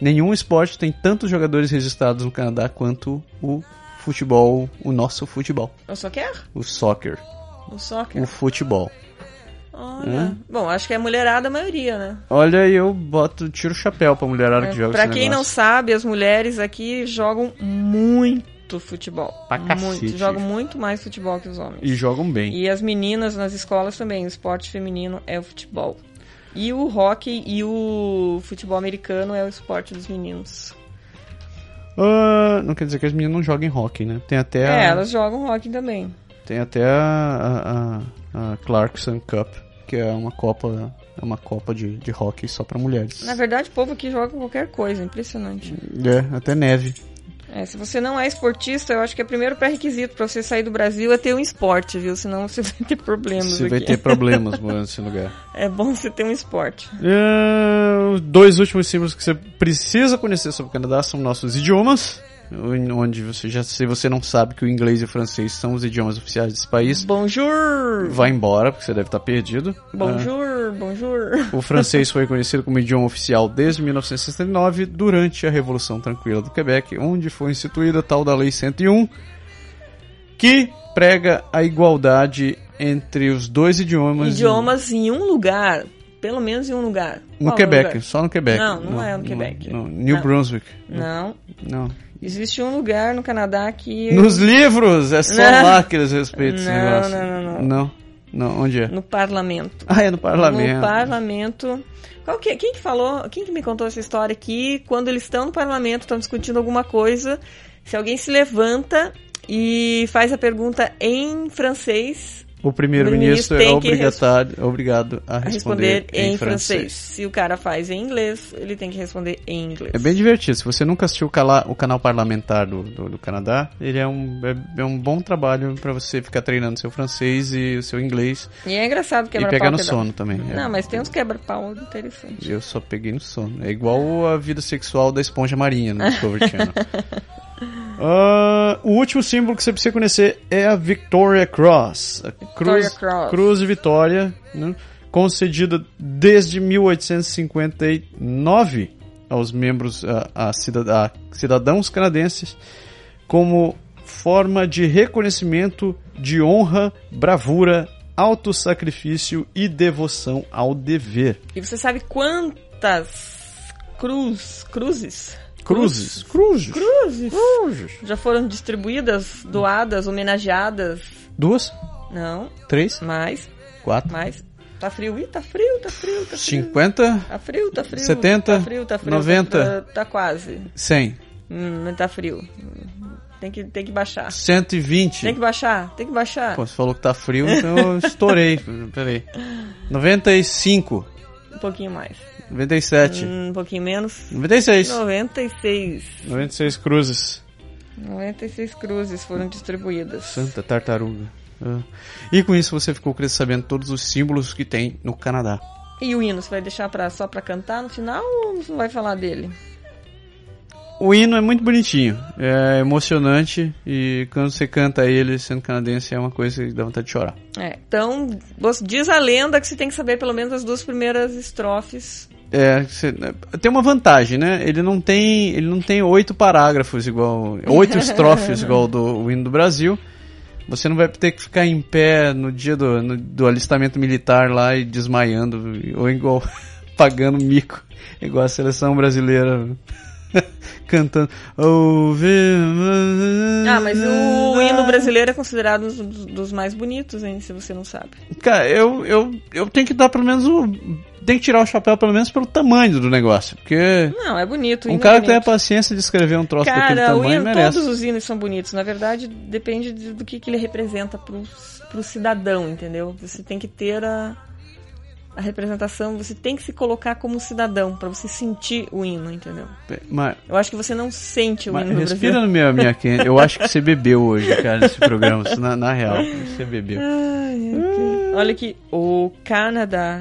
Speaker 1: Nenhum esporte tem tantos jogadores registrados no Canadá quanto o futebol, o nosso futebol,
Speaker 2: É O soccer?
Speaker 1: o soccer,
Speaker 2: O soccer?
Speaker 1: o futebol.
Speaker 2: Olha. Bom, acho que é mulherada a maioria, né?
Speaker 1: Olha, aí, eu boto, tiro o chapéu pra mulherada que joga
Speaker 2: É, pra
Speaker 1: esse
Speaker 2: quem não
Speaker 1: negócio.
Speaker 2: sabe, as mulheres aqui jogam muito futebol.
Speaker 1: Pra cacete.
Speaker 2: muito. Jogam muito mais futebol que os homens.
Speaker 1: E jogam bem.
Speaker 2: E as meninas nas escolas também, o esporte feminino é o futebol. E o hockey e o futebol americano é o esporte dos meninos.
Speaker 1: Ah, não quer dizer que as meninas não joguem hockey, né? Tem até
Speaker 2: É,
Speaker 1: a-
Speaker 2: elas jogam hockey também.
Speaker 1: Tem até a, a, a- a Clarkson Cup, que é uma copa, é uma copa de, de hockey só pra mulheres.
Speaker 2: Na verdade, o povo aqui joga qualquer coisa, impressionante.
Speaker 1: É, até neve.
Speaker 2: É, se você não é esportista, eu acho que é o primeiro pré-requisito pra você sair do Brasil é ter um esporte, viu? Senão você vai ter problemas
Speaker 1: Você
Speaker 2: aqui.
Speaker 1: vai ter problemas morando nesse lugar.
Speaker 2: É bom você ter um esporte.
Speaker 1: É, os dois últimos símbolos que você precisa conhecer sobre o Canadá são nossos idiomas, onde você já se você não sabe que o inglês e o francês são os idiomas oficiais desse país,
Speaker 2: Bonjour!
Speaker 1: vai embora porque você deve estar perdido. Ah,
Speaker 2: Bonjour, bonjour.
Speaker 1: O francês foi conhecido como idioma oficial desde 1969, durante a Revolução Tranquila do Quebec, onde foi instituída a tal da Lei 101, que prega a igualdade entre os dois idiomas.
Speaker 2: Idiomas em um lugar Pelo menos em um lugar.
Speaker 1: No
Speaker 2: Qual é o
Speaker 1: Quebec,
Speaker 2: lugar?
Speaker 1: só no Quebec.
Speaker 2: Não, não é no Quebec.
Speaker 1: no- New
Speaker 2: Não.
Speaker 1: Brunswick.
Speaker 2: Não.
Speaker 1: Não.
Speaker 2: Existe um lugar no Canadá que.
Speaker 1: Nos livros, é só
Speaker 2: Não.
Speaker 1: lá que eles respeitam esse
Speaker 2: Não,
Speaker 1: negócio.
Speaker 2: não, não, não.
Speaker 1: Não? Não, onde é?
Speaker 2: No parlamento.
Speaker 1: Ah, é no parlamento.
Speaker 2: No parlamento. Qual que, é? quem que falou? Quem que me contou essa história que quando eles estão no parlamento, estão discutindo alguma coisa, se alguém se levanta e faz a pergunta em francês,
Speaker 1: O primeiro-ministro
Speaker 2: primeiro-ministro
Speaker 1: é
Speaker 2: tem que
Speaker 1: obrigatado, obrigado a
Speaker 2: a
Speaker 1: responder,
Speaker 2: responder, em, francês.
Speaker 1: francês.
Speaker 2: Se o cara faz em inglês, ele tem que responder em inglês.
Speaker 1: É bem divertido. Se você nunca assistiu o, cala- o canal parlamentar do, do, do Canadá, ele é um, é, é um bom trabalho pra você ficar treinando seu francês e o seu inglês
Speaker 2: E é engraçado
Speaker 1: e
Speaker 2: quebra-pau.
Speaker 1: pegar no
Speaker 2: que dá.
Speaker 1: sono também. é.
Speaker 2: Não, mas tem uns quebra-pau interessantes.
Speaker 1: Eu só peguei no sono. É igual a vida sexual da esponja marinha no Discovery Channel. Ah, o último símbolo que você precisa conhecer é a Victoria Cross. A cruz,
Speaker 2: Cross.
Speaker 1: cruz de Vitória, né, concedida desde 1859 aos membros, a, a cida- a cidadãos canadenses, como forma de reconhecimento de honra, bravura, autossacrifício e devoção ao dever.
Speaker 2: E você sabe quantas cruz, cruzes
Speaker 1: Cruzes. Cruzes.
Speaker 2: Cruzes.
Speaker 1: Cruzes.
Speaker 2: já foram distribuídas, doadas, homenageadas?
Speaker 1: Duas,
Speaker 2: Não,
Speaker 1: três,
Speaker 2: mais,
Speaker 1: quatro,
Speaker 2: mais. Tá frio, ih, tá frio, tá frio, tá frio.
Speaker 1: cinquenta,
Speaker 2: Tá frio, tá frio.
Speaker 1: 70,
Speaker 2: tá frio, tá frio,
Speaker 1: 90.
Speaker 2: Tá, tá quase.
Speaker 1: cem,
Speaker 2: Hum, mas tá frio. Hum, Tem que, tem que baixar.
Speaker 1: cento e
Speaker 2: Tem
Speaker 1: vinte.
Speaker 2: que baixar, tem que baixar.
Speaker 1: Pô, você falou que tá frio, então eu estourei. Peraí. Noventa e cinco,
Speaker 2: Um pouquinho mais.
Speaker 1: noventa e sete,
Speaker 2: Hum, um pouquinho menos.
Speaker 1: noventa e seis,
Speaker 2: 96.
Speaker 1: noventa e seis cruzes.
Speaker 2: 96 cruzes foram distribuídas.
Speaker 1: Santa tartaruga. Ah. E com isso você ficou cres- sabendo todos os símbolos que tem no Canadá.
Speaker 2: E o hino, você vai deixar pra, só pra cantar no final ou você não vai falar dele?
Speaker 1: O hino é muito bonitinho, é emocionante e quando você canta ele sendo canadense é uma coisa que dá vontade de chorar.
Speaker 2: É. Então, você- diz a lenda que você tem que saber pelo menos as duas primeiras estrofes.
Speaker 1: É, cê- tem uma vantagem, né? Ele não tem, ele não tem oito parágrafos igual, oito estrofes igual do o hino do Brasil. Você não vai ter que ficar em pé no dia do, no- do alistamento militar lá e desmaiando ou igual pagando mico, igual a seleção brasileira cantando.
Speaker 2: Ah,
Speaker 1: Ah,
Speaker 2: mas o hino brasileiro é considerado um dos, dos mais bonitos, hein, se você não sabe.
Speaker 1: Cara, eu, eu, eu tenho que dar pelo menos o. Tem que tirar o chapéu pelo menos pelo tamanho do negócio. Porque.
Speaker 2: Não, é bonito. o
Speaker 1: Um
Speaker 2: hino
Speaker 1: cara
Speaker 2: é
Speaker 1: que tem a
Speaker 2: bonito.
Speaker 1: paciência de escrever um troço daquele
Speaker 2: Cara, o
Speaker 1: tamanho
Speaker 2: hino,
Speaker 1: merece.
Speaker 2: todos os hinos são bonitos. Na verdade, depende de- do que, que ele representa pro, pro cidadão, entendeu? Você tem que ter a, a representação, você tem que se colocar como cidadão pra você sentir o hino, entendeu?
Speaker 1: Mas,
Speaker 2: Eu acho que você não sente o
Speaker 1: mas
Speaker 2: hino no
Speaker 1: respira
Speaker 2: Brasil.
Speaker 1: no meu, minha quente. Eu acho que você bebeu hoje, cara, nesse programa. Isso Na, na real, você bebeu.
Speaker 2: Hum. Olha aqui, o Canadá,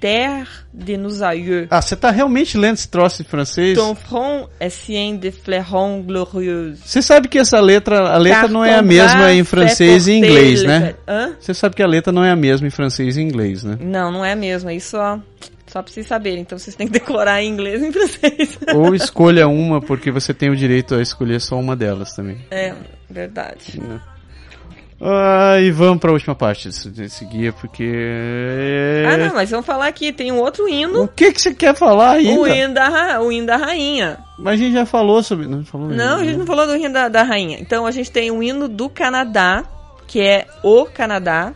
Speaker 2: terre de nos aïeux,
Speaker 1: Ah, você tá realmente lendo esse troço de francês?
Speaker 2: ton front est sien de flairons glorieuses.
Speaker 1: Você sabe que essa letra, a letra não é a
Speaker 2: Carton
Speaker 1: mesma
Speaker 2: bas,
Speaker 1: em francês e
Speaker 2: fait
Speaker 1: inglês,
Speaker 2: porter,
Speaker 1: né?
Speaker 2: le- Hã?
Speaker 1: Você sabe que a letra não é a mesma em francês e inglês, né?
Speaker 2: Não, não é mesmo. Isso ó, só pra vocês saberem. Então vocês têm que decorar em inglês e em francês.
Speaker 1: Ou escolha uma, porque você tem o direito a escolher só uma delas também.
Speaker 2: É, verdade.
Speaker 1: Ah, e vamos pra última parte desse, desse guia, porque... É.
Speaker 2: Ah, não, mas vamos falar aqui. Tem um outro hino.
Speaker 1: O que que você quer falar ainda?
Speaker 2: O hino, da, ra- o hino da rainha.
Speaker 1: Mas a gente já falou sobre. Não, falou
Speaker 2: Não, a gente
Speaker 1: ainda, né?
Speaker 2: não falou do hino da, da rainha. Então a gente tem o hino do Canadá, que é o Canadá.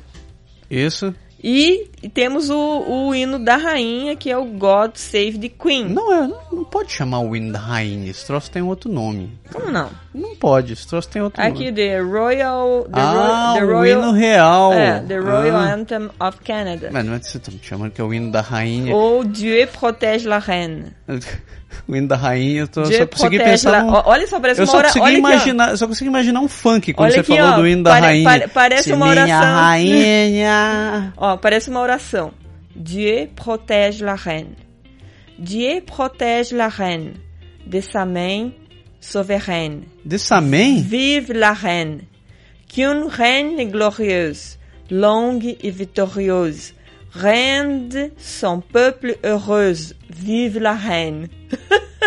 Speaker 1: Isso.
Speaker 2: E temos o, o hino da rainha, que é o God Save the Queen.
Speaker 1: Não, é, não, não pode chamar o Wind Rain. Esse troço tem outro nome.
Speaker 2: Como não?
Speaker 1: Não pode, esse troço tem outro nome.
Speaker 2: Aqui, The Royal... The
Speaker 1: ah,
Speaker 2: Ro- the
Speaker 1: o hino real.
Speaker 2: É, The Royal
Speaker 1: ah.
Speaker 2: Anthem of Canada.
Speaker 1: Mas não é que você tá me chamando que é o hino da rainha.
Speaker 2: Ou Dieu protège la reine.
Speaker 1: o hino da rainha, eu tô,
Speaker 2: Dieu
Speaker 1: só consegui
Speaker 2: protège la...
Speaker 1: pensar num...
Speaker 2: O- Olha só, parece
Speaker 1: Eu
Speaker 2: uma
Speaker 1: só
Speaker 2: hora...
Speaker 1: consegui,
Speaker 2: olha
Speaker 1: imaginar, só consegui imaginar um funk quando
Speaker 2: Olha
Speaker 1: você
Speaker 2: aqui,
Speaker 1: falou
Speaker 2: ó,
Speaker 1: do hino da
Speaker 2: pare-
Speaker 1: rainha.
Speaker 2: pare- parece
Speaker 1: Se
Speaker 2: uma
Speaker 1: Minha
Speaker 2: oração.
Speaker 1: rainha.
Speaker 2: Aqui, ó. ó, parece uma oração. Dieu protège la reine. Dieu protège la reine. De sa main souveraine.
Speaker 1: Desse amém?
Speaker 2: Vive la reine. Qu'une reine glorieuse, longue et victorieuse, rende son peuple heureuse. Vive la reine.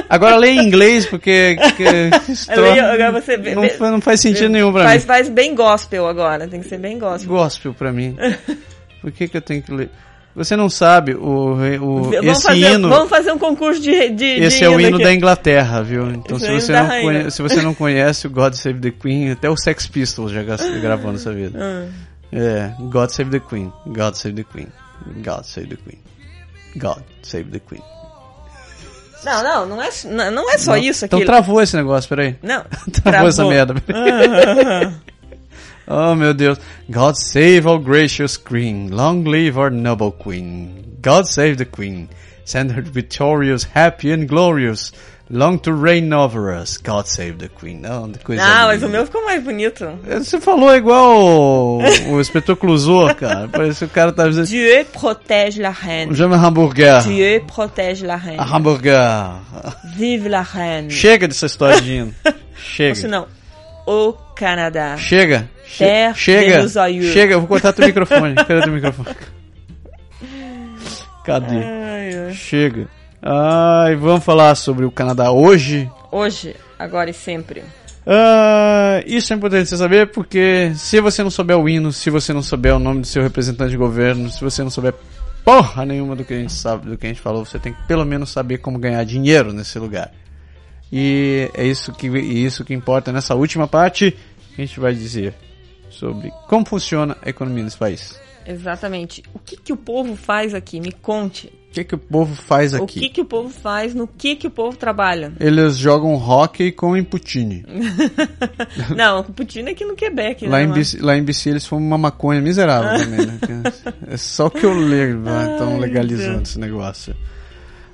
Speaker 1: Agora leia em inglês, porque. que- esse
Speaker 2: Eu leio-
Speaker 1: troço
Speaker 2: agora você vê-
Speaker 1: não,
Speaker 2: vê-
Speaker 1: fa- não faz sentido nenhum pra
Speaker 2: Faz,
Speaker 1: mim.
Speaker 2: faz bem gospel agora, tem que ser bem gospel.
Speaker 1: Gospel pra mim. Por que, que eu tenho que ler? Você não sabe, o, o,
Speaker 2: vamos,
Speaker 1: esse
Speaker 2: fazer,
Speaker 1: hino.
Speaker 2: vamos fazer um concurso de. de
Speaker 1: Esse
Speaker 2: de
Speaker 1: é o hino
Speaker 2: aqui.
Speaker 1: da Inglaterra, viu? Então,
Speaker 2: Esse
Speaker 1: se
Speaker 2: é o
Speaker 1: você,
Speaker 2: hino da
Speaker 1: não
Speaker 2: rainha.
Speaker 1: conhece, se você não conhece o God Save the Queen, até o Sex Pistols já gas- gravou nessa vida.
Speaker 2: Hum.
Speaker 1: É, God Save the Queen, God Save the Queen, God Save the Queen, God Save the Queen.
Speaker 2: Não, não, não é, não, não é só
Speaker 1: Não-
Speaker 2: isso
Speaker 1: Então
Speaker 2: aqui.
Speaker 1: travou esse negócio, peraí.
Speaker 2: Não,
Speaker 1: Travou essa merda. Oh meu Deus. God save our gracious queen. Long live our noble queen. God save the queen. Send her victorious, happy and glorious. Long to reign over us. God save the queen. Não, que coisa
Speaker 2: Ah, mas
Speaker 1: linda.
Speaker 2: o meu ficou mais bonito.
Speaker 1: Você falou igual o, o espetáculo Zorro, cara. Parece que o cara tá dizendo.
Speaker 2: Dieu protège la reine.
Speaker 1: Chama hambúrguer.
Speaker 2: Dieu protège la reine.
Speaker 1: Ah, Hambúrguer.
Speaker 2: Vive la reine.
Speaker 1: Chega dessa história de hino. Chega.
Speaker 2: Isso não. O Canadá.
Speaker 1: Chega. Che-
Speaker 2: Terra
Speaker 1: chega.
Speaker 2: menos zóio.
Speaker 1: Chega, eu vou cortar teu microfone. Cadê teu microfone? Cadê? Chega. Ai, vamos falar sobre o Canadá hoje.
Speaker 2: Hoje, agora e sempre.
Speaker 1: Ah, isso é importante você saber porque se você não souber o hino, se você não souber o nome do seu representante de governo, se você não souber porra nenhuma do que a gente sabe, do que a gente falou, você tem que pelo menos saber como ganhar dinheiro nesse lugar. E é isso que, e isso que importa nessa última parte que a gente vai dizer sobre como funciona a economia nesse país.
Speaker 2: Exatamente. O que, que o povo faz aqui? Me conte.
Speaker 1: O que, que o povo faz
Speaker 2: O
Speaker 1: aqui?
Speaker 2: que, que o povo faz? No que, que o povo trabalha?
Speaker 1: Eles jogam hockey com imputine.
Speaker 2: não, o Putin é aqui no Quebec.
Speaker 1: Lá
Speaker 2: né,
Speaker 1: em,
Speaker 2: mano?
Speaker 1: BC, lá em BC eles fumam uma maconha
Speaker 2: Ah.
Speaker 1: miserável também, né? É só o que eu lembro, estão legalizando esse negócio.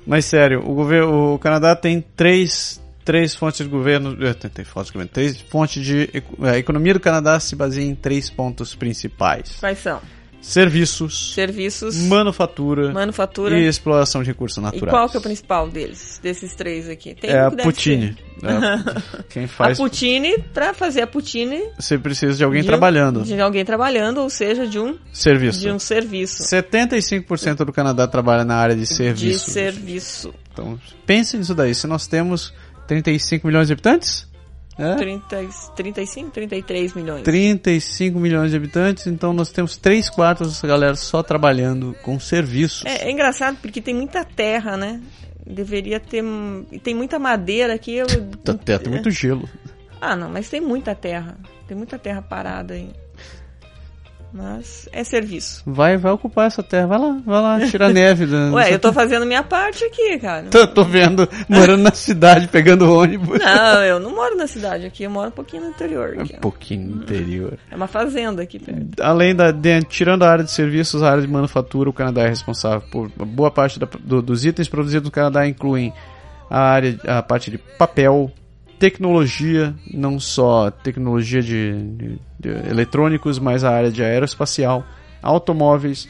Speaker 1: Mas sério, o, governo, o Canadá tem três, três fontes de governo. eh, Tem, tem fontes de governo. Três fontes de. eco- eh, A economia do Canadá se baseia em três pontos principais:
Speaker 2: Quais são?
Speaker 1: serviços,
Speaker 2: Serviços,
Speaker 1: manufatura,
Speaker 2: manufatura.
Speaker 1: e exploração de recursos
Speaker 2: E
Speaker 1: naturais.
Speaker 2: qual que é o principal deles? Desses três aqui? Tem
Speaker 1: É
Speaker 2: um
Speaker 1: a
Speaker 2: que deve
Speaker 1: Putine.
Speaker 2: ser.
Speaker 1: É, quem faz.
Speaker 2: A Putine, pra fazer a Putine...
Speaker 1: Você precisa de alguém
Speaker 2: de um-
Speaker 1: trabalhando.
Speaker 2: De alguém trabalhando, ou seja, de um,
Speaker 1: Serviço.
Speaker 2: de um serviço.
Speaker 1: 75% do Canadá trabalha na área de
Speaker 2: De
Speaker 1: serviço.
Speaker 2: serviço.
Speaker 1: Então, pense nisso daí. Se nós temos 35 milhões de habitantes, né?
Speaker 2: 30, 35, 33 milhões.
Speaker 1: 35 milhões de habitantes, então nós temos 3 quartos dessa galera só trabalhando com serviços.
Speaker 2: É, é engraçado porque tem muita terra, né? Deveria ter. hum, e Tem muita madeira aqui. Eu...
Speaker 1: Tá- Tem até
Speaker 2: é.
Speaker 1: muito gelo.
Speaker 2: Ah, não, mas tem muita terra. Tem muita terra parada aí. Mas é serviço.
Speaker 1: Vai, vai ocupar essa terra. Vai lá, vai lá, tira a neve. Da,
Speaker 2: Ué,
Speaker 1: dessa
Speaker 2: eu tô fazendo minha parte aqui, cara.
Speaker 1: terra. Tô, tô vendo, morando na cidade, pegando ônibus.
Speaker 2: Não, eu não moro na cidade aqui, eu moro um pouquinho no interior. aqui,
Speaker 1: Um
Speaker 2: ó.
Speaker 1: pouquinho no interior.
Speaker 2: É uma fazenda aqui perto.
Speaker 1: além da de- tirando a área de serviços, a área de manufatura, o Canadá é responsável por boa parte da- do- dos itens produzidos no Canadá incluem a área, a parte de
Speaker 2: É.
Speaker 1: papel, tecnologia, não só tecnologia de, de- de eletrônicos, mas a área de aeroespacial, automóveis,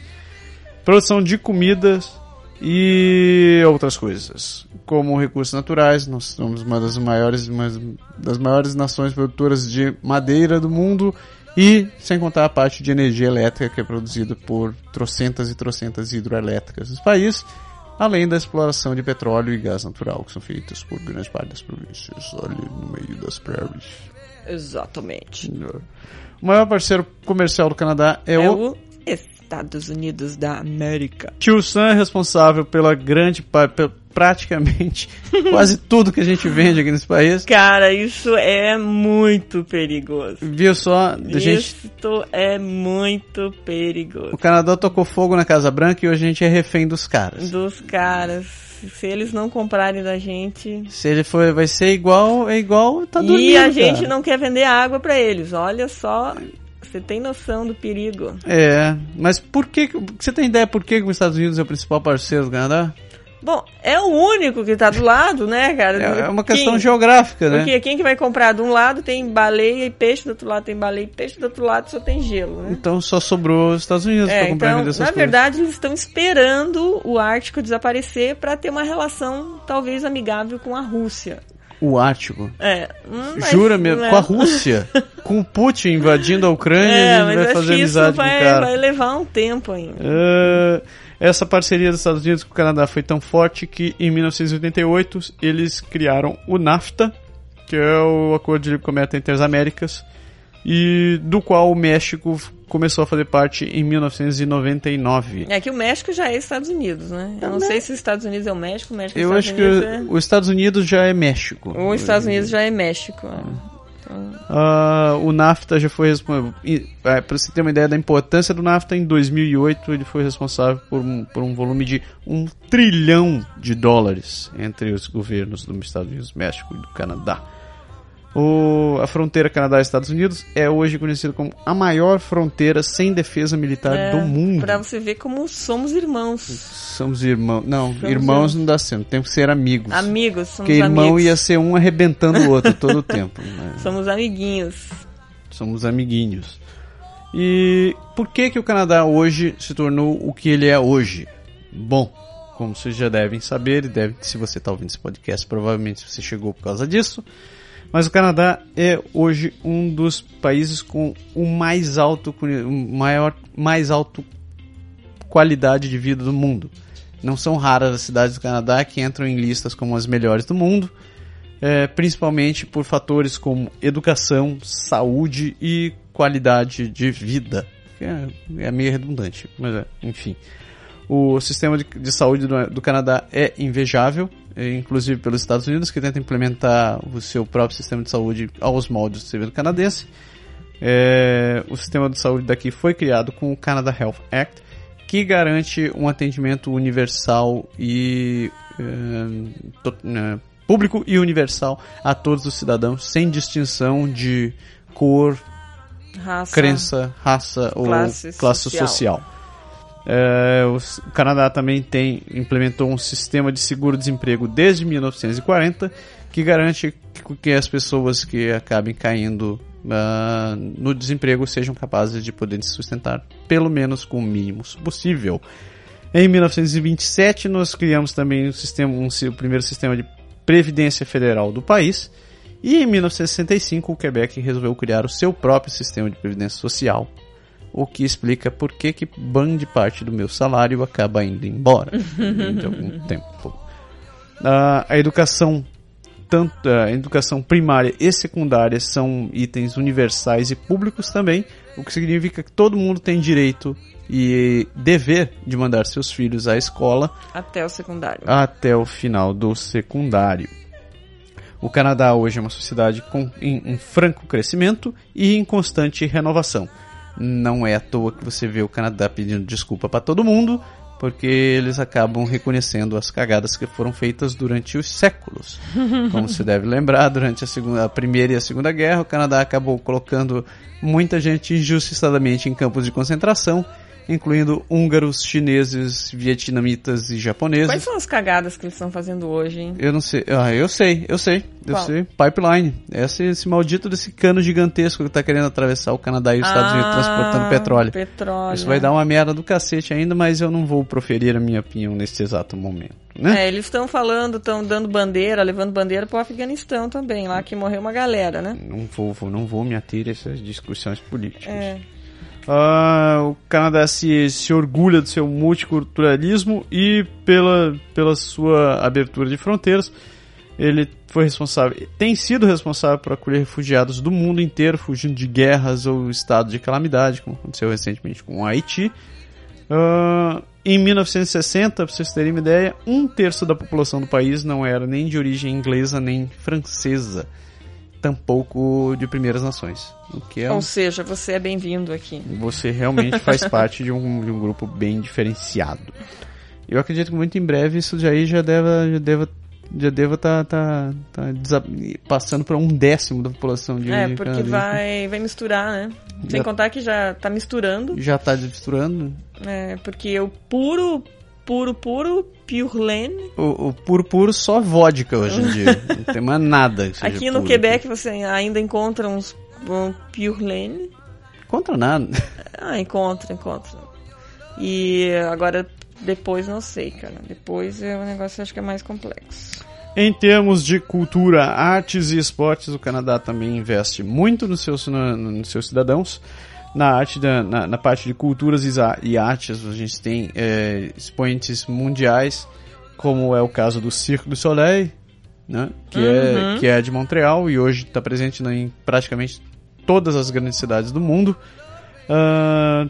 Speaker 1: produção de comidas e outras coisas, como recursos naturais. Nós somos uma das maiores, uma das maiores nações produtoras de madeira do mundo e sem contar a parte de energia elétrica que é produzida por trocentas e trocentas hidroelétricas no país, além da exploração de petróleo e gás natural que são feitas por grande parte das províncias ali no meio das prairies.
Speaker 2: Exatamente.
Speaker 1: O maior parceiro comercial do Canadá é,
Speaker 2: É,
Speaker 1: o
Speaker 2: o Estados Unidos da América.
Speaker 1: Tio Sam é responsável pela grande, pa- pe- praticamente quase tudo que a gente vende aqui nesse país.
Speaker 2: Cara, isso é muito perigoso.
Speaker 1: Viu só, a gente,
Speaker 2: Isto é muito perigoso.
Speaker 1: o Canadá tocou fogo na Casa Branca e hoje a gente é refém dos caras.
Speaker 2: Dos caras. Se eles não comprarem da gente.
Speaker 1: Se ele for, vai ser igual, é igual tá dormindo.
Speaker 2: e a gente
Speaker 1: cara.
Speaker 2: não quer vender água pra eles. Olha só. Você tem noção do perigo.
Speaker 1: É, mas por que, que- você tem ideia por que que os Estados Unidos é o principal parceiro do Canadá?
Speaker 2: Bom, é o único que tá do lado, né, cara?
Speaker 1: É, é uma questão
Speaker 2: Quem-
Speaker 1: geográfica, né?
Speaker 2: Porque quem que vai comprar? De um lado tem baleia e peixe, do outro lado tem baleia e peixe, do outro lado só tem gelo, né?
Speaker 1: Então só sobrou os Estados Unidos
Speaker 2: É,
Speaker 1: pra comprar e
Speaker 2: então,
Speaker 1: vender
Speaker 2: na
Speaker 1: essas coisas.
Speaker 2: verdade, eles estão esperando o Ártico desaparecer pra ter uma relação talvez amigável com a Rússia.
Speaker 1: O Ártico.
Speaker 2: É, hum, mas-
Speaker 1: Jura mesmo?
Speaker 2: né?
Speaker 1: Com a Rússia? com o Putin invadindo a Ucrânia,
Speaker 2: É,
Speaker 1: a gente
Speaker 2: mas
Speaker 1: vai
Speaker 2: acho
Speaker 1: fazer
Speaker 2: que isso
Speaker 1: amizade com o
Speaker 2: vai,
Speaker 1: cara.
Speaker 2: vai levar um tempo ainda.
Speaker 1: Ah, essa parceria dos Estados Unidos com o Canadá foi tão forte que em 1988 eles criaram o NAFTA, que é o Acordo de Livre Comércio entre as Américas, e do qual o México começou a fazer parte em 1999.
Speaker 2: É que o México já é Estados Unidos, né? Eu não sei se os Estados Unidos é o México, o México é
Speaker 1: Eu
Speaker 2: Estados
Speaker 1: acho que
Speaker 2: Unidos
Speaker 1: os Estados Unidos já é México.
Speaker 2: é... Ou Estados Unidos já é México. é.
Speaker 1: Hum. Ah, o NAFTA já foi responsável. Para você ter uma ideia da importância do NAFTA, em 2008 ele foi responsável por um, por um volume de um trilhão de dólares entre os governos dos Estados Unidos, México e do Canadá. O- a fronteira Canadá-Estados Unidos é hoje conhecida como a maior fronteira sem defesa militar
Speaker 2: É,
Speaker 1: do mundo.
Speaker 2: Pra você ver como somos irmãos.
Speaker 1: Somos irmãos. Não,
Speaker 2: Somos
Speaker 1: irmãos não dá certo, tem que ser amigos.
Speaker 2: Amigos, somos
Speaker 1: Porque irmão
Speaker 2: amigos.
Speaker 1: ia ser um arrebentando o outro todo o tempo. né?
Speaker 2: Somos amiguinhos.
Speaker 1: Somos amiguinhos. E por que que o Canadá hoje se tornou o que ele é hoje? Bom, como vocês já devem saber, e deve, se você está ouvindo esse podcast, provavelmente você chegou por causa disso. Mas o Canadá é hoje um dos países com o mais alto, cu- o maior, mais alto qualidade de vida do mundo. Não são raras as cidades do Canadá que entram em listas como as melhores do mundo, é, principalmente por fatores como educação, saúde e qualidade de vida. É, é meio redundante, mas é, enfim. O sistema de, de saúde do, do Canadá é invejável, é, inclusive pelos Estados Unidos, que tenta implementar o seu próprio sistema de saúde aos moldes do sistema canadense. É, o sistema de saúde daqui foi criado com o Canada Health Act, que garante um atendimento universal e eh, to- né, público e universal a todos os cidadãos, sem distinção de cor,
Speaker 2: Raça.
Speaker 1: crença, raça ou classe
Speaker 2: Classe
Speaker 1: social.
Speaker 2: social.
Speaker 1: É, o s- o Canadá também tem implementou um sistema de seguro-desemprego desde 1940 que garante que- que as pessoas que acabem caindo ah, no desemprego sejam capazes de poder se sustentar pelo menos com o mínimo possível. Em 1927 nós criamos também um sistema, um si- o primeiro sistema de previdência federal do país. E em 1965, o Quebec resolveu criar o seu próprio sistema de previdência social, o que explica por que, que grande parte do meu salário acaba indo embora de algum tempo. Ah, a educação, tanto ah, a educação primária e secundária são itens universais e públicos também, o que significa que todo mundo tem direito e dever de mandar seus filhos à escola
Speaker 2: Até o secundário.
Speaker 1: até o final do secundário. O Canadá hoje é uma sociedade com, em, em franco crescimento e em constante renovação. Não é à toa que você vê o Canadá pedindo desculpa para todo mundo, porque eles acabam reconhecendo as cagadas que foram feitas durante os séculos. Como se deve lembrar, durante a, segunda, a Primeira e a Segunda Guerra, o Canadá acabou colocando muita gente injustiçadamente em campos de concentração, incluindo húngaros, chineses, vietnamitas e japoneses.
Speaker 2: Quais são as cagadas que eles estão fazendo hoje, hein?
Speaker 1: Eu não sei. Ah, eu sei, eu sei. Eu
Speaker 2: Qual?
Speaker 1: sei. Pipeline. É Esse, esse maldito desse cano gigantesco que tá querendo atravessar o Canadá e os Estados Unidos
Speaker 2: Ah,
Speaker 1: transportando petróleo.
Speaker 2: Petróleo. é.
Speaker 1: Isso vai dar uma merda do cacete ainda, mas eu não vou proferir a minha opinião neste exato momento, né?
Speaker 2: É, eles estão falando, estão dando bandeira, levando bandeira pro Afeganistão também, lá que morreu uma galera, né?
Speaker 1: Não vou, vou- não vou me ater a essas discussões políticas.
Speaker 2: É.
Speaker 1: Ah, o Canadá se, se orgulha do seu multiculturalismo e pela, pela sua abertura de fronteiras. Ele foi responsável, tem sido responsável por acolher refugiados do mundo inteiro, fugindo de guerras ou estado de calamidade, como aconteceu recentemente com o Haiti. Ah, em 1960, para vocês terem uma ideia, um terço da população do país não era nem de origem inglesa nem francesa, tampouco de primeiras nações. O que é um
Speaker 2: Ou seja, você é bem-vindo aqui.
Speaker 1: você realmente faz parte de um, de um grupo bem diferenciado. Eu acredito que muito em breve isso daí já deva já deva já deva tá, tá, tá desa- passando para um décimo da população de
Speaker 2: É, porque
Speaker 1: canadense.
Speaker 2: vai, vai misturar, né? Sem
Speaker 1: Já-
Speaker 2: contar que já tá misturando,
Speaker 1: já tá misturando.
Speaker 2: né? Porque o puro, puro, puro, Pure Land,
Speaker 1: O, o puro puro só vodka hoje em dia. Não tem mais nada. que seja
Speaker 2: aqui no
Speaker 1: puro.
Speaker 2: Quebec você ainda encontra uns um Pure Land.
Speaker 1: Contra nada.
Speaker 2: Ah, encontra, encontra. E agora, depois não sei, cara. Depois é um negócio que eu acho que é mais complexo.
Speaker 1: Em termos de cultura, artes e esportes, o Canadá também investe muito nos seus, na- nos seus cidadãos. Na, arte da- na, na parte de culturas e, a- e artes, a gente tem eh, expoentes mundiais, como é o caso do Cirque du tá Soleil, né, que, é, que é de Montreal e hoje está presente na- em praticamente todas as grandes cidades do mundo. Ah,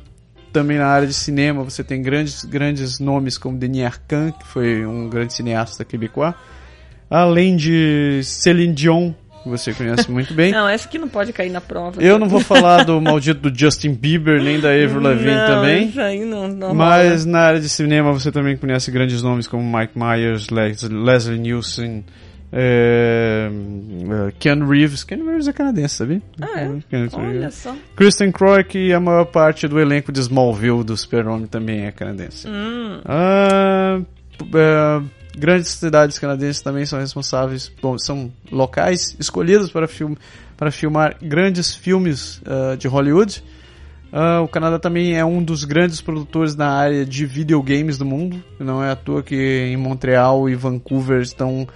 Speaker 1: também na área de cinema você tem grandes, grandes nomes como Denis Arcand, que foi um grande cineasta quebecois. Além de Celine Dion, que você conhece muito bem.
Speaker 2: Não, essa aqui não pode cair na prova.
Speaker 1: Eu não vou falar do maldito do Justin Bieber, nem da Avril Lavigne
Speaker 2: Não,
Speaker 1: também.
Speaker 2: isso aí não, não rola.
Speaker 1: Mas na área de cinema você também conhece grandes nomes como Mike Myers, Les- Leslie Nielsen, eh, eh, Keanu Reeves. Keanu Reeves é canadense, sabia?
Speaker 2: Ah, é?
Speaker 1: Keanu
Speaker 2: Olha
Speaker 1: Reeves.
Speaker 2: só.
Speaker 1: Kristen Croik e a maior parte do elenco de Smallville do Super-Homem também é canadense. Ah, p- eh, grandes cidades canadenses também são responsáveis, bom, são locais escolhidos para, film, para filmar grandes filmes ah, de Hollywood. Ah, o Canadá também é um dos grandes produtores na área de videogames do mundo. Não é à toa que em Montreal e Vancouver estão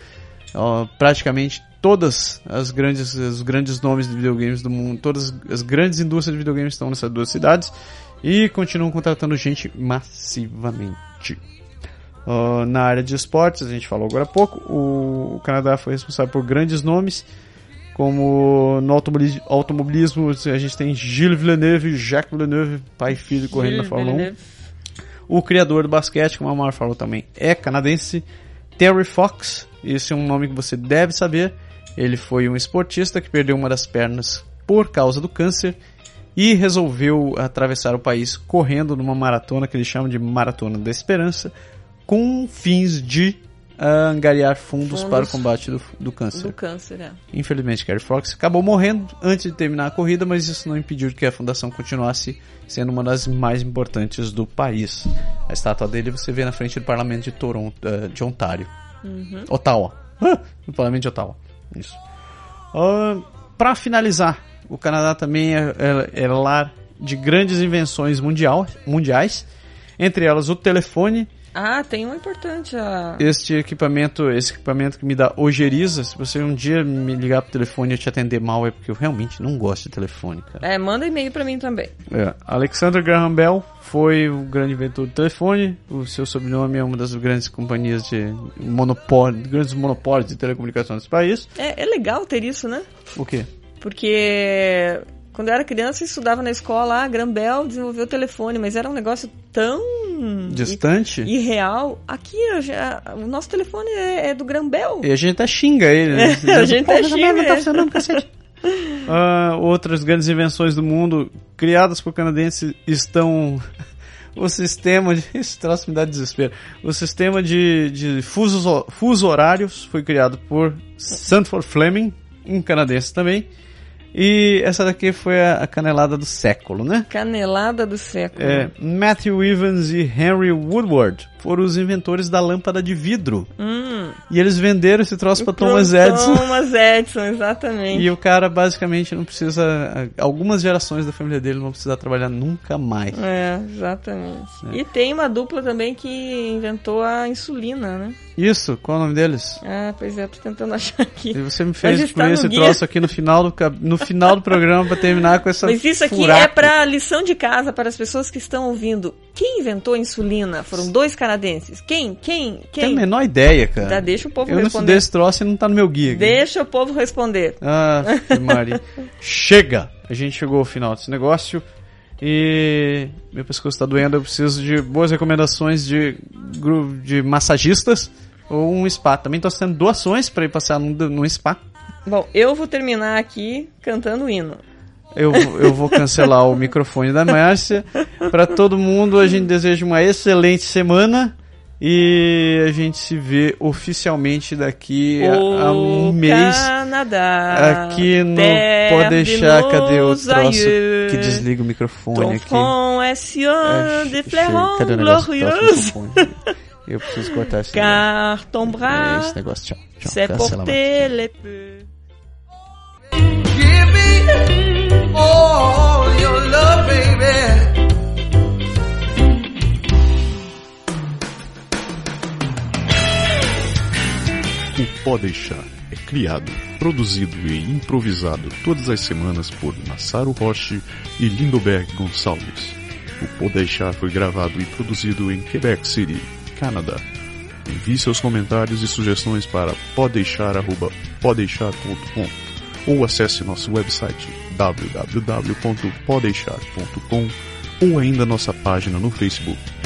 Speaker 1: ó, praticamente todas as grandes, os grandes nomes de videogames do mundo, todas as grandes indústrias de videogames estão nessas duas cidades e continuam contratando gente massivamente. Ó, na área de esportes, a gente falou agora há pouco, o, o Canadá foi responsável por grandes nomes como no automobili- automobilismo, a gente tem Gilles Villeneuve, Jacques Villeneuve, pai e filho correndo na
Speaker 2: Gilles
Speaker 1: Fórmula 1.
Speaker 2: Villeneuve.
Speaker 1: O criador do basquete, como a Mar falou também, é canadense. Terry Fox, esse é um nome que você deve saber. Ele foi um esportista que perdeu uma das pernas por causa do câncer e resolveu atravessar o país correndo numa maratona que eles chamam de Maratona da Esperança, com fins de ah, angariar fundos,
Speaker 2: Fundos
Speaker 1: para o combate do, do câncer.
Speaker 2: Do câncer, é.
Speaker 1: Infelizmente, Gary Fox acabou morrendo antes de terminar a corrida, mas isso não impediu que a fundação continuasse sendo uma das mais importantes do país. A estátua dele você vê na frente do parlamento de Toronto, eh, de Ontário. Ottawa. Ah, no parlamento de Ottawa. Isso. Para finalizar, o Canadá também é, é- é lar de grandes invenções mundial, mundiais, entre elas o telefone,
Speaker 2: Ah, tem uma importante. A...
Speaker 1: este equipamento, esse equipamento que me dá ojeriza, se você um dia me ligar pro telefone e eu te atender mal, é porque eu realmente não gosto de telefone, cara.
Speaker 2: É, manda e-mail pra mim também.
Speaker 1: É, Alexander Graham Bell foi o grande inventor do telefone. O seu sobrenome é uma das grandes companhias de monopólio, grandes monopólios de telecomunicações do país.
Speaker 2: É, é legal ter isso, né?
Speaker 1: O quê?
Speaker 2: Porque quando eu era criança, eu estudava na escola, ah, Grambel desenvolveu o telefone, mas era um negócio tão
Speaker 1: Distante? E,
Speaker 2: irreal. Aqui, eu já- o nosso telefone é, é do Grambel.
Speaker 1: a gente até xinga ele, né?
Speaker 2: É, a gente
Speaker 1: Pô,
Speaker 2: até
Speaker 1: essa merda
Speaker 2: xinga
Speaker 1: Tá
Speaker 2: ele.
Speaker 1: funcionando, cacete. Ah, outras grandes invenções do mundo criadas por canadenses estão o sistema de esse troço me dá desespero. O sistema de, de fusos, ho- fuso horários foi criado por Sanford Fleming, um canadense também. E essa daqui foi a, a canelada do século, né?
Speaker 2: Canelada do século.
Speaker 1: É, Matthew Evans e Henry Woodward foram os inventores da lâmpada de vidro.
Speaker 2: Hum,
Speaker 1: E eles venderam esse troço para
Speaker 2: pro
Speaker 1: Thomas Edison.
Speaker 2: Thomas Edison, exatamente.
Speaker 1: E o cara basicamente não precisa. Algumas gerações da família dele não vão precisar trabalhar nunca mais.
Speaker 2: É, exatamente.
Speaker 1: É.
Speaker 2: E tem uma dupla também que inventou a insulina, né?
Speaker 1: Isso, qual é o nome deles?
Speaker 2: Ah, pois é, tô tentando achar aqui.
Speaker 1: E você me fez
Speaker 2: está
Speaker 1: excluir
Speaker 2: tá no
Speaker 1: esse
Speaker 2: guia.
Speaker 1: troço aqui no final do, cab- no final do programa pra terminar com essa.
Speaker 2: Mas isso aqui
Speaker 1: furaca.
Speaker 2: é para lição de casa para as pessoas que estão ouvindo. Quem inventou a insulina? Foram dois canadenses. Quem? Quem?
Speaker 1: Tem a
Speaker 2: Quem?
Speaker 1: menor ideia, cara.
Speaker 2: Tá, deixa o povo
Speaker 1: Eu não estudei
Speaker 2: responder.
Speaker 1: esse troço e não tá no meu guia. aqui.
Speaker 2: Deixa o povo responder.
Speaker 1: Ah, Maria. Chega! A gente chegou ao final desse negócio e meu pescoço tá doendo, eu preciso de boas recomendações de, gru- de massagistas ou um spa. Também tô sendo doações para ir passar num, num spa.
Speaker 2: Bom, eu vou terminar aqui cantando o hino.
Speaker 1: Eu, eu vou cancelar o microfone da Márcia. Para todo mundo, a gente deseja uma excelente semana e a gente se vê oficialmente daqui a, a um
Speaker 2: O
Speaker 1: mês.
Speaker 2: Canadá.
Speaker 1: Aqui no
Speaker 2: terre
Speaker 1: Pode deixar,
Speaker 2: de
Speaker 1: cadê o
Speaker 2: nos
Speaker 1: troço
Speaker 2: aïeux,
Speaker 1: que desliga o microfone
Speaker 2: Ton
Speaker 1: aqui?
Speaker 2: front est sillon
Speaker 1: É,
Speaker 2: de
Speaker 1: che-
Speaker 2: flairons
Speaker 1: cadê o negócio do troço do
Speaker 2: glorieuses.
Speaker 1: microfone? Eu preciso cortar esse negócio.
Speaker 2: Car ton
Speaker 1: É,
Speaker 2: bras
Speaker 1: esse negócio. Tchau. Tchau.
Speaker 2: s'est
Speaker 1: Cancela, Márcia.
Speaker 2: porté les peu.
Speaker 9: Give me all your love, baby.
Speaker 3: O Podeixar é criado, produzido e improvisado todas as semanas por Massaro Roche e Lindoberg Gonçalves. O Podeixar foi gravado e produzido em Quebec City, Canadá. Envie seus comentários e sugestões para podeixar.podeixar.com ou acesse nosso website www.podeixar.com ou ainda nossa página no Facebook